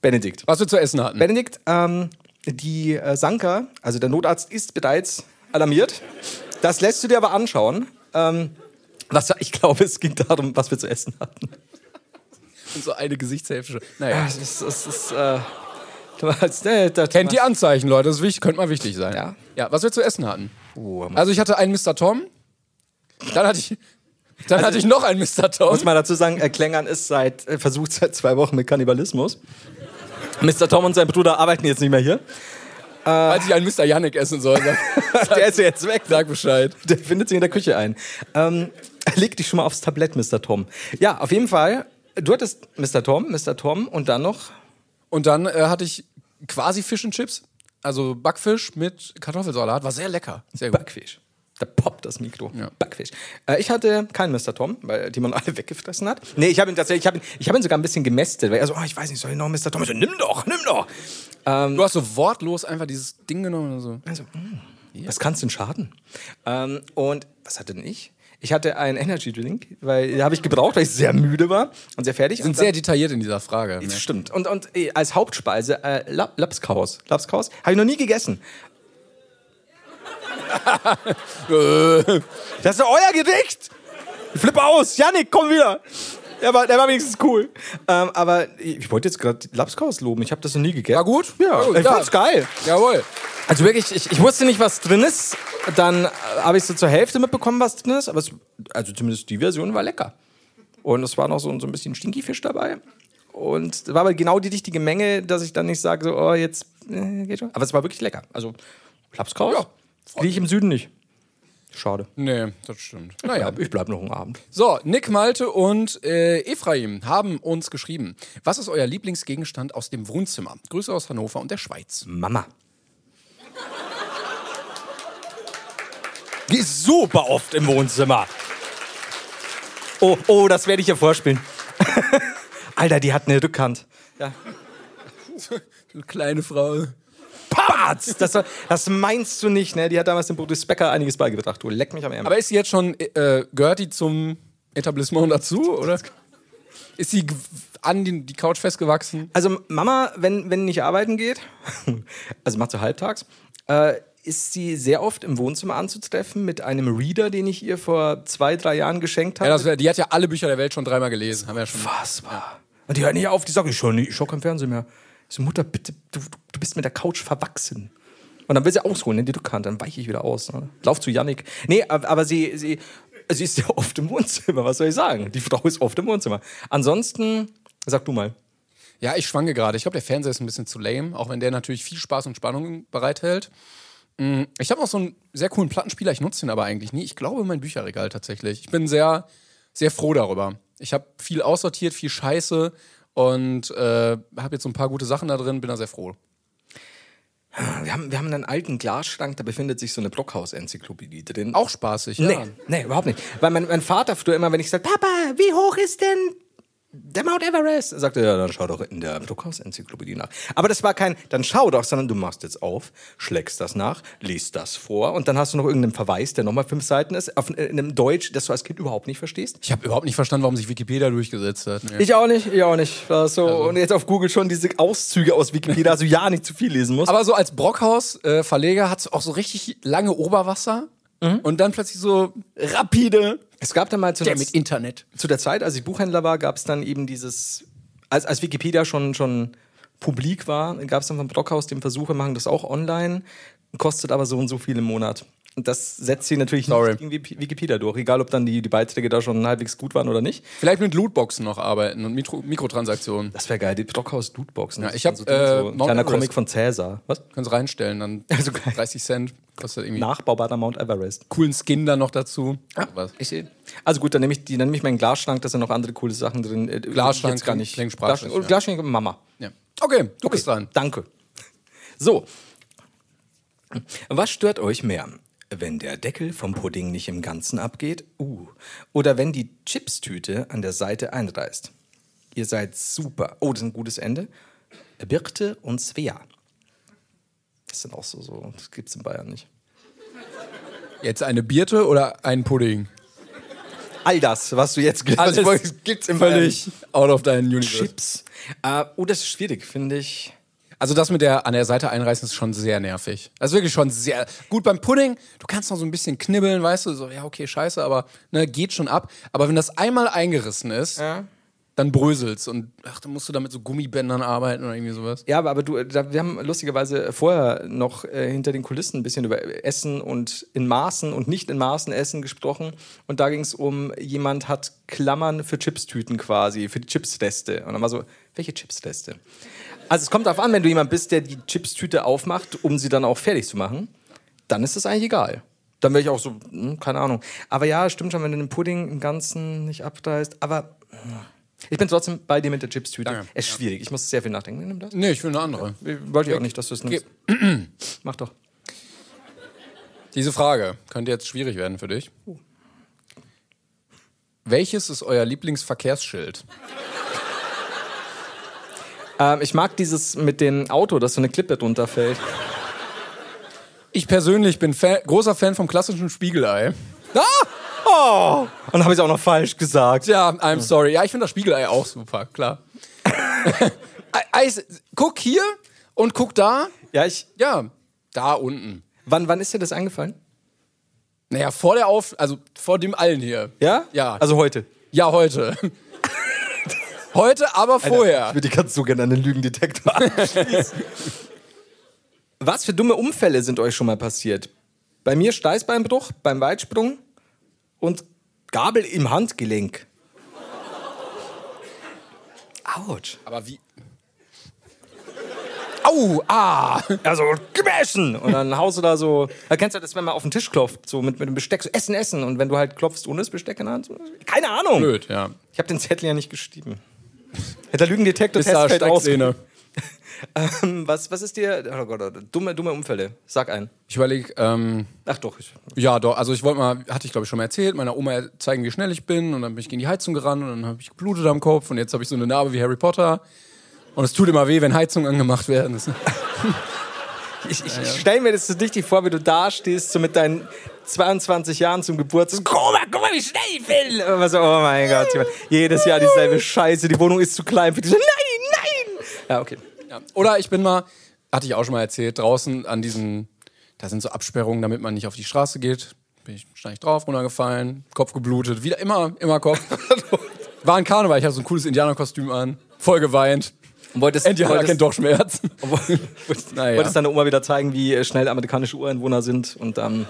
Benedikt.
was wir zu essen hatten.
Benedikt, ähm, die äh, Sanka, also der Notarzt, ist bereits alarmiert. Das lässt du dir aber anschauen. Ähm, was, ich glaube, es ging darum, was wir zu essen hatten.
Und so eine Gesichtshälfte. schon. Naja.
Das ist, das ist, äh, Thomas, ne, da,
Kennt die Anzeichen, Leute, das ist wichtig, könnte mal wichtig sein.
Ja.
ja, was wir zu essen hatten.
Oh, Mann.
Also ich hatte einen Mr. Tom, dann hatte ich, dann
Also
hatte ich noch einen Mr. Tom.
Muss man dazu sagen, äh, Klängern ist seit, äh, versucht seit zwei Wochen mit Kannibalismus. Mr. Tom und sein Bruder arbeiten jetzt nicht mehr hier. Ah.
Als ich einen Mr. Yannick essen soll, sag,
Der ist ja jetzt weg.
sag Bescheid.
Der findet sich in der Küche ein. Ähm, leg dich schon mal aufs Tablett, Mr. Tom. Ja, auf jeden Fall. Du hattest Mr. Tom, Mr. Tom und dann noch.
Und dann äh, hatte ich quasi Fish and Chips, also Backfisch mit Kartoffelsalat, war sehr lecker. Sehr gut.
Backfisch. Da poppt das Mikro.
Ja.
Backfisch. Äh, ich hatte keinen Mr. Tom, weil die man alle weggefressen hat. Nee, ich habe ihn tatsächlich, ich habe ihn, ich hab ihn sogar ein bisschen gemästet, weil er so, oh, ich weiß nicht, soll ich noch Mr. Tom? Ich so, nimm doch, nimm doch. Ähm,
Du hast so wortlos einfach dieses Ding genommen und so.
Also, mh, was kann's denn schaden? Ähm, und was hatte denn ich? Ich hatte einen Energy Drink, weil den habe ich gebraucht, weil ich sehr müde war und sehr fertig.
Sind
und dann-
sehr detailliert in dieser Frage.
das stimmt. Und, und äh, als Hauptspeise äh, La- Lapskaus. Lapskaus habe ich noch nie gegessen. das ist doch euer Gedicht! Ich Flippe aus! Janik, komm wieder! Der war, der war wenigstens cool. Ähm, aber ich wollte jetzt gerade Lapskaus loben. Ich habe das noch nie gegessen.
War gut?
Ja,
War gut,
ich
ja.
fand's geil.
Jawohl.
Also wirklich, ich, ich wusste nicht, was drin ist. Dann äh, habe ich so zur Hälfte mitbekommen, was drin ist. Aber es, also zumindest die Version war lecker. Und es war noch so, so ein bisschen Stinkifisch dabei. Und es war aber genau die richtige Menge, dass ich dann nicht sage, so, oh, jetzt äh, geht schon. Aber es war wirklich lecker. Also, Klapskaus. Ja. Kriege ich im Süden nicht. Schade.
Nee, das stimmt.
Ja,
Naja.
ich bleib noch einen Abend.
So, Nick Malte und äh, Efraim haben uns geschrieben. Was ist euer Lieblingsgegenstand aus dem Wohnzimmer? Grüße aus Hannover und der Schweiz.
Mama. Die ist super oft im Wohnzimmer. Oh, oh, das werde ich ihr vorspielen. Alter, die hat eine Rückhand.
Kleine Frau.
Patz! Das, war- das meinst du nicht, ne? Die hat damals dem Boris Becker einiges beigebracht. Du leck mich am Ärmel.
Aber ist sie jetzt schon, äh, gehört die zum Etablissement dazu, oder? Ist sie g- an den, die Couch festgewachsen?
Also Mama, wenn, wenn nicht arbeiten geht, also macht sie halbtags, äh, ist sie sehr oft im Wohnzimmer anzutreffen mit einem Reader, den ich ihr vor zwei, drei Jahren geschenkt habe.
Ja, das, wär- die hat ja alle Bücher der Welt schon dreimal gelesen. Haben wir ja schon.
Unfassbar. Und die hört nicht auf, die sagt, ich schaue ich schau kein Fernsehen mehr. Ich so, Mutter, bitte, du, du bist mit der Couch verwachsen. Und dann will sie ausholen in die Rückhand, dann weiche ich wieder aus. Ne? Lauf zu Yannick. Nee, ab- aber sie, sie, sie ist ja oft im Wohnzimmer, was soll ich sagen? Die Frau ist oft im Wohnzimmer. Ansonsten, sag du mal.
Ja, ich schwanke gerade. Ich glaube, der Fernseher ist ein bisschen zu lame, auch wenn der natürlich viel Spaß und Spannung bereithält. Mm, Ich habe noch so einen sehr coolen Plattenspieler, ich nutze den aber eigentlich nie. Ich glaube, mein Bücherregal tatsächlich. Ich bin sehr, sehr froh darüber. Ich habe viel aussortiert, viel Scheiße und äh, habe jetzt so ein paar gute Sachen da drin, bin da sehr froh.
Wir haben, wir haben einen alten Glasschrank, da befindet sich so eine Blockhaus-Enzyklopädie drin.
Auch spaßig, ja.
Nee, nee, überhaupt nicht. Weil mein, mein Vater früher immer, wenn ich sage, Papa, wie hoch ist denn der Mount Everest? Er sagte, ja, dann schau doch in der Blockhaus-Enzyklopädie nach. Aber das war kein, dann schau doch, sondern du machst jetzt auf, schlägst das nach, liest das vor und dann hast du noch irgendeinen Verweis, der nochmal fünf Seiten ist, auf, äh, in einem Deutsch, das du als Kind überhaupt nicht verstehst.
Ich habe überhaupt nicht verstanden, warum sich Wikipedia durchgesetzt hat. ne. Nee.
Ich auch nicht, ich auch nicht. War so, Und jetzt auf Google schon diese Auszüge aus Wikipedia, also ja, nicht zu viel lesen musst.
Aber so als Brockhaus-Verleger hat's auch so richtig lange Oberwasser und dann plötzlich so rapide.
es gab dann mal zu
Der mit Internet.
zu der Zeit, als ich Buchhändler war, gab es dann eben dieses, als, als Wikipedia schon, schon publik war, gab es dann vom Blockhaus den Versuch, wir machen das auch online, kostet aber so und so viel im Monat. Und das setzt sie natürlich
Sorry.
nicht gegen Wiki- Wikipedia durch, egal ob dann die, die Beiträge da schon halbwegs gut waren oder nicht.
Vielleicht mit Lootboxen noch arbeiten und Mikro Mikrotransaktionen.
Das wäre geil, die ne? Blockhaus Lootboxen.
Ja, ich hab,
so,
äh,
so ein
Mount
kleiner
Everest.
Comic von Cäsar. Was?
Können Sie reinstellen, dann
Also geil.
30 Cent. Kostet irgendwie
Nachbaubarer Mount Everest.
coolen Skin dann noch dazu. Was?
Ich sehe. Also gut, dann nehme ich, die- dann nehme ich meinen Glasschrank, da sind noch andere coole Sachen drin. äh, die ich
Glasschrank
jetzt gar nicht.
klingt sprachlos,
Glasschrank,
ja.
Glasschrank Mama.
Ja. Okay, du bist dran.
Danke. So. Was stört euch mehr? Wenn der Deckel vom Pudding nicht im Ganzen abgeht? Uh. Oder wenn die Chipstüte an der Seite einreißt? Ihr seid super. Oh, das ist ein gutes Ende. Birte und Svea. Das sind auch so, so das gibt's in Bayern nicht.
Jetzt eine Birte oder einen Pudding?
All das, was du jetzt gelernt
Alles
hast, gibt's in
Völlig out of deinen
Bayern.
Universe.
Chips. Äh, oh, das ist schwierig, finde ich.
Also das mit der an der Seite einreißen ist schon sehr nervig. Also wirklich schon sehr gut beim Pudding. Du kannst noch so ein bisschen knibbeln, weißt du, so ja okay scheiße, aber ne geht schon ab. Aber wenn das einmal eingerissen ist, dann bröselt's und ach dann musst du damit so Gummibändern arbeiten oder irgendwie sowas.
Ja, aber, aber du, äh, da, wir haben lustigerweise vorher noch äh, hinter den Kulissen ein bisschen über äh, Essen und in Maßen und nicht in Maßen Essen gesprochen. Und da ging es um, jemand hat Klammern für Chipstüten quasi, für die Chipsreste. Und dann war so, welche Chipsreste? Also es kommt darauf an, wenn du jemand bist, der die Chipstüte aufmacht, um sie dann auch fertig zu machen, dann ist es eigentlich egal. Dann wäre ich auch so, hm, keine Ahnung. Aber ja, stimmt schon, wenn du den Pudding im Ganzen nicht abreißt. Aber hm. ich bin trotzdem bei dir mit der Chipstüte.
Danke.
Es ist schwierig. Ich muss sehr viel nachdenken. Nimm das.
Nee, ich will eine andere.
Äh, Wollte ich auch nicht, dass du es nimmst. Mach doch.
Diese Frage könnte jetzt schwierig werden für dich.
Oh.
Welches ist euer Lieblingsverkehrsschild?
Ähm, ich mag dieses mit dem Auto, dass so eine Klippe drunter fällt.
Ich persönlich bin Fan, großer Fan vom klassischen Spiegelei.
Oh! Und habe ich auch noch falsch gesagt.
Ja, I'm sorry. Ja, ich finde das Spiegelei auch super, klar. Eis, guck hier und guck da.
Ja, ich.
Ja, da unten.
Wann, wann ist dir das eingefallen?
Naja, vor der Auf, also vor dem allen hier.
Ja?
Ja.
Also heute.
Ja, heute. heute, aber vorher.
würde ganz so gerne an den Lügendetektor anschließen. Was für dumme Unfälle sind euch schon mal passiert? Bei mir Steißbeinbruch, beim Weitsprung und Gabel im Handgelenk. Autsch.
Aber wie? Au, ah.
Also, gib mir Essen! Und dann haust du da so. Da kennst du das, wenn man auf den Tisch klopft, so mit, mit dem Besteck, so Essen, Essen. Und wenn du halt klopfst ohne das Besteck in der Hand, so, keine Ahnung.
Blöd, ja.
Ich habe den Zettel ja nicht geschrieben. Hätte der Lügendetektor
Ist da
Testfeld aus.
Stecksehne.
Ähm, was, was ist dir. Oh Gott, oh Gott, dumme, dumme Unfälle. Sag ein.
Ich überlege, ähm,
Ach doch. Ich,
ja doch, also ich wollte mal, hatte ich glaube ich schon mal erzählt, meiner Oma zeigen, wie schnell ich bin und dann bin ich gegen die Heizung gerannt und dann habe ich geblutet am Kopf und jetzt habe ich so eine Narbe wie Harry Potter und es tut immer weh, wenn Heizungen angemacht werden. Das,
ich, ich, ich stelle mir das so richtig vor, wie du da stehst, so mit deinen 22 Jahren zum Geburtstag. Guck mal, guck mal, wie schnell ich bin. Und man so, oh mein Gott. Jemand, jedes Jahr dieselbe Scheiße. Die Wohnung ist zu klein für diese. Nein, nein. Ja, okay.
Ja. Oder ich bin mal, hatte ich auch schon mal erzählt, draußen an diesen, da sind so Absperrungen, damit man nicht auf die Straße geht. Bin ich steig drauf, runtergefallen, Kopf geblutet, wieder immer, immer Kopf. War ein Karneval, ich hatte so ein cooles Indianerkostüm an, voll geweint.
Wolltest,
Indianer kennt doch Schmerz.
wolltest,
Naja.
wolltest deiner Oma wieder zeigen, wie schnell amerikanische Ureinwohner sind und dann.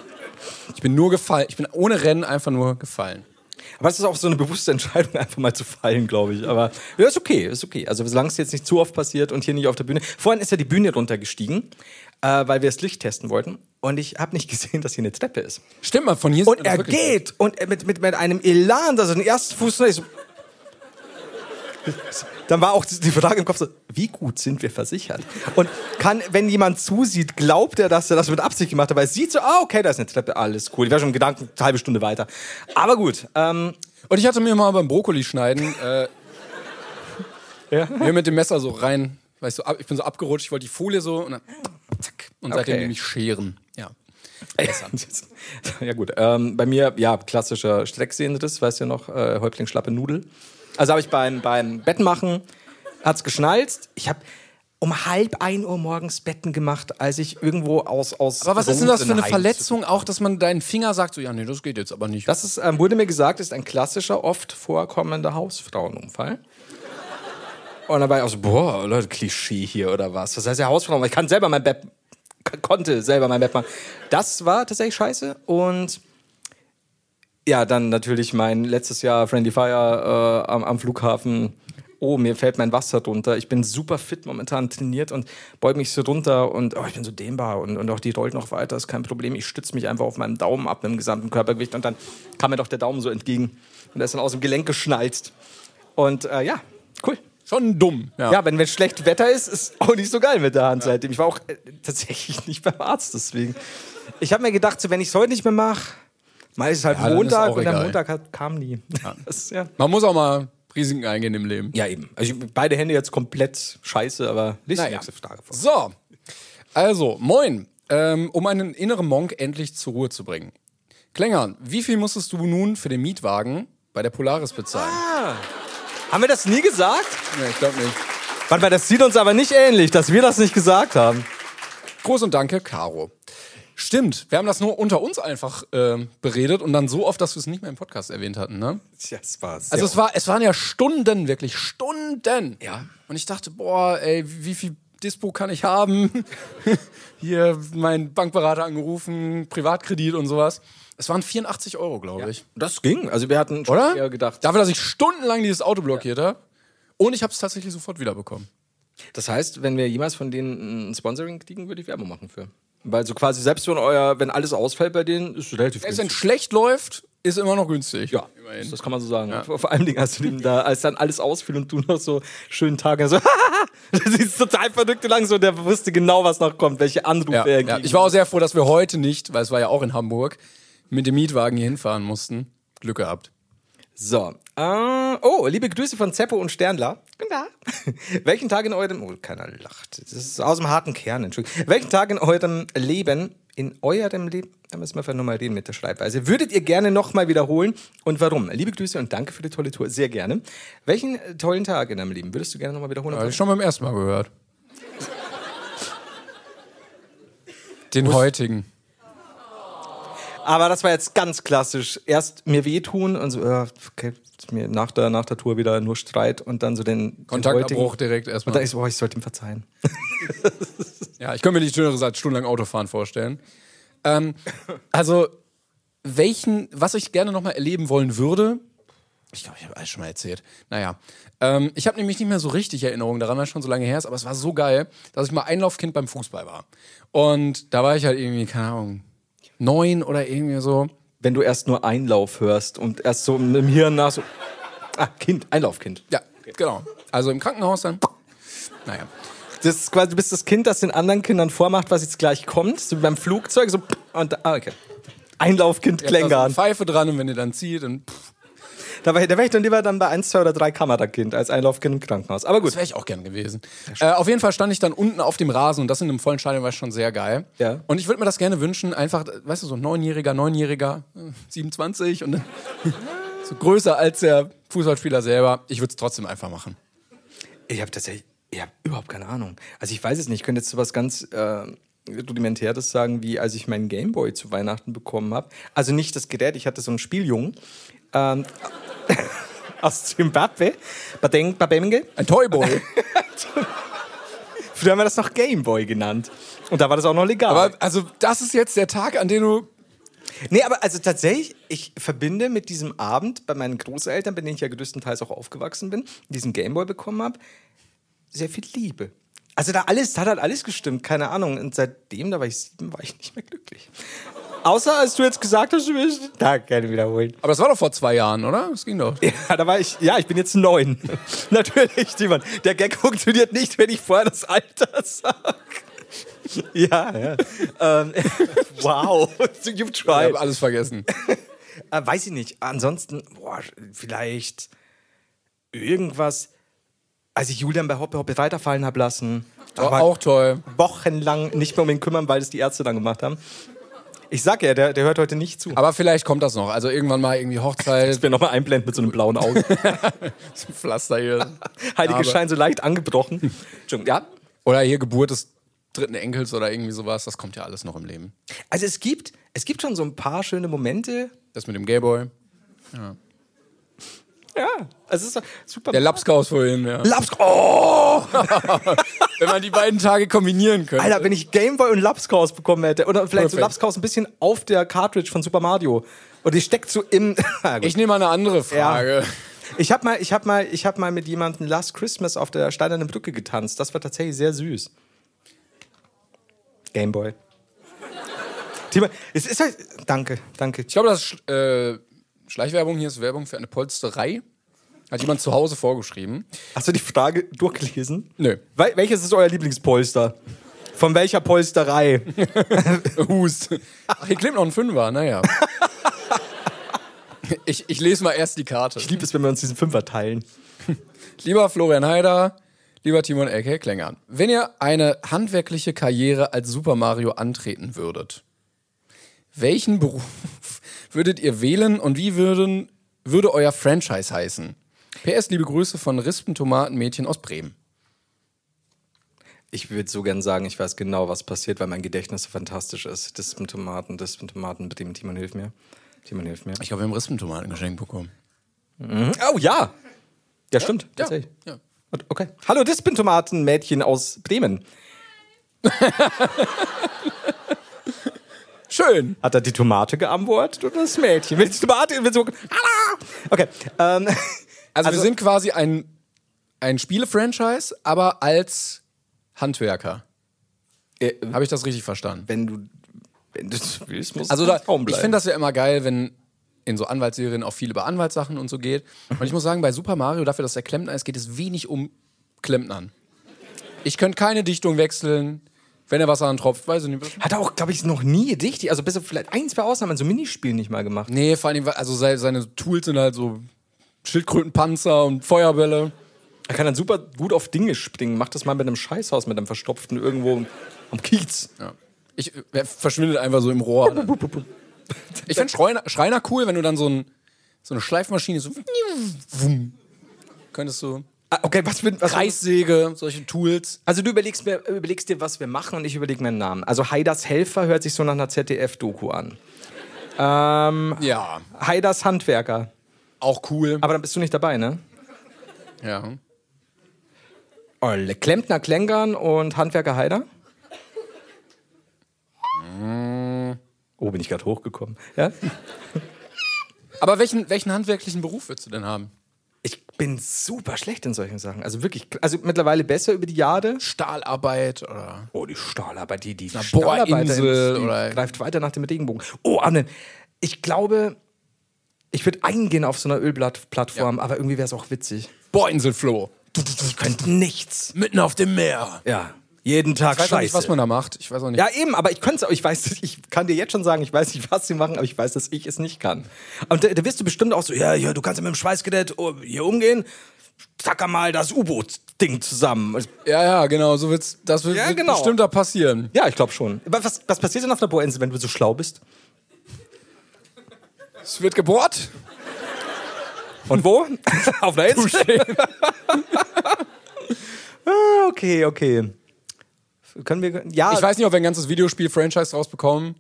Ich bin nur gefallen, ich bin ohne Rennen einfach nur gefallen.
Aber es ist auch so eine bewusste Entscheidung, einfach mal zu fallen, glaube ich. Aber ja, ist okay, ist okay. Also solange es jetzt nicht zu oft passiert und hier nicht auf der Bühne. Vorhin ist ja die Bühne runtergestiegen, äh, weil wir das Licht testen wollten. Und ich habe nicht gesehen, dass hier eine Treppe ist.
Stimmt mal, von hier
Und
sieht man
er
das wirklich-
geht und er mit, mit, mit einem Elan, also den ersten Fuß. nach- ich So. Dann war auch die Frage im Kopf so, wie gut sind wir versichert? Und kann, wenn jemand zusieht, glaubt er, dass er das mit Absicht gemacht hat, weil es sieht so, ah, okay, da ist eine Treppe, alles cool. Ich wäre schon im Gedanken eine halbe Stunde weiter. Aber gut, ähm,
Und ich hatte mir mal beim Brokkoli schneiden, äh, mir mit dem Messer so rein, weißt du, ab, ich bin so abgerutscht, ich wollte die Folie so und dann zack. Und seitdem
Okay.
nämlich scheren. Ja.
ja gut, ähm, bei mir, ja, klassischer Strecksehenriss, weißt du ja noch, äh, Häuptling schlappe Nudel. Also habe ich beim, beim Bettmachen, hat's geschnallt. Ich habe um halb ein Uhr morgens Betten gemacht, als ich irgendwo aus aus
Aber was ist denn das für eine
Rosenheim-
Verletzung auch, dass man deinen Finger sagt, so, ja, nee, das geht jetzt aber nicht.
Das ist, ähm, wurde mir gesagt, ist ein klassischer, oft vorkommender Hausfrauenunfall. Und dann war ich auch so, boah, Leute, Klischee hier oder was? Was heißt ja Hausfrauen? Weil ich kann selber mein Bett, k- konnte selber mein Bett machen. Das war tatsächlich scheiße. Und ja, dann natürlich mein letztes Jahr Friendly Fire äh, am, am Flughafen. Oh, mir fällt mein Wasser runter. Ich bin super fit momentan trainiert und beug mich so runter und oh, ich bin so dehnbar und, und auch die rollt noch weiter, ist kein Problem. Ich stütze mich einfach auf meinem Daumen ab mit dem gesamten Körpergewicht und dann kam mir doch der Daumen so entgegen und der ist dann aus dem Gelenk geschnallt. Und äh, ja, cool.
Schon dumm. Ja.
Ja, wenn, wenn schlecht Wetter ist, ist auch nicht so geil mit der Hand seitdem. Ich war auch äh, tatsächlich nicht beim Arzt, deswegen. Ich habe mir gedacht, so, wenn ich es heute nicht mehr mache, meist ist halt
Ja, dann ist
Montag
auch
und am
egal.
Montag hat, kam nie. Das ist ja.
Man muss auch mal Risiken eingehen im Leben.
ja, eben. Also ich, beide Hände jetzt komplett scheiße, aber lies die
Naja.
nächste Frage vor.
So, also, moin. Ähm, um einen inneren Monk endlich zur Ruhe zu bringen. Klängern, wie viel musstest du nun für den Mietwagen bei der Polaris bezahlen?
Ah. Haben wir das nie gesagt?
Nee, ich glaube nicht.
Warte mal, das sieht uns aber nicht ähnlich, dass wir das nicht gesagt haben.
Groß und danke, Caro. Stimmt, wir haben das nur unter uns einfach ähm, beredet und dann so oft, dass wir es nicht mehr im Podcast erwähnt hatten, ne?
Ja, es war sehr
Also es, war, es waren ja Stunden, wirklich Stunden. Ja. Und ich dachte, boah, ey, wie viel Dispo kann ich haben? Hier mein Bankberater angerufen, Privatkredit und sowas. Es waren 84 Euro, glaube ich.
Das ging. Also wir hatten schon
Oder?
eher gedacht.
Dafür, dass ich stundenlang dieses Auto blockiert habe. Und ich habe es tatsächlich sofort wiederbekommen.
Das heißt, wenn wir jemals von denen ein Sponsoring kriegen, würde ich Werbung machen für. Weil so quasi selbst wenn euer, wenn alles ausfällt bei denen, ist es relativ
Selbst wenn
günstig.
schlecht läuft, ist immer noch günstig.
Ja, das kann man so sagen. Vor vor allen Dingen, als, du dem da, als dann alles ausfiel und du noch so schönen Tag hast, so, das ist total verrückt und lang so, der wusste genau, was noch kommt, welche Anrufe
Ja,
er
ja.
kriegen
Ich war auch sehr froh, dass wir heute nicht, weil es war ja auch in Hamburg, mit dem Mietwagen hier hinfahren mussten. Glück gehabt.
So. Äh, oh, liebe Grüße von Zeppo und Sternler. Guten Tag. Welchen Tag in eurem. Oh, keiner lacht. Das ist aus dem harten Kern, Entschuldigung. Welchen Tag in eurem Leben, in eurem Leben, da müssen wir einfach nochmal reden mit der Schreibweise, würdet ihr gerne nochmal wiederholen und warum? Liebe Grüße und danke für die tolle Tour. Sehr gerne. Welchen äh, tollen Tag in deinem Leben würdest du gerne nochmal wiederholen? und
Habe
warum?
ich schon beim ersten Mal gehört. Den heutigen.
Aber das war jetzt ganz klassisch. Erst mir wehtun und so, äh, okay, mir nach der, nach der Tour wieder nur Streit und dann so den. den
Kontaktabbruch
heutigen-
direkt
Und dann
erstmal.
ist, oh, ich sollte ihm verzeihen.
Ja, ich könnte mir nicht schöneres als stundenlang Autofahren vorstellen. Ähm, also, welchen, was ich gerne nochmal erleben wollen würde, ich glaube, ich habe alles schon mal erzählt. Naja, ähm, ich habe nämlich nicht mehr so richtig Erinnerungen daran, weil es schon so lange her ist, aber es war so geil, dass ich mal Einlaufkind beim Fußball war. Und da war ich halt irgendwie, keine Ahnung, neun oder irgendwie so.
wenn du erst nur Einlauf hörst und erst so im Hirn nach so. Ah, Kind, Einlaufkind.
Ja, genau. Also im Krankenhaus dann. Naja.
Das ist quasi, du bist das Kind, das den anderen Kindern vormacht, was jetzt gleich kommt. So wie beim Flugzeug. So, und, ah, okay. Einlaufkind
Da
Klängern.
ist eine Pfeife dran und wenn ihr dann zieht, dann pff,
Da wäre wär ich dann lieber dann bei 1, 2 oder 3 Kamerakind als Einlaufkind im Krankenhaus. Aber gut.
wäre ich auch gern gewesen. Äh, auf jeden Fall stand ich dann unten auf dem Rasen und das in einem vollen Stadion war schon sehr geil.
Ja.
Und ich würde mir das gerne wünschen, einfach, äh, weißt du, so ein Neunjähriger, Neunjähriger, äh, 27 und dann so größer als der Fußballspieler selber. Ich würde es trotzdem einfach machen.
Ich habe tatsächlich, ich habe überhaupt keine Ahnung. Also ich weiß es nicht. Ich könnte jetzt sowas ganz äh, rudimentäres sagen, wie als ich meinen Gameboy zu Weihnachten bekommen habe. Also nicht das Gerät, ich hatte so einen Spieljungen ähm, aus Zimbabwe, Badeng, Babemge.
Ein Toyboy.
Früher haben wir das noch Gameboy genannt. Und da war das auch noch legal.
Aber also, das ist jetzt der Tag, an dem du.
Nee, aber also tatsächlich, ich verbinde mit diesem Abend bei meinen Großeltern, bei denen ich ja größtenteils auch aufgewachsen bin, diesen Gameboy bekommen habe, sehr viel Liebe. Also da alles, da hat halt alles gestimmt, keine Ahnung. Und seitdem, da war ich sieben, war ich nicht mehr glücklich. Außer als du jetzt gesagt hast, du willst den Tag gerne wiederholen.
Aber das war doch vor zwei Jahren, oder? Das ging doch.
Ja, da war ich, ja, ich bin jetzt neun. Natürlich, Timon. Der Gag funktioniert nicht, wenn ich vorher das Alter sage. Ja, ja. ähm, wow, you've
Ich
tried.
habe alles vergessen.
Äh, weiß ich nicht. Ansonsten, boah, vielleicht irgendwas. Als ich Julian bei Hoppe Hoppe weiterfallen habe lassen,
Aber Oh, auch toll.
wochenlang nicht mehr um ihn kümmern, weil das die Ärzte dann gemacht haben. Ich sag ja, der, der hört heute nicht zu.
Aber vielleicht kommt das noch. Also irgendwann mal irgendwie Hochzeit,
Ich mir nochmal einblenden mit so einem blauen Auge.
Pflaster hier.
Heilige
Aber-
Schein so leicht angebrochen. Entschuldigung, ja.
Oder hier Geburt des dritten Enkels oder irgendwie sowas. Das kommt ja alles noch im Leben.
Also es gibt, es gibt schon so ein paar schöne Momente.
Das mit dem Gameboy.
Ja, es ist so- super.
Der Lapskaus vorhin, ja.
Laps. Oh!
Wenn man die beiden Tage kombinieren könnte.
Alter, wenn ich Gameboy und Lapskaus bekommen hätte, oder vielleicht so
Perfekt.
Lapskaus ein bisschen auf der Cartridge von Super Mario. Und die steckt so im. Na gut.
Ich nehme mal eine andere Frage.
ich hab mal, ich hab mal, ich hab mal mit jemandem Last Christmas auf der steinernen Brücke getanzt. Das war tatsächlich sehr süß. Gameboy. Thema. Es ist halt. Danke, danke.
Ich glaube, das ist, äh, Schleichwerbung hier ist Werbung für eine Polsterei. Hat jemand zu Hause vorgeschrieben.
Hast du die Frage durchgelesen?
Nö.
Wel welches ist euer Lieblingspolster? Von welcher Polsterei?
Hust. Ach, hier klebt noch ein Fünfer, naja. Ich, ich lese mal erst die Karte.
Ich liebe es, wenn wir uns diesen Fünfer teilen.
Lieber Florian Haider, lieber Timon Ecke Klängern, wenn ihr eine handwerkliche Karriere als Super Mario antreten würdet, welchen Beruf würdet ihr wählen und wie würden, würde euer Franchise heißen? PS, liebe Grüße von Rispentomatenmädchen aus Bremen.
Ich würde so gern sagen, ich weiß genau, was passiert, weil mein Gedächtnis so fantastisch ist. Das mit Tomaten, das mit Tomaten, mit dem Timon hilf mir. Timon hilf mir.
Ich glaube, wir haben Rispentomaten geschenkt bekommen.
Oh ja! Ja, stimmt. tatsächlich.
ja.
Und- Okay. Hallo, das bin Tomatenmädchen aus Bremen.
Schön.
Hat er die Tomate geantwortet oder das Mädchen? Mit Tomate mit so. Aua! Okay. Ähm,
Also, wir sind quasi ein, ein Spiele-Franchise, aber als Handwerker.
äh,
Habe ich das richtig verstanden?
wenn du wenn du das willst, musst
Also
du
da,
kaum
ich
bleiben.
finde das ja immer geil, wenn in so Anwaltsserien auch viel über Anwaltssachen und so geht. Und ich muss sagen, bei Super Mario, dafür, dass der Klempner ist, geht es wenig um Klempnern. Ich könnte keine Dichtung wechseln, wenn er Wasser antropft, weiß ich nicht.
Hat er auch, glaube ich, noch nie richtig. Also bis auf vielleicht ein, zwei Ausnahmen, so Minispielen nicht mal gemacht.
Nee, vor allem, weil- also se- seine Tools sind halt so Schildkrötenpanzer und Feuerbälle.
Er kann dann super gut auf Dinge springen. Mach das mal mit einem Scheißhaus, mit einem verstopften irgendwo am Kiez.
Ja. Ich, er verschwindet einfach so im Rohr. dann. Ich finde Schreiner, Schreiner cool, wenn du dann so, ein, so eine Schleifmaschine so. Wum, könntest du.
Ah, Okay, was für was
Kreissäge, solche Tools.
Also du überlegst, mir, überlegst dir, was wir machen und ich überlege mir einen Namen. Also Haidas Helfer hört sich so nach einer ZDF-Doku an. Ähm,
Ja.
Haidas Handwerker.
Auch cool.
Aber dann bist du nicht dabei, ne?
Ja.
Olle. Klempner Klengern und Handwerker Haider? Oh, bin ich gerade hochgekommen. Ja?
Aber welchen, welchen handwerklichen Beruf würdest du denn haben?
Ich bin super schlecht in solchen Sachen. Also wirklich, also mittlerweile besser über die Jahre.
Stahlarbeit oder?
Oh, die Stahlarbeit, die, die
Bohrinsel
Stahlarbeit, die
oder-
greift weiter nach dem Regenbogen. Oh, Arne, ich glaube, ich würde eingehen auf so einer Ölplattform, aber irgendwie wäre es auch witzig.
Bohrinselfloh.
Du, du, du könnt nichts.
Mitten auf dem Meer.
Ja. Jeden Tag
Ich weiß auch
Scheiße.
nicht, was man da macht. Ich weiß auch nicht.
ja, eben, aber ich könnte ich weiß, ich kann dir jetzt schon sagen, ich weiß nicht, was sie machen, aber ich weiß, dass ich es nicht kann. Und da, da wirst du bestimmt auch so, ja, ja, du kannst ja mit dem Schweißgerät oh, hier umgehen, tacker mal das U-Boot-Ding zusammen.
ja, ja, genau. So wird's, das wird,
Ja,
wird
genau.
bestimmt da passieren.
Ja, ich glaube schon. Aber was, was passiert denn auf einer Bohrinsel, wenn du so schlau bist?
Es wird gebohrt.
Und wo? Auf einer Insel. Ah, okay, okay. Können wir. Ja,
Ich weiß nicht, ob wir ein ganzes Videospiel-Franchise rausbekommen.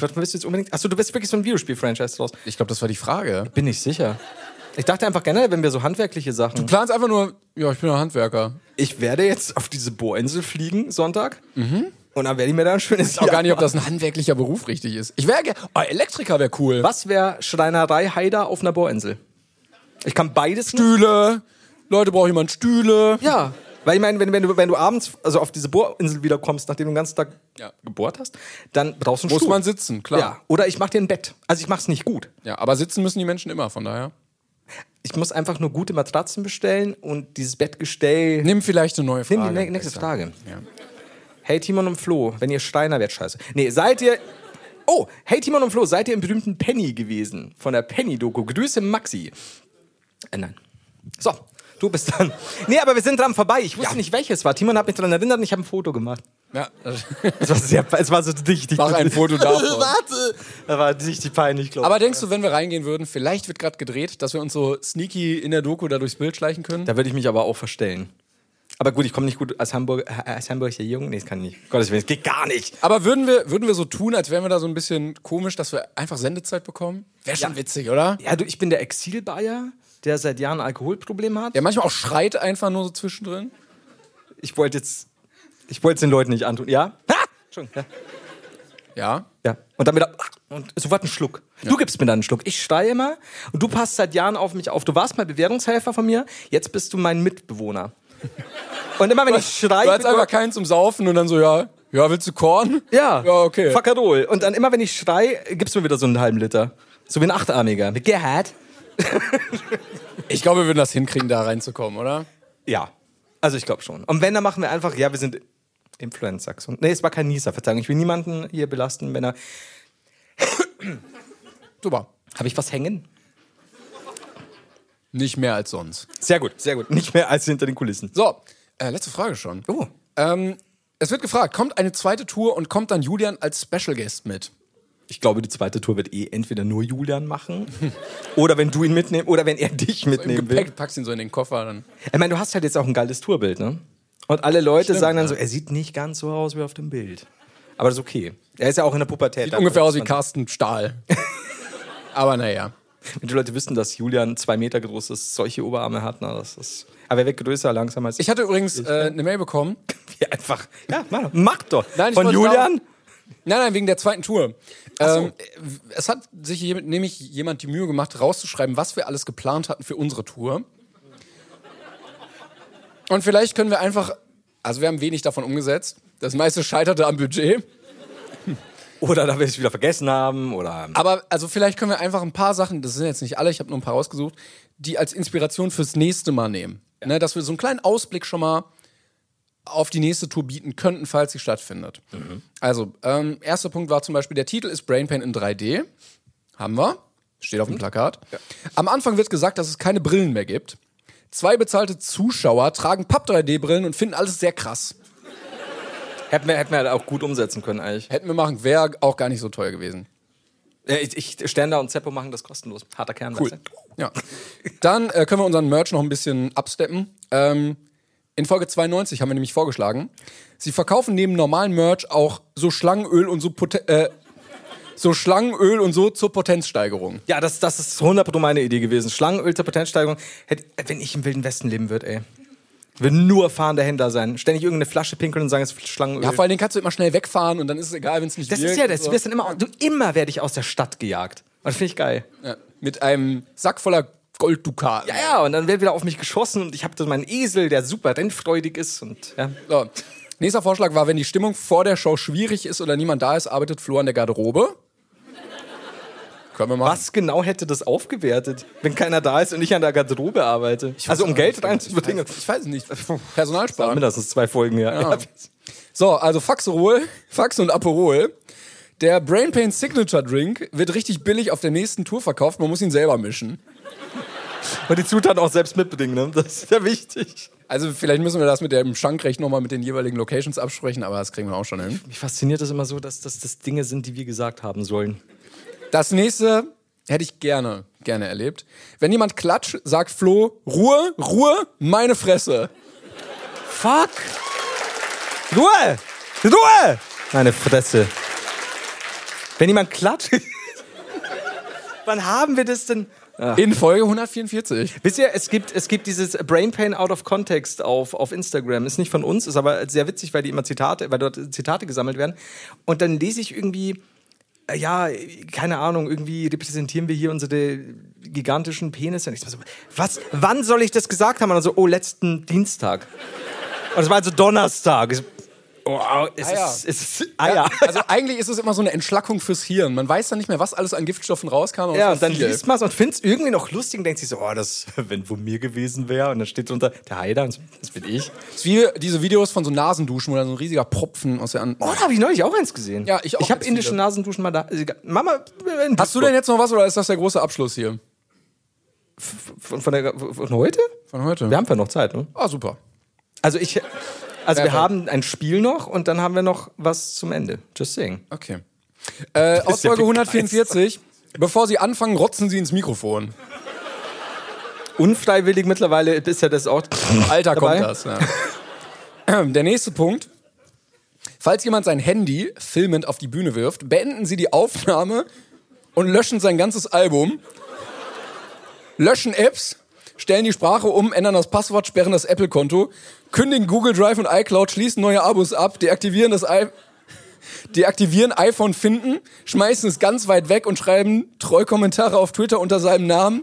Was willst du jetzt unbedingt. Achso, du bist wirklich so ein Videospiel-Franchise draus.
Ich glaube, das war die Frage.
Bin ich sicher. Ich dachte einfach generell, wenn wir so handwerkliche Sachen.
Plan's einfach nur, ja, ich bin ein Handwerker.
Ich werde jetzt auf diese Bohrinsel fliegen, Sonntag. Und dann werde Mhm. ich mir da ein schönes.
Auch gar nicht, ob das ein handwerklicher Beruf richtig ist. Ich wäre, ge- oh, Elektriker wäre cool.
Was wäre Schreinerei Haider auf einer Bohrinsel? Ich kann beides.
Stühle. Leute brauchen jemand Stühle.
Ja. Weil ich meine, wenn, wenn, du, wenn du abends also auf diese Bohrinsel wiederkommst, nachdem du den ganzen Tag
Ja.
gebohrt hast, dann brauchst du einen
Muss
Stuhl.
man sitzen, klar.
Ja. Oder ich mache dir ein Bett. Also ich mache es nicht gut.
Ja, aber sitzen müssen die Menschen immer, von daher.
Ich muss einfach nur gute Matratzen bestellen und dieses Bettgestell.
Nimm vielleicht eine neue Frage.
Nimm die nä- nächste Frage.
Ja.
Hey Timon und Flo, wenn ihr Steiner werdet, scheiße. Nee, seid ihr. Oh, hey Timon und Flo, seid ihr im berühmten Penny gewesen? Von der Penny-Doku. Grüße Maxi. Äh, nein. So, du bist dran. Nee, aber wir sind dran vorbei. Ich wusste nicht, welches war. Timon hat mich daran erinnert und ich habe ein Foto gemacht.
Ja.
Es war, sehr, es war so richtig.
Mach ein Foto davon.
Warte. Das war richtig peinlich, glaube ich.
Aber denkst du, wenn wir reingehen würden, vielleicht wird gerade gedreht, dass wir uns so sneaky in der Doku da durchs Bild schleichen können?
Da würde ich mich aber auch verstellen. Aber gut, ich komme nicht gut als, Hamburg, äh, als Hamburger Jungen. Nee, das kann ich nicht. Gottes Willen, das geht gar nicht.
Aber würden wir, würden wir so tun, als wären wir da so ein bisschen komisch, dass wir einfach Sendezeit bekommen? Wäre schon witzig, oder?
Ja, du, ich bin der Exil-Bayer, der seit Jahren ein Alkoholproblem hat.
Ja, manchmal auch schreit einfach nur so zwischendrin.
Ich wollte jetzt. Ich wollte es den Leuten nicht antun. Ja? Ha! Entschuldigung.
Ja.
Ja. ja. Und dann wieder. ah, Und sofort einen Schluck. Du gibst mir dann einen Schluck. Ich steige immer und du passt seit Jahren auf mich auf. Du warst mal Bewährungshelfer von mir, jetzt bist du mein Mitbewohner. Und immer wenn ich schreie.
Du hast einfach keinen zum Saufen und dann so, ja, ja, willst du Korn?
Ja.
Ja, okay.
Fuckerol. Und dann immer, wenn ich schrei, gibst du mir wieder so einen halben Liter. So wie ein Achtarmiger. Mit Gerhard.
Ich glaube, wir würden das hinkriegen, da reinzukommen, oder?
Ja. Also ich glaube schon. Und wenn, dann machen wir einfach, ja, wir sind Influencer. Und, nee, es war kein Nieser, Verzeihung. Ich will niemanden hier belasten, wenn er...
Super.
Habe ich was hängen?
Nicht mehr als sonst.
Sehr gut, sehr gut. Nicht mehr als hinter den Kulissen.
So, äh, letzte Frage schon.
Oh.
Ähm, es wird gefragt, kommt eine zweite Tour und kommt dann Julian als Special Guest mit?
Ich glaube, die zweite Tour wird eh entweder nur Julian machen oder wenn du ihn mitnehmen oder wenn er dich
Im
mitnehmen will.
Gepäck packst ihn so in den Koffer dann.
Ich meine, du hast halt jetzt auch ein geiles Tourbild, ne? Und alle Leute sagen dann so, er sieht nicht ganz so aus wie auf dem Bild. Aber das ist okay. Er ist ja auch in der Pubertät. Also
Sieht
Da-
ungefähr aus wie Carsten Stahl. Aber naja.
Wenn die Leute wüssten, dass Julian zwei Meter groß ist, solche Oberarme hat, na, das ist. Aber er wird größer langsam als
Ich hatte übrigens äh, eine Mail bekommen.
Ja, einfach. Ja, mach, mach doch.
Nein, ich
Von
wollte
Julian?
sagen- Nein, nein, wegen der zweiten Tour. Ähm, es hat sich je- nämlich jemand die Mühe gemacht, rauszuschreiben, was wir alles geplant hatten für unsere Tour. Und vielleicht können wir einfach, also wir haben wenig davon umgesetzt. Das meiste scheiterte am Budget.
Oder da wir es wieder vergessen haben oder.
Aber also vielleicht können wir einfach ein paar Sachen, das sind jetzt nicht alle, ich habe nur ein paar rausgesucht, die als Inspiration fürs nächste Mal nehmen. Ne, dass wir so einen kleinen Ausblick schon mal auf die nächste Tour bieten könnten, falls sie stattfindet. Also, ähm, erster Punkt war zum Beispiel, der Titel ist Brain Pain in 3D. Haben wir. Steht auf dem Plakat. Am Anfang wird gesagt, dass es keine Brillen mehr gibt. Zwei bezahlte Zuschauer tragen Papp-3D-Brillen und finden alles sehr krass.
Hätten wir, hätten wir halt auch gut umsetzen können, eigentlich.
Hätten wir machen, wäre auch gar nicht so teuer gewesen.
Ja, Ich, ich Stern da und Zeppo machen das kostenlos. Harter Kern,
Cool. Ja. Dann äh, können wir unseren Merch noch ein bisschen absteppen. Ähm, in Folge 92 haben wir nämlich vorgeschlagen, sie verkaufen neben normalen Merch auch so Schlangenöl und so Poten äh, so Schlangenöl und so zur Potenzsteigerung.
Ja, das, das ist 100% meine Idee gewesen. Schlangenöl zur Potenzsteigerung. Hätte, wenn ich im Wilden Westen leben würde, ey. Würde nur fahrender Händler sein. Ständig irgendeine Flasche pinkeln und sagen, es ist Schlangenöl.
Ja, vor allen Dingen kannst du immer schnell wegfahren und dann ist es egal, wenn es nicht
das
wirkt.
ist ja das.
und
Du wirst dann immer, du, immer werde ich aus der Stadt gejagt. Und das finde ich geil.
so. ja. Mit einem Sack voller Golddukaten.
Ja, ja, und dann wird wieder auf mich geschossen und ich habe dann meinen Esel, der super rennfreudig ist. Und, ja.
So. Nächster Vorschlag war, wenn die Stimmung vor der Show schwierig ist oder niemand da ist, arbeitet Flo an der Garderobe. Können wir machen.
Was genau hätte das aufgewertet, wenn keiner da ist und ich an der Garderobe arbeite? Also um Geld reinzubringen.
Ich weiß es nicht. Personal sparen.
Mindestens zwei Folgen, ja. ja.
So, also Faxerol, Fax und Aperol. Der Brain Pain Signature Drink wird richtig billig auf der nächsten Tour verkauft. Man muss ihn selber mischen.
Und die Zutaten auch selbst mitbringen, ne? Das ist ja wichtig.
Also vielleicht müssen wir das mit dem Schankrecht nochmal mit den jeweiligen Locations absprechen, aber das kriegen wir auch schon hin.
Mich fasziniert das immer so, dass das, das Dinge sind, die wir gesagt haben sollen.
Das nächste hätte ich gerne, gerne erlebt. Wenn jemand klatscht, sagt Flo, Ruhe, Ruhe, meine Fresse.
Fuck! Ruhe! Ruhe! Meine Fresse. Wenn jemand klatscht. Wann haben wir das denn?
In Folge 144.
Wisst ihr, es gibt, es gibt dieses Brain Pain Out of Context auf, auf Instagram. Ist nicht von uns, ist aber sehr witzig, weil die immer Zitate, weil dort Zitate gesammelt werden. Und dann lese ich irgendwie, äh, ja, keine Ahnung, irgendwie repräsentieren wir hier unsere gigantischen Penisse. Und ich so, was, wann soll ich das gesagt haben? Und dann so, oh, letzten Dienstag. Und es war also Donnerstag. Ich so, Oh, au, es
Eier.
ist, es ist, ah ja.
Also eigentlich ist es immer so eine Entschlackung fürs Hirn. Man weiß dann nicht mehr, was alles an Giftstoffen rauskam. aber es
Ja,
war
und dann
viel.
liest man es und findet es irgendwie noch lustig und denkt sich so, oh, das, wenn von mir gewesen wäre. Und dann steht drunter, der Heider, und so, das bin ich.
Es ist wie diese Videos von so Nasenduschen, wo dann so ein riesiger Propfen aus der An
Oh, da habe ich neulich auch eins gesehen.
Ja, ich auch
Ich habe
ganz
indische
viele.
Nasenduschen mal da. also, Mama, in
Hast du denn jetzt noch was oder ist das der große Abschluss hier
von, von, der, von heute?
von heute?
Wir haben ja noch Zeit, ne?
Ah, super.
Also ich. Also wir
Perfekt.
haben ein Spiel noch und dann haben wir noch was zum Ende. Just saying.
Okay. Äh, aus
ja
Folge
wie
144. Bevor Sie anfangen, rotzen Sie ins Mikrofon.
Unfreiwillig mittlerweile ist ja das auch.
Alter,
dabei.
kommt das. ne? Ja. Der nächste Punkt. Falls jemand sein Handy filmend auf die Bühne wirft, beenden Sie die Aufnahme und löschen sein ganzes Album, löschen Apps, stellen die Sprache um, ändern das Passwort, sperren das Apple-Konto, kündigen Google Drive und iCloud, schließen neue Abos ab, deaktivieren das I deaktivieren iPhone finden, schmeißen es ganz weit weg und schreiben treu Kommentare auf Twitter unter seinem Namen.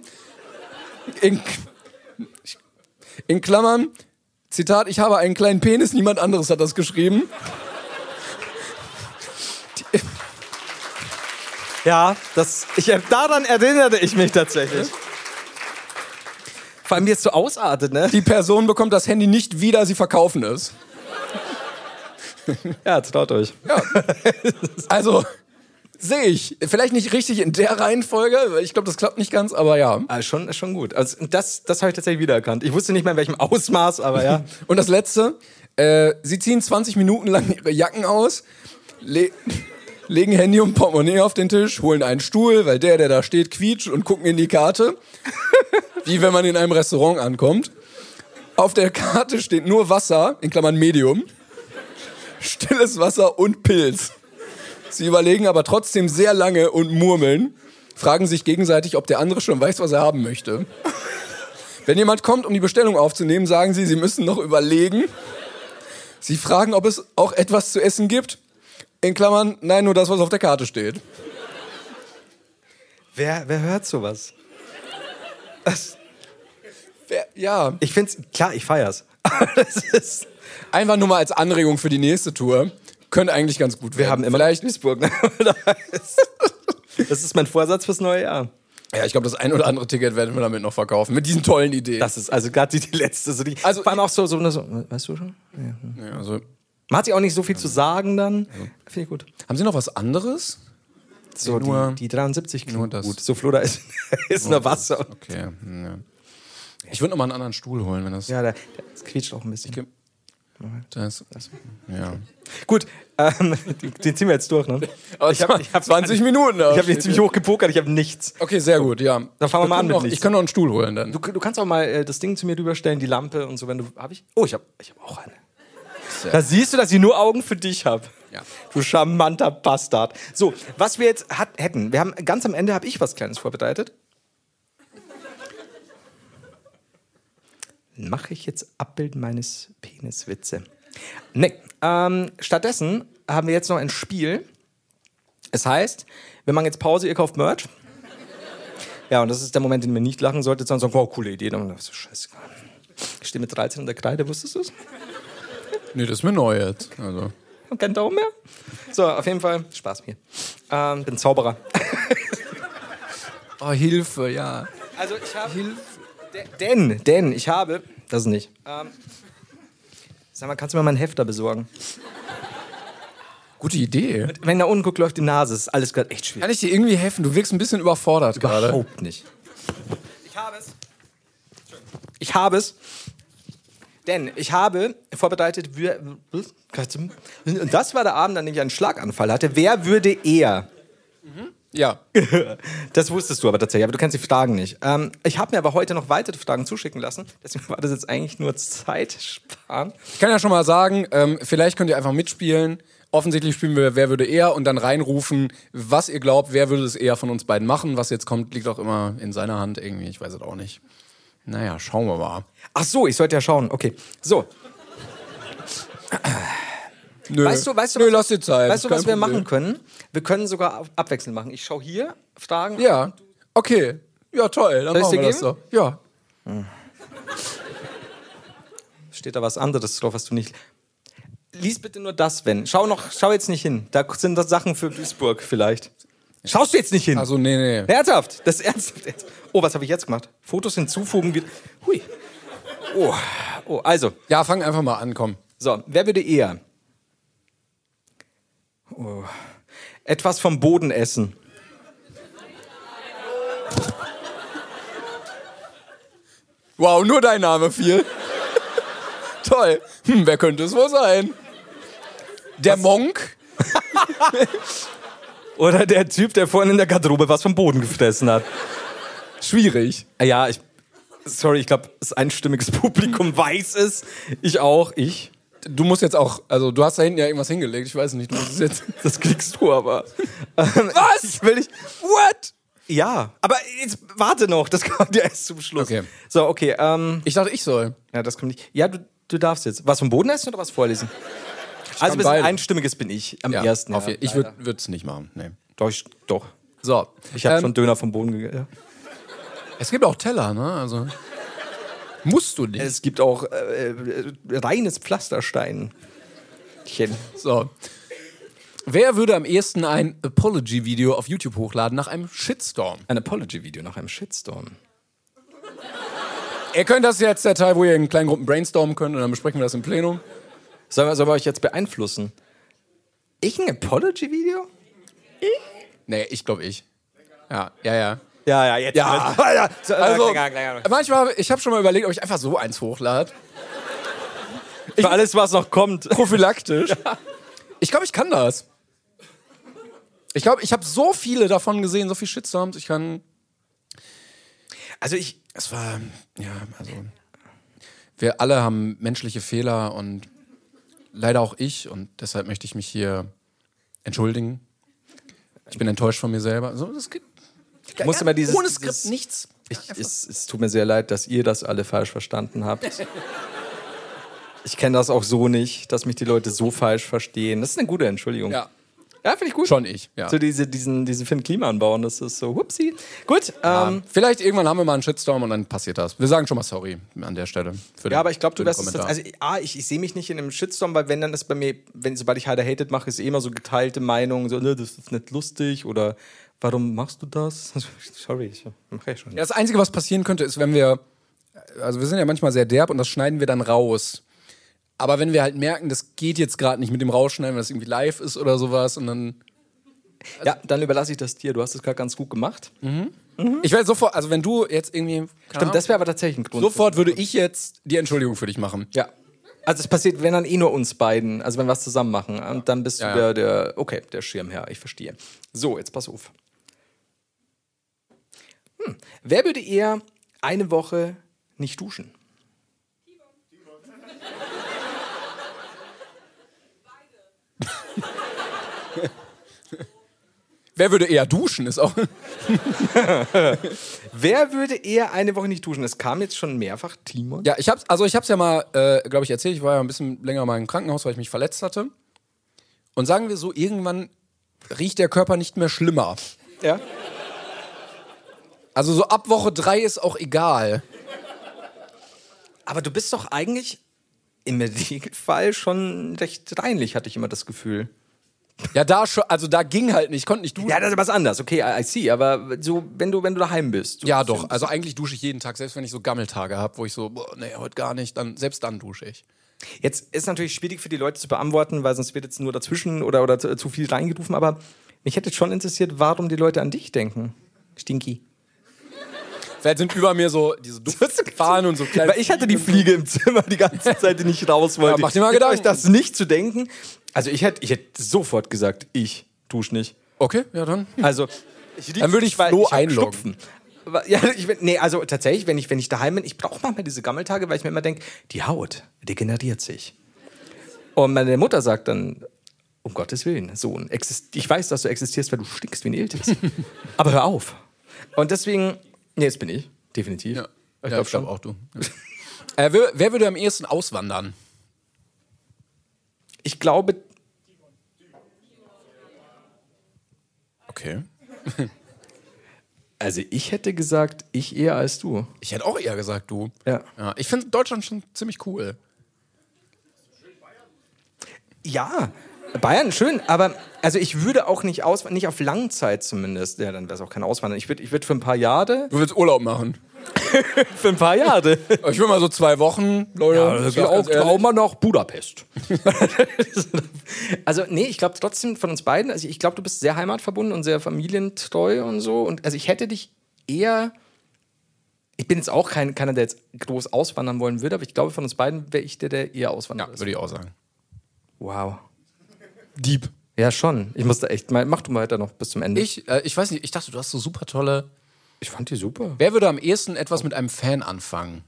In, in Klammern, Zitat, ich habe einen kleinen Penis, niemand anderes hat das geschrieben.
Ja, das, ich, daran erinnerte ich mich tatsächlich. Vor allem, wie es so ausartet, ne?
Die Person bekommt das Handy nicht wieder, sie verkaufen es.
Ja, traut euch.
Also, sehe ich. Vielleicht nicht richtig in der Reihenfolge, weil ich glaube, das klappt nicht ganz, aber ja.
Ah, schon, schon gut. Also das, das habe ich tatsächlich wiedererkannt. Ich wusste nicht mehr, in welchem Ausmaß, aber ja.
Und das letzte, äh, sie ziehen 20 Minuten lang ihre Jacken aus, le legen Handy und Portemonnaie auf den Tisch, holen einen Stuhl, weil der, der da steht, quietscht und gucken in die Karte. Wie wenn man in einem Restaurant ankommt. Auf der Karte steht nur Wasser, in Klammern Medium, stilles Wasser und Pilz. Sie überlegen aber trotzdem sehr lange und murmeln, fragen sich gegenseitig, ob der andere schon weiß, was er haben möchte. Wenn jemand kommt, um die Bestellung aufzunehmen, sagen sie, sie müssen noch überlegen. Sie fragen, ob es auch etwas zu essen gibt. In Klammern, nein, nur das, was auf der Karte steht.
Wer, wer hört sowas?
Wer- Ja,
Ich find's, klar, ich feier's. das ist,
einfach nur mal als Anregung für die nächste Tour. Könnte eigentlich ganz gut werden.
wir haben immer
Vielleicht,
Duisburg. Ne? das ist mein Vorsatz fürs neue Jahr.
ja, ich glaube, das ein oder andere Ticket werden wir damit noch verkaufen. Mit diesen tollen Ideen.
Das ist also gerade die, die letzte. So die,
Also-
waren auch so, so, so, weißt du schon? Ja.
ja, also,
Man hat sich auch nicht so viel zu sagen dann. Finde ich gut.
haben Sie noch was anderes?
So,
Nur-
die, die 73 klingt
nur das.
gut. So, Flo, da ist, ist nur Wasser.
Okay, ja. Ich würde noch mal einen anderen Stuhl holen, wenn das...
Ja, da, das quietscht auch ein bisschen.
das, ja.
Gut, ähm, den ziehen wir jetzt durch, ne?
Aber
Ich hab- ich hab
20 Oh, Minuten.
Ich habe mich ziemlich hoch gepokert, ich habe nichts.
Okay, sehr gut, ja.
Dann fangen wir mal an
können
mit
noch,
nichts.
Ich kann noch einen Stuhl holen dann.
Du, du kannst auch mal äh, das Ding zu mir rüberstellen, die Lampe und so, wenn du. Hab ich? Oh, ich habe ich hab auch eine. Da siehst du, dass ich nur Augen für dich habe.
Ja.
Du charmanter Bastard. So, was wir jetzt hat, hätten, wir haben ganz am Ende habe ich was Kleines vorbereitet. Mache ich jetzt Abbild meines Peniswitze? Nee. Ähm, stattdessen haben wir jetzt noch ein Spiel. Es heißt, wir machen jetzt Pause, ihr kauft Merch. Ja, und das ist der Moment, in dem ihr nicht lachen solltet, sondern sagen, wow, coole Idee. Dann so, scheiße. Ich stehe mit 13 in der Kreide, wusstest du es?
Nee, das ist mir neu jetzt. Also.
Und kein Daumen mehr? So, auf jeden Fall, Spaß mir. Ähm, bin Zauberer.
Oh, Hilfe, ja.
Also ich habe. De- Denn, denn, ich habe. Das nicht. Ähm, sag mal, kannst du mir mal einen Hefter besorgen?
Gute Idee.
Wenn da unten guckt, läuft die Nase. Ist alles gerade echt schwierig.
Kann ich dir irgendwie helfen? Du wirkst ein bisschen überfordert gerade.
Überhaupt nicht. Ich habe es. Ich habe es. Denn ich habe vorbereitet, wir- und das war der Abend, an dem ich einen Schlaganfall hatte. Wer würde eher?
Ja.
Das wusstest du aber tatsächlich, aber du kennst die Fragen nicht. Ähm, ich habe mir aber heute noch weitere Fragen zuschicken lassen, deswegen war das jetzt eigentlich nur Zeit sparen.
Ich kann ja schon mal sagen, ähm, vielleicht könnt ihr einfach mitspielen. Offensichtlich spielen wir Wer würde eher und dann reinrufen, was ihr glaubt, wer würde es eher von uns beiden machen. Was jetzt kommt, liegt auch immer in seiner Hand irgendwie. Ich weiß es auch nicht. Naja, schauen wir mal.
Ach so, ich sollte ja schauen. Okay. So,
Also Nö.
weißt du, weißt du,
Nö,
was,
lass dir Zeit.
Weißt du,
Kein
was wir
Problem.
machen können? Wir können sogar ab- abwechselnd machen. Ich schaue hier Fragen.
Ja. Okay. Ja, toll. Dann
ich's
machen wir
dir
das so.
geben?
Ja.
Steht da was anderes drauf, was du nicht. Lies bitte nur das, wenn. Schau noch, schau jetzt nicht hin. Da sind das Sachen für Duisburg vielleicht. Schaust du jetzt nicht hin?
Also, nee, nee.
Ernsthaft, das ist ernsthaft. jetzt. Oh, was habe ich jetzt gemacht? Fotos hinzufügen. wie- Hui. Oh, oh, also,
Ja, fang einfach mal an, komm.
so, wer würde eher? Oh. Etwas vom Boden essen.
Wow, nur dein Name fiel. Toll. Hm, wer könnte es wohl sein? Der Monk?
Oder der Typ, der vorhin in der Garderobe was vom Boden gefressen hat.
Schwierig.
Ah Ja, ich. Sorry, ich glaube, das einstimmiges Publikum weiß es. Ich auch, ich.
Du musst jetzt auch, also du hast da hinten ja irgendwas hingelegt, ich weiß nicht, du musst es jetzt.
Das kriegst du aber. Was? Ich will nicht. What? Ja, aber jetzt warte noch, das kommt ja erst zum Schluss.
Okay.
So, okay, ähm.
Ich dachte, ich soll.
Ja, das kommt nicht. Ja, du, du darfst jetzt. Was vom Boden essen oder was vorlesen? Also ein bisschen
beide.
einstimmiges bin ich am
Ja,
ersten.
auf
ja,
je- ich würde es nicht machen. Nee.
Doch, ich, doch.
So.
Ich habe
Ähm,
schon Döner vom Boden gegessen.
Es gibt auch Teller, ne? Also. Musst du nicht.
Es gibt auch äh, äh, reines Pflasterstein.
So. Wer würde am ehesten ein Apology-Video auf YouTube hochladen nach einem Shitstorm?
Ein Apology-Video nach einem Shitstorm.
Ihr könnt das jetzt der Teil, wo ihr in kleinen Gruppen brainstormen könnt und dann besprechen wir das im Plenum.
Sollen wir, sollen wir euch jetzt beeinflussen? Ich ein Apology-Video?
Nee, ich glaube ich. Ja, ja, ja.
Ja, ja, jetzt.
Ja.
So,
Also,
klar, klar, klar.
manchmal, ich habe schon mal überlegt, ob ich einfach so eins hochlade.
Für alles, was noch kommt.
Prophylaktisch. Ich glaube, ich kann das. Ich glaube, ich habe so viele davon gesehen, so viele Shitstorms. Ich kann.
Also ich.
Es war. Ja, also. Wir alle haben menschliche Fehler und leider auch ich. Und deshalb möchte ich mich hier entschuldigen. Ich bin enttäuscht von mir selber. So, das geht,
Ich musste mal dieses.
ohne Skript
dieses-
nichts.
Ich, es, es tut mir sehr leid, dass ihr das alle falsch verstanden habt. Ich kenne das auch so nicht, dass mich die Leute so falsch verstehen. Das ist eine gute Entschuldigung.
Ja.
ja finde ich gut.
Schon ich, ja.
So diese, diesen, diesen Finn Klima anbauen, das ist so, whoopsie. Gut, ähm,
Vielleicht irgendwann haben wir mal einen Shitstorm und dann passiert das. Wir sagen schon mal sorry an der Stelle. für den-
ja, aber ich glaube, du
für den
wirst es,
Kommentar.
also, ah, ich, ich sehe mich nicht in einem Shitstorm, weil wenn, dann ist bei mir, wenn, sobald ich Heider Hated mache, ist eh immer so geteilte Meinung, so, ne, das ist nicht lustig oder warum machst du das? Sorry, ich mach ja schon.
Ja, Das Einzige, was passieren könnte, ist, wenn wir. Also, wir sind ja manchmal sehr derb und das schneiden wir dann raus. Aber wenn wir halt merken, das geht jetzt gerade nicht mit dem Rausschneiden, weil das irgendwie live ist oder sowas und dann.
Mhm. ja, dann überlasse ich das dir, du hast es gerade ganz gut gemacht.
Ich werde sofort, also wenn du jetzt irgendwie.
Stimmt, das wäre aber tatsächlich ein Grund.
sofort würde ich jetzt die Entschuldigung für dich machen.
Ja. Also es passiert, wenn dann eh nur uns beiden, also wenn wir was zusammen machen. Und dann bist
Ja,
du
ja.
der, der, okay, der Schirmherr, ich verstehe. So, jetzt pass auf. Hm. Wer würde eher eine Woche nicht duschen?
Wer würde eher duschen, ist auch.
Wer würde eher eine Woche nicht duschen? Es kam jetzt schon mehrfach, Timon.
Ja, ich hab's, also ich hab's ja mal, äh, glaube ich, erzählt. Ich war ja ein bisschen länger mal im Krankenhaus, weil ich mich verletzt hatte. Und sagen wir so, irgendwann riecht der Körper nicht mehr schlimmer.
Ja.
Also so ab Woche drei ist auch egal.
Aber du bist doch eigentlich im Regelfall schon recht reinlich, hatte ich immer das Gefühl.
Ja, da schon, also da ging halt nicht, konnte nicht duschen.
Ja, das ist was anders. Okay, I I see. Aber so, wenn du, wenn du daheim bist. so-
Ja, doch. Also eigentlich dusche ich jeden Tag, selbst wenn ich so Gammeltage habe, wo ich so, boah, nee, heute gar nicht, dann selbst dann dusche ich.
Jetzt ist natürlich schwierig für die Leute zu beantworten, weil sonst wird jetzt nur dazwischen oder, oder zu, zu viel reingerufen. Aber mich hätte schon interessiert, warum die Leute an dich denken. Stinky.
Vielleicht sind über mir so diese Duftfahnen und so kleine.
Weil ich hatte die Fliege im Zimmer die ganze Zeit, die nicht raus wollte.
Ja, mach dir mal
Gibt
Gedanken.
euch das nicht zu denken. Also ich hätte, ich hätte sofort gesagt, ich dusche nicht.
Okay, ja dann.
Also ich riech-
Dann würde ich
weil
Flo
hab
einloggen.
Schnupfen. Aber- Ja, ich, bin- nee, also tatsächlich, wenn ich, wenn ich daheim bin, ich brauche manchmal diese Gammeltage, weil ich mir immer denke, die Haut degeneriert sich. Und meine Mutter sagt dann, um Gottes Willen, Sohn, exist ich weiß, dass du existierst, weil du stinkst wie ein Iltis. Aber hör auf. Und deswegen, nee, jetzt bin ich, definitiv.
Ja,
Ich glaub
ich glaube
schon.
glaub auch du. Ja. äh, wer, wer würde am ehesten auswandern?
Ich glaube,
Okay.
also ich hätte gesagt, ich eher als du.
Ich hätte auch eher gesagt, du.
Ja.
ja ich finde Deutschland schon ziemlich cool.
Ja, Bayern schön, aber also ich würde auch nicht auswandern, nicht auf Langzeit zumindest. Ja, dann wäre es auch kein Auswandern. Ich würde ich würd für ein paar Jahre.
Du willst Urlaub machen.
Für ein paar Jahre.
Ich will mal so zwei Wochen, Leute.
wir
auch
auch mal nach Budapest. also, nee, ich glaube trotzdem von uns beiden, also ich glaube, du bist sehr heimatverbunden und sehr familientreu und so. Und also ich hätte dich eher. Ich bin jetzt auch kein, keiner, der jetzt groß auswandern wollen würde, aber ich glaube, von uns beiden wäre ich der, der eher auswandern
Ja,
würde.
würde ich auch sagen.
Wow.
Dieb.
Ja, schon. Ich muss da echt mal. Mach du mal weiter noch bis zum Ende.
Ich, äh, ich weiß nicht, ich dachte, du hast so super tolle.
ich fand die super.
Wer würde am ehesten etwas mit einem Fan anfangen?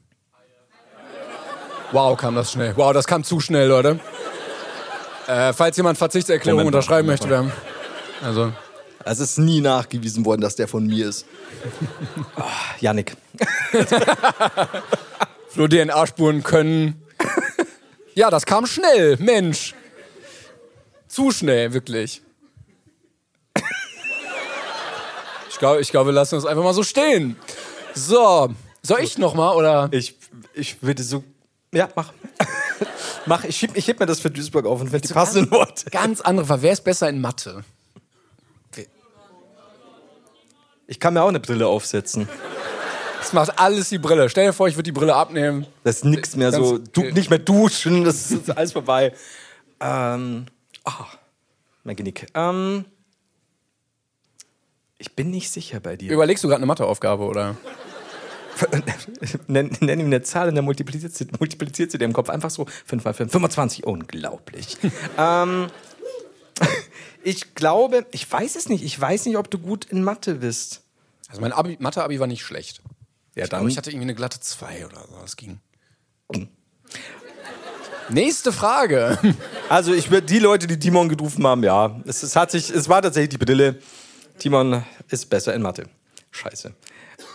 Wow, kam das schnell. Wow, das kam zu schnell, Leute. Äh, falls jemand Verzichtserklärung
Moment mal,
unterschreiben
Moment
möchte, wir haben. Also,
Also es ist nie nachgewiesen worden, dass der von mir ist. Ah, Yannick.
Flo DNA-Spuren können. ja, das kam schnell, Mensch. Zu schnell, wirklich. Ich glaube, ich glaub, wir lassen uns einfach mal so stehen. So, soll ich nochmal oder?
Ich, ich würde so. Ja, mach. mach, ich heb, ich heb mir das für Duisburg auf und finde die passenden Worte.
Ganz andere Frage. Wer ist besser in Mathe?
Ich kann mir auch eine Brille aufsetzen.
Das macht alles die Brille. Stell dir vor, ich würde die Brille abnehmen.
Das ist nichts mehr
Ganz-
so. Du, nicht mehr duschen, das ist alles vorbei. Ähm. Ah, mein Genick. Ähm. Ich bin nicht sicher bei dir.
Überlegst du gerade eine Matheaufgabe, oder?
nenn, nenn ihm eine Zahl und dann multipliziert sie, multipliziert sie dir im Kopf einfach so. 5 mal 5, 25, unglaublich. ähm, ich glaube, ich weiß es nicht. Ich weiß nicht, ob du gut in Mathe bist.
Also mein Abi, Mathe-Abi war nicht schlecht.
Ja,
ich glaube, ich hatte irgendwie eine glatte 2 oder so. Das ging. Nächste Frage.
Also ich würde die Leute, die Timon gerufen haben, ja, es, es, hat sich, es war tatsächlich die Brille. Timon ist besser in Mathe. Scheiße.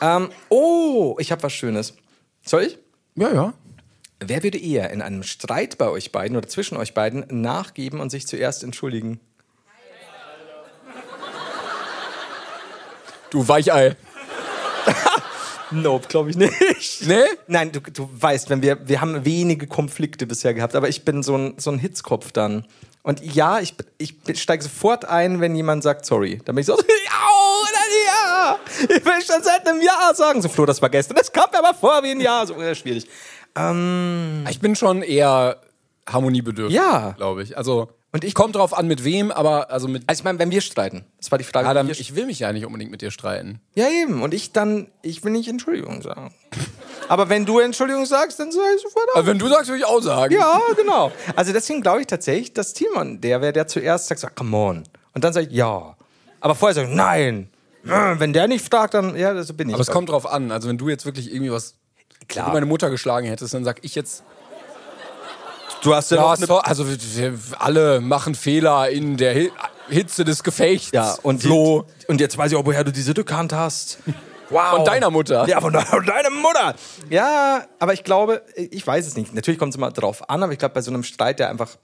Ähm, oh, ich habe was Schönes. Soll ich?
Ja, ja.
Wer würde eher in einem Streit bei euch beiden oder zwischen euch beiden nachgeben und sich zuerst entschuldigen?
Du Weichei.
Nope, glaube ich nicht.
Nee?
Nein, du, du weißt, wenn wir, wir haben wenige Konflikte bisher gehabt, aber ich bin so ein, so ein Hitzkopf dann. Und ja, ich, ich steige sofort ein, wenn jemand sagt sorry. Dann bin ich so, ja, oder ja. Ich will schon seit einem Jahr sagen. So, Flo, das war gestern. Das kam mir aber vor wie ein Jahr. So, äh, schwierig.
Ich bin schon eher harmoniebedürftig,
Ja.
glaube ich. Also, und ich kommt drauf an, mit wem, aber also mit
Also ich meine, wenn wir streiten. Das war die Frage.
Adam,
wenn wir
ich will mich ja nicht unbedingt mit dir streiten.
Ja, eben. Und ich dann, ich will nicht Entschuldigung sagen. aber wenn du Entschuldigung sagst, dann sage ich sofort auf.
Also, wenn du sagst, würde ich auch sagen.
Ja, genau. Also deswegen glaube ich tatsächlich, dass Timon der wäre, der zuerst sagt, so, come on. Und dann sage ich, ja. Aber vorher sage ich, nein. Äh, Wenn der nicht fragt, dann, ja, so bin ich. halt.
Aber es kommt drauf an. Also, wenn du jetzt wirklich irgendwie was
Klar.
wenn du meine Mutter geschlagen hättest, dann sag ich jetzt,
du hast ja,
ja,
noch eine...
so, also wir, wir alle machen Fehler in der Hi- Hitze des Gefechts.
Ja, und,
Flo.
die- und jetzt weiß ich auch, woher du diese Rückhand hast. Wow.
Von deiner Mutter.
Ja, von de- von deiner Mutter. Ja, aber ich glaube, ich weiß es nicht. Natürlich kommt es immer drauf an, aber ich glaube, bei so einem Streit, der einfach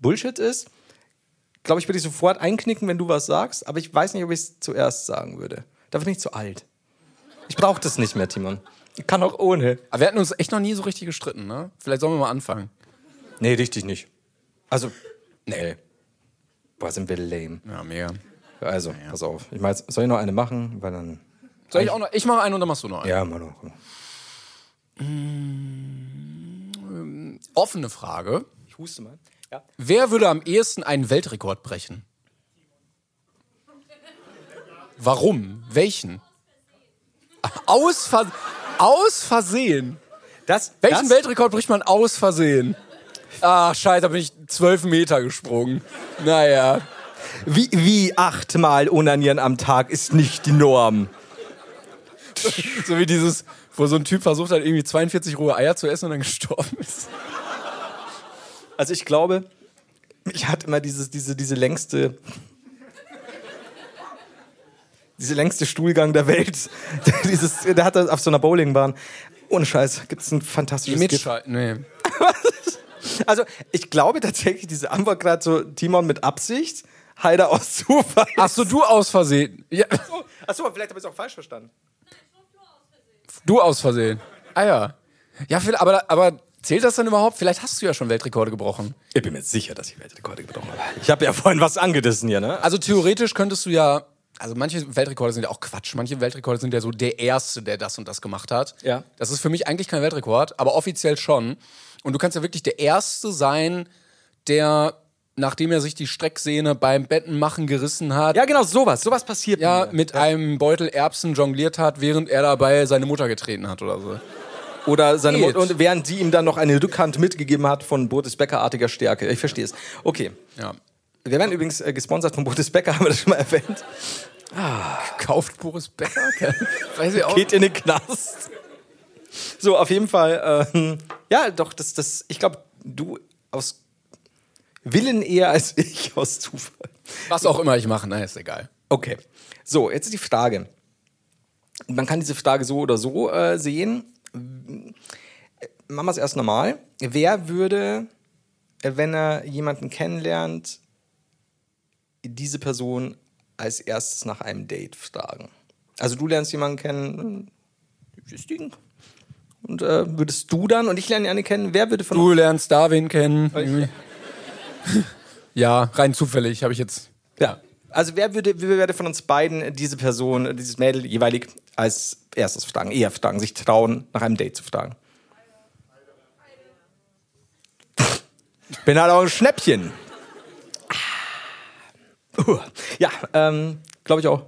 Bullshit ist, glaube ich, würde ich sofort einknicken, wenn du was sagst. Aber ich weiß nicht, ob ich es zuerst sagen würde. Dafür bin ich zu alt. Ich brauche das nicht mehr, Timon. Ich kann auch ohne.
Aber wir hatten uns echt noch nie so richtig gestritten, ne? Vielleicht sollen wir mal anfangen.
Nee, richtig nicht. Also, nee. Boah, sind wir lame.
Ja, mega.
Also, pass auf. Ich meine, soll ich noch eine machen? Weil dann.
Soll ich auch noch? Ich mache einen und dann machst du noch einen.
Ja, mal noch. komm.
Offene Frage.
Ich huste mal. Ja.
Wer würde am ehesten einen Weltrekord brechen? Warum? Welchen? Aus, Ver aus Versehen.
Das,
Welchen
das,
Weltrekord bricht man aus Versehen? Ach, scheiße, da bin ich zwölf Meter gesprungen. Naja.
Wie, wie achtmal onanieren am Tag ist nicht die Norm.
So wie dieses, wo so ein Typ versucht hat, irgendwie 42 rohe Eier zu essen und dann gestorben ist.
Also ich glaube, ich hatte immer dieses, diese, diese längste. Diese längste Stuhlgang der Welt. Dieses, der hat das auf so einer Bowlingbahn. Ohne Scheiß, gibt es ein fantastisches Gift.
Mitschalten, nee.
Also, ich glaube tatsächlich, diese Antwort gerade so Timon mit Absicht, Heider aus Zufall.
Ach so, du aus Versehen. Ja,
so, ach so, vielleicht habe ich es auch falsch verstanden.
du aus Versehen. Ah ja. Ja, viel- aber, aber zählt das dann überhaupt? Vielleicht hast du ja schon Weltrekorde gebrochen.
Ich bin mir sicher, dass ich Weltrekorde gebrochen habe. Ich habe ja vorhin was angedissen hier, ne?
Also theoretisch könntest du ja, also manche Weltrekorde sind ja auch Quatsch. Manche Weltrekorde sind ja so der Erste, der das und das gemacht hat.
Ja.
Das ist für mich eigentlich kein Weltrekord, aber offiziell schon. Und du kannst ja wirklich der Erste sein, der, nachdem er sich die Strecksehne beim Bettenmachen gerissen hat,
Ja, genau, sowas. Sowas passiert
ja,
mir.
mit einem Beutel Erbsen jongliert hat, während er dabei seine Mutter getreten hat oder so.
Oder seine
Geht.
Mutter. Und während die ihm dann noch eine Rückhand mitgegeben hat von Boris Becker-artiger Stärke. Ich verstehe es. Okay.
Ja.
Wir werden übrigens äh, gesponsert von Boris Becker, haben wir das schon mal erwähnt.
Kauft Boris Becker? Weiß ich auch.
Geht in den Knast. So, auf jeden Fall. ähm, ja, doch, das, das, ich glaube, du aus Willen eher als ich aus Zufall.
Was auch immer ich mache, na, ist egal.
Okay. So, jetzt ist die Frage. Man kann diese Frage so oder so äh, sehen. Machen wir es erst normal. Wer würde, äh, wenn er jemanden kennenlernt, diese Person als erstes nach einem Date fragen? Also du lernst jemanden kennen, hm, ist Ding. Und äh, würdest du dann, und ich lerne eine kennen, wer würde von
Du lernst Darwin kennen. Irgendwie. Ja, rein zufällig habe ich jetzt.
Ja. Also wer würde, wer würde von uns beiden diese Person, dieses Mädel jeweilig als erstes fragen, eher fragen, sich trauen, nach einem Date zu fragen? Bin halt auch ein Schnäppchen. Ah. Uh. Ja, ähm, glaube ich auch.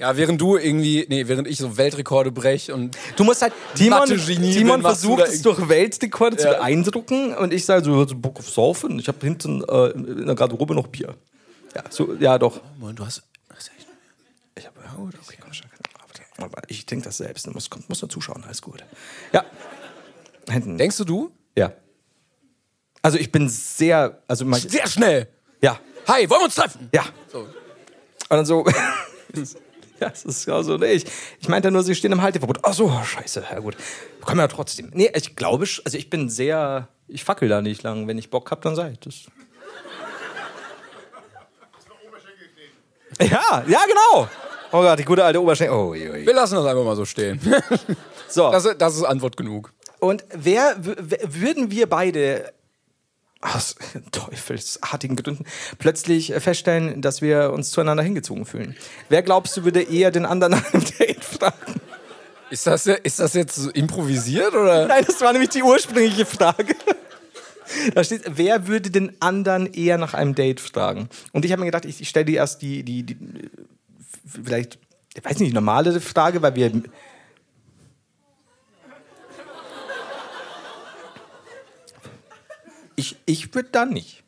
Ja, während du irgendwie, nee, während ich so Weltrekorde brech und
Du musst halt, Timon,
Mathe-Genie
Timon
bin, machst du
versucht
da
es
irgendwie-
durch Weltrekorde zu
Ja.
beeindrucken und ich sage so, hör so Bock auf Saufen, ich habe hinten äh, in der Garderobe noch Bier. Ja, so, ja doch.
du hast
Ich habe ja gut, okay, komm schon. Aber ich denke das selbst. Du musst, komm, musst nur zuschauen, alles gut. Ja. Hinten.
Denkst du du?
Ja. Also ich bin sehr, also mein,
Sehr schnell.
ja,
Hi, wollen wir uns treffen?
ja. Und dann so, ja, es ist ja so, nee, ich, ich meinte nur, sie stehen im Halteverbot. Ach so, scheiße, ja gut. Kommen ja trotzdem. Nee, ich glaube, sch- also ich bin sehr, ich fackel da nicht lang. Wenn ich Bock hab, dann sei das. Ja, ja, genau. Oh Gott, die gute alte Oberschenkel. Oh, je, je.
Wir lassen das einfach mal so stehen.
So.
Das, das ist Antwort genug.
Und wer, w- w- würden wir beide aus teufelsartigen Gründen plötzlich feststellen, dass wir uns zueinander hingezogen fühlen? Wer glaubst du, würde eher den anderen nach einem Date fragen?
Ist das, ist das jetzt so improvisiert oder?
Nein, das war nämlich die ursprüngliche Frage. Da steht, wer würde den anderen eher nach einem Date fragen? Und ich habe mir gedacht, ich, ich stelle dir erst die, die, die, äh, vielleicht, ich weiß nicht, normale Frage, weil wir Ich, ich würde da nicht.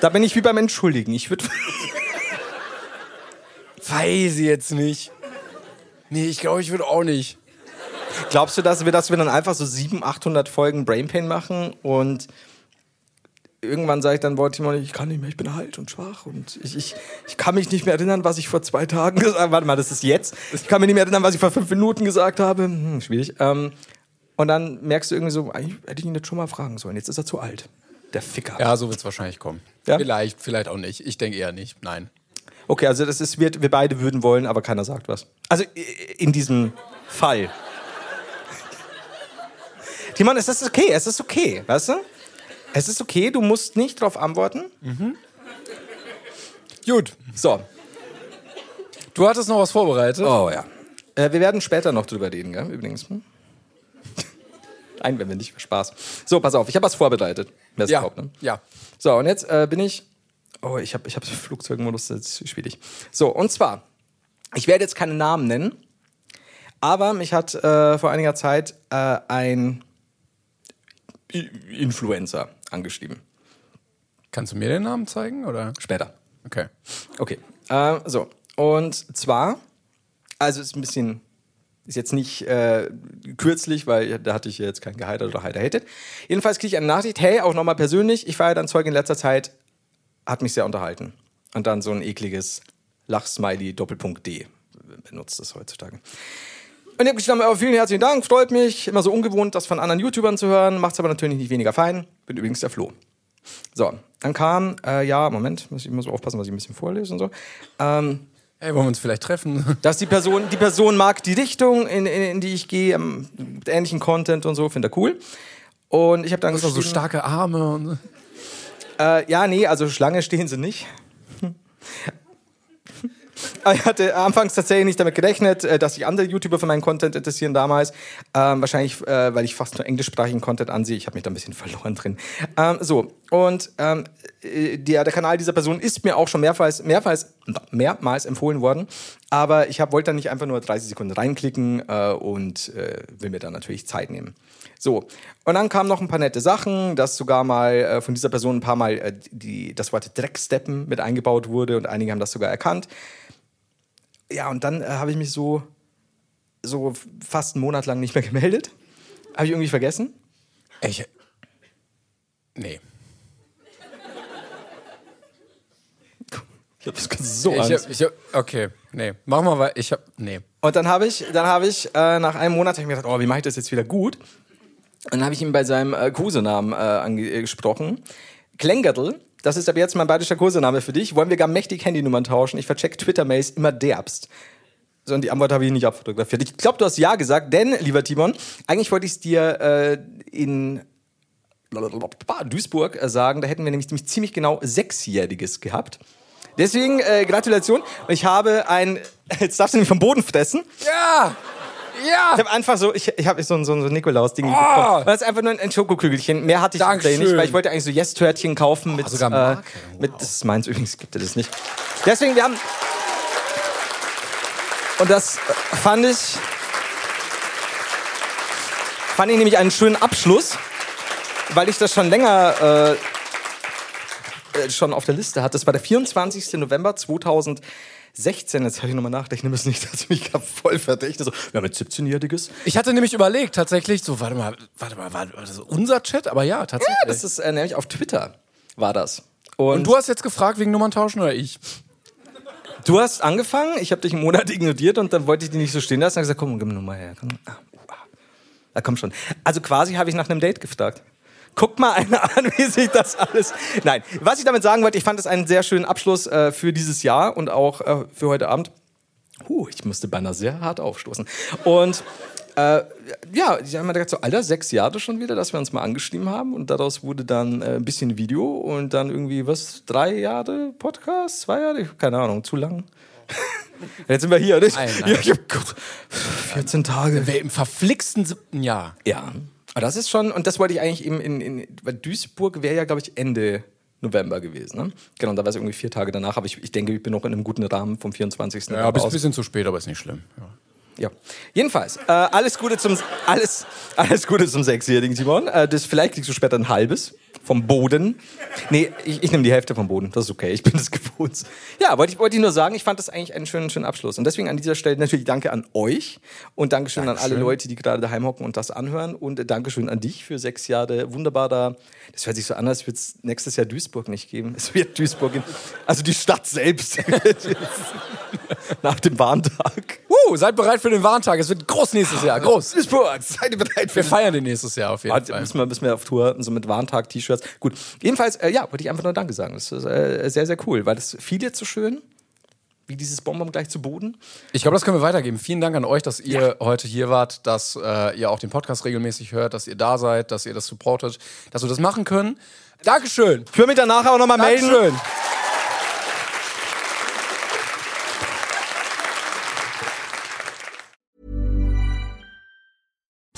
Da bin ich wie beim Entschuldigen. Ich würde.
Weiß ich jetzt nicht. Nee, ich glaube, ich würde auch nicht.
Glaubst du, dass wir, dass wir dann einfach so 700, 800 Folgen Brain Pain machen und irgendwann sage ich dann Baltimore, ich kann nicht mehr, ich bin alt und schwach und ich, ich, ich kann mich nicht mehr erinnern, was ich vor zwei Tagen gesagt habe. Warte mal, das ist jetzt. Ich kann mich nicht mehr erinnern, was ich vor fünf Minuten gesagt habe. Hm, schwierig. Ähm, und dann merkst du irgendwie so, eigentlich hätte ich ihn jetzt schon mal fragen sollen. Jetzt ist er zu alt. Der Ficker.
Ja, so wird es wahrscheinlich kommen.
Ja?
Vielleicht, vielleicht auch nicht. Ich denke eher nicht. Nein.
Okay, also das ist, wir, wir beide würden wollen, aber keiner sagt was. Also i- in diesem Fall. Timon, es ist okay, es ist okay, weißt du? Es ist okay, du musst nicht drauf antworten.
Mhm. Gut.
So,
Du hattest noch was vorbereitet.
Oh ja. Äh, wir werden später noch drüber reden, gell? übrigens. Hm? Nein, wenn wir nicht, Spaß. So, pass auf, ich habe was vorbereitet. Wer es
ja.
glaubt, ne?
ja.
So, und jetzt äh, bin ich. Oh, ich habe ich hab Flugzeugmodus, das ist schwierig. So, und zwar, ich werde jetzt keine Namen nennen, aber mich hat äh, vor einiger Zeit äh, ein I Influencer angeschrieben.
Kannst du mir den Namen zeigen? Oder?
Später.
Okay.
Okay. Äh, so. Und zwar, also ist ein bisschen, ist jetzt nicht äh, kürzlich, weil da hatte ich jetzt keinen geheiratet oder heiratet. Jedenfalls kriege ich eine Nachricht, hey, auch nochmal persönlich, ich feiere dein Zeug in letzter Zeit, hat mich sehr unterhalten. Und dann so ein ekliges Lachsmiley Doppelpunkt D benutzt das heutzutage. Und ich habe geschrieben, oh, vielen herzlichen Dank, freut mich, immer so ungewohnt, das von anderen YouTubern zu hören, macht's aber natürlich nicht weniger fein. Bin übrigens der Flo. So, dann kam, äh, ja, Moment, muss ich immer so aufpassen, was ich ein bisschen vorlese und so. Ähm,
Ey, wollen wir uns vielleicht treffen?
dass die Person, die Person mag die Richtung, in, in, in die ich gehe, ähm, mit ähnlichen Content und so, finde er cool. Und ich habe dann
So, Also so
geschrieben,
starke Arme und.
äh, ja, nee, also Schlange stehen sie nicht. Ah, Ich hatte anfangs tatsächlich nicht damit gerechnet, äh, dass sich andere YouTuber für meinen Content interessieren damals. Ähm, wahrscheinlich, äh, weil ich fast nur englischsprachigen Content ansehe. Ich habe mich da ein bisschen verloren drin. Ähm, so, und ähm, äh, der, der Kanal dieser Person ist mir auch schon mehrmals, mehrmals, mehrmals empfohlen worden. Aber ich hab, wollte da nicht einfach nur 30 Sekunden reinklicken äh, und äh, will mir dann natürlich Zeit nehmen. So, und dann kamen noch ein paar nette Sachen, dass sogar mal äh, von dieser Person ein paar Mal äh, die, das Wort Drecksteppen mit eingebaut wurde und einige haben das sogar erkannt ja, und dann äh, habe ich mich so, so fast einen Monat lang nicht mehr gemeldet. Habe ich irgendwie vergessen.
Ich. Nee.
Ich habe das so
Ich hab, ich hab, okay, nee. Mach mal weiter. Ich hab. Nee.
Und dann habe ich, dann habe ich äh, nach einem Monat hab ich mir gedacht, oh, wie mache ich das jetzt wieder gut? Und dann habe ich ihm bei seinem äh, Kosenamen äh, angesprochen. Klengertl, das ist ab jetzt mein bayerischer Kosename für dich. Wollen wir gar mächtig Handynummern tauschen? Ich vercheck Twitter-Mails immer derbst. So, und die Antwort habe ich nicht abfotografiert. Ich glaube, du hast Ja gesagt, denn, lieber Timon, eigentlich wollte ich es dir äh, in Duisburg äh, sagen. Da hätten wir nämlich ziemlich- ziemlich genau Sechsjähriges gehabt. Deswegen äh, Gratulation. Ich habe ein. Jetzt darfst du nicht vom Boden fressen.
Ja!
Ich
Ja!
habe einfach so, ich, ich habe so, ein- so, ein- so ein Nikolaus-Ding
Ah!
bekommen. Das ist einfach nur ein- ein Schokokügelchen. Mehr hatte ich
Dankeschön.
nicht, weil ich wollte eigentlich so Yes-Törtchen kaufen mit.
sogar Marke.
Äh, mit das ist meins übrigens, gibt es das nicht. Deswegen, wir haben. Und das äh, fand ich. Fand ich nämlich einen schönen Abschluss, weil ich das schon länger äh, äh, schon auf der Liste hatte. Das war der 24. November 2016. Jetzt habe ich nochmal nachdenken müssen, nicht, dass ich mich gerade voll verdächte. So, wir haben jetzt 17-Jähriges.
Ich hatte nämlich überlegt, tatsächlich, so, warte mal, warte mal, war das unser Chat? Aber ja, tatsächlich.
Ja, das ist äh, nämlich auf Twitter war das. Und,
Und du hast jetzt gefragt wegen Nummern tauschen oder ich?
du hast angefangen, ich habe dich einen Monat ignoriert und dann wollte ich dich nicht so stehen lassen. Dann hab ich gesagt, komm, gib mir nur mal her. Komm. Ah, uh, ah. Da komm schon. Also quasi habe ich nach einem Date gefragt. Guck mal einer an, wie sich das alles. Nein, was ich damit sagen wollte, ich fand es einen sehr schönen Abschluss äh, für dieses Jahr und auch äh, für heute Abend. Huh, ich musste beinahe sehr hart aufstoßen. Und äh, ja, ich habe mir gedacht, so, Alter, sechs Jahre schon wieder, dass wir uns mal angeschrieben haben. Und daraus wurde dann äh, ein bisschen Video und dann irgendwie, was, drei Jahre Podcast? Zwei Jahre? Ich hab keine Ahnung, zu lang. Jetzt sind wir hier, nicht?
Nein, nein.
Ja, ich hab 14 Tage.
Wer im verflixten siebten Jahr.
Ja, aber das ist schon, und das wollte ich eigentlich eben in, in weil Duisburg wäre ja, glaube ich, Ende November gewesen. Ne? Genau, da war es irgendwie vier Tage danach, aber ich, ich denke, ich bin noch in einem guten Rahmen vom 24.
Ja,
November
bis ein
aus.
bisschen zu spät, aber ist nicht schlimm. Ja.
Ja. Jedenfalls, äh, alles Gute zum alles, alles Gute zum sechsjährigen Simon. Äh, das, vielleicht kriegst du später ein halbes vom Boden. Nee, ich, ich nehme die Hälfte vom Boden. Das ist okay, ich bin das gewohnt. Ja, wollte ich, wollte ich nur sagen, ich fand das eigentlich einen schönen, schönen Abschluss. Und deswegen an dieser Stelle natürlich danke an euch und Dankeschön, an alle Leute, die gerade daheim hocken und das anhören. Und äh, Dankeschön an dich für sechs Jahre wunderbarer. Das hört sich so an, als wird es nächstes Jahr Duisburg nicht geben. Es wird Duisburg geben. Also die Stadt selbst. Nach dem Warntag.
Uh, seid bereit für den Warntag. Es wird groß nächstes Jahr. Groß.
Duisburg, seid ihr bereit für
Wir feiern den nächstes Jahr auf jeden
Warte,
Fall.
müssen wir, müssen wir auf Tour, so mit Warntag-T-Shirts. Gut, jedenfalls, äh, ja, wollte ich einfach nur Danke sagen. Das ist äh, sehr, sehr cool, weil das fiel jetzt so schön, wie dieses Bonbon gleich zu Boden.
Ich glaube, das können wir weitergeben. Vielen Dank an euch, dass ihr heute hier wart, dass äh, ihr auch den Podcast regelmäßig hört, dass ihr da seid, dass ihr das supportet, dass wir das machen können. Dankeschön.
Ich will mich danach auch nochmal melden.
Dankeschön.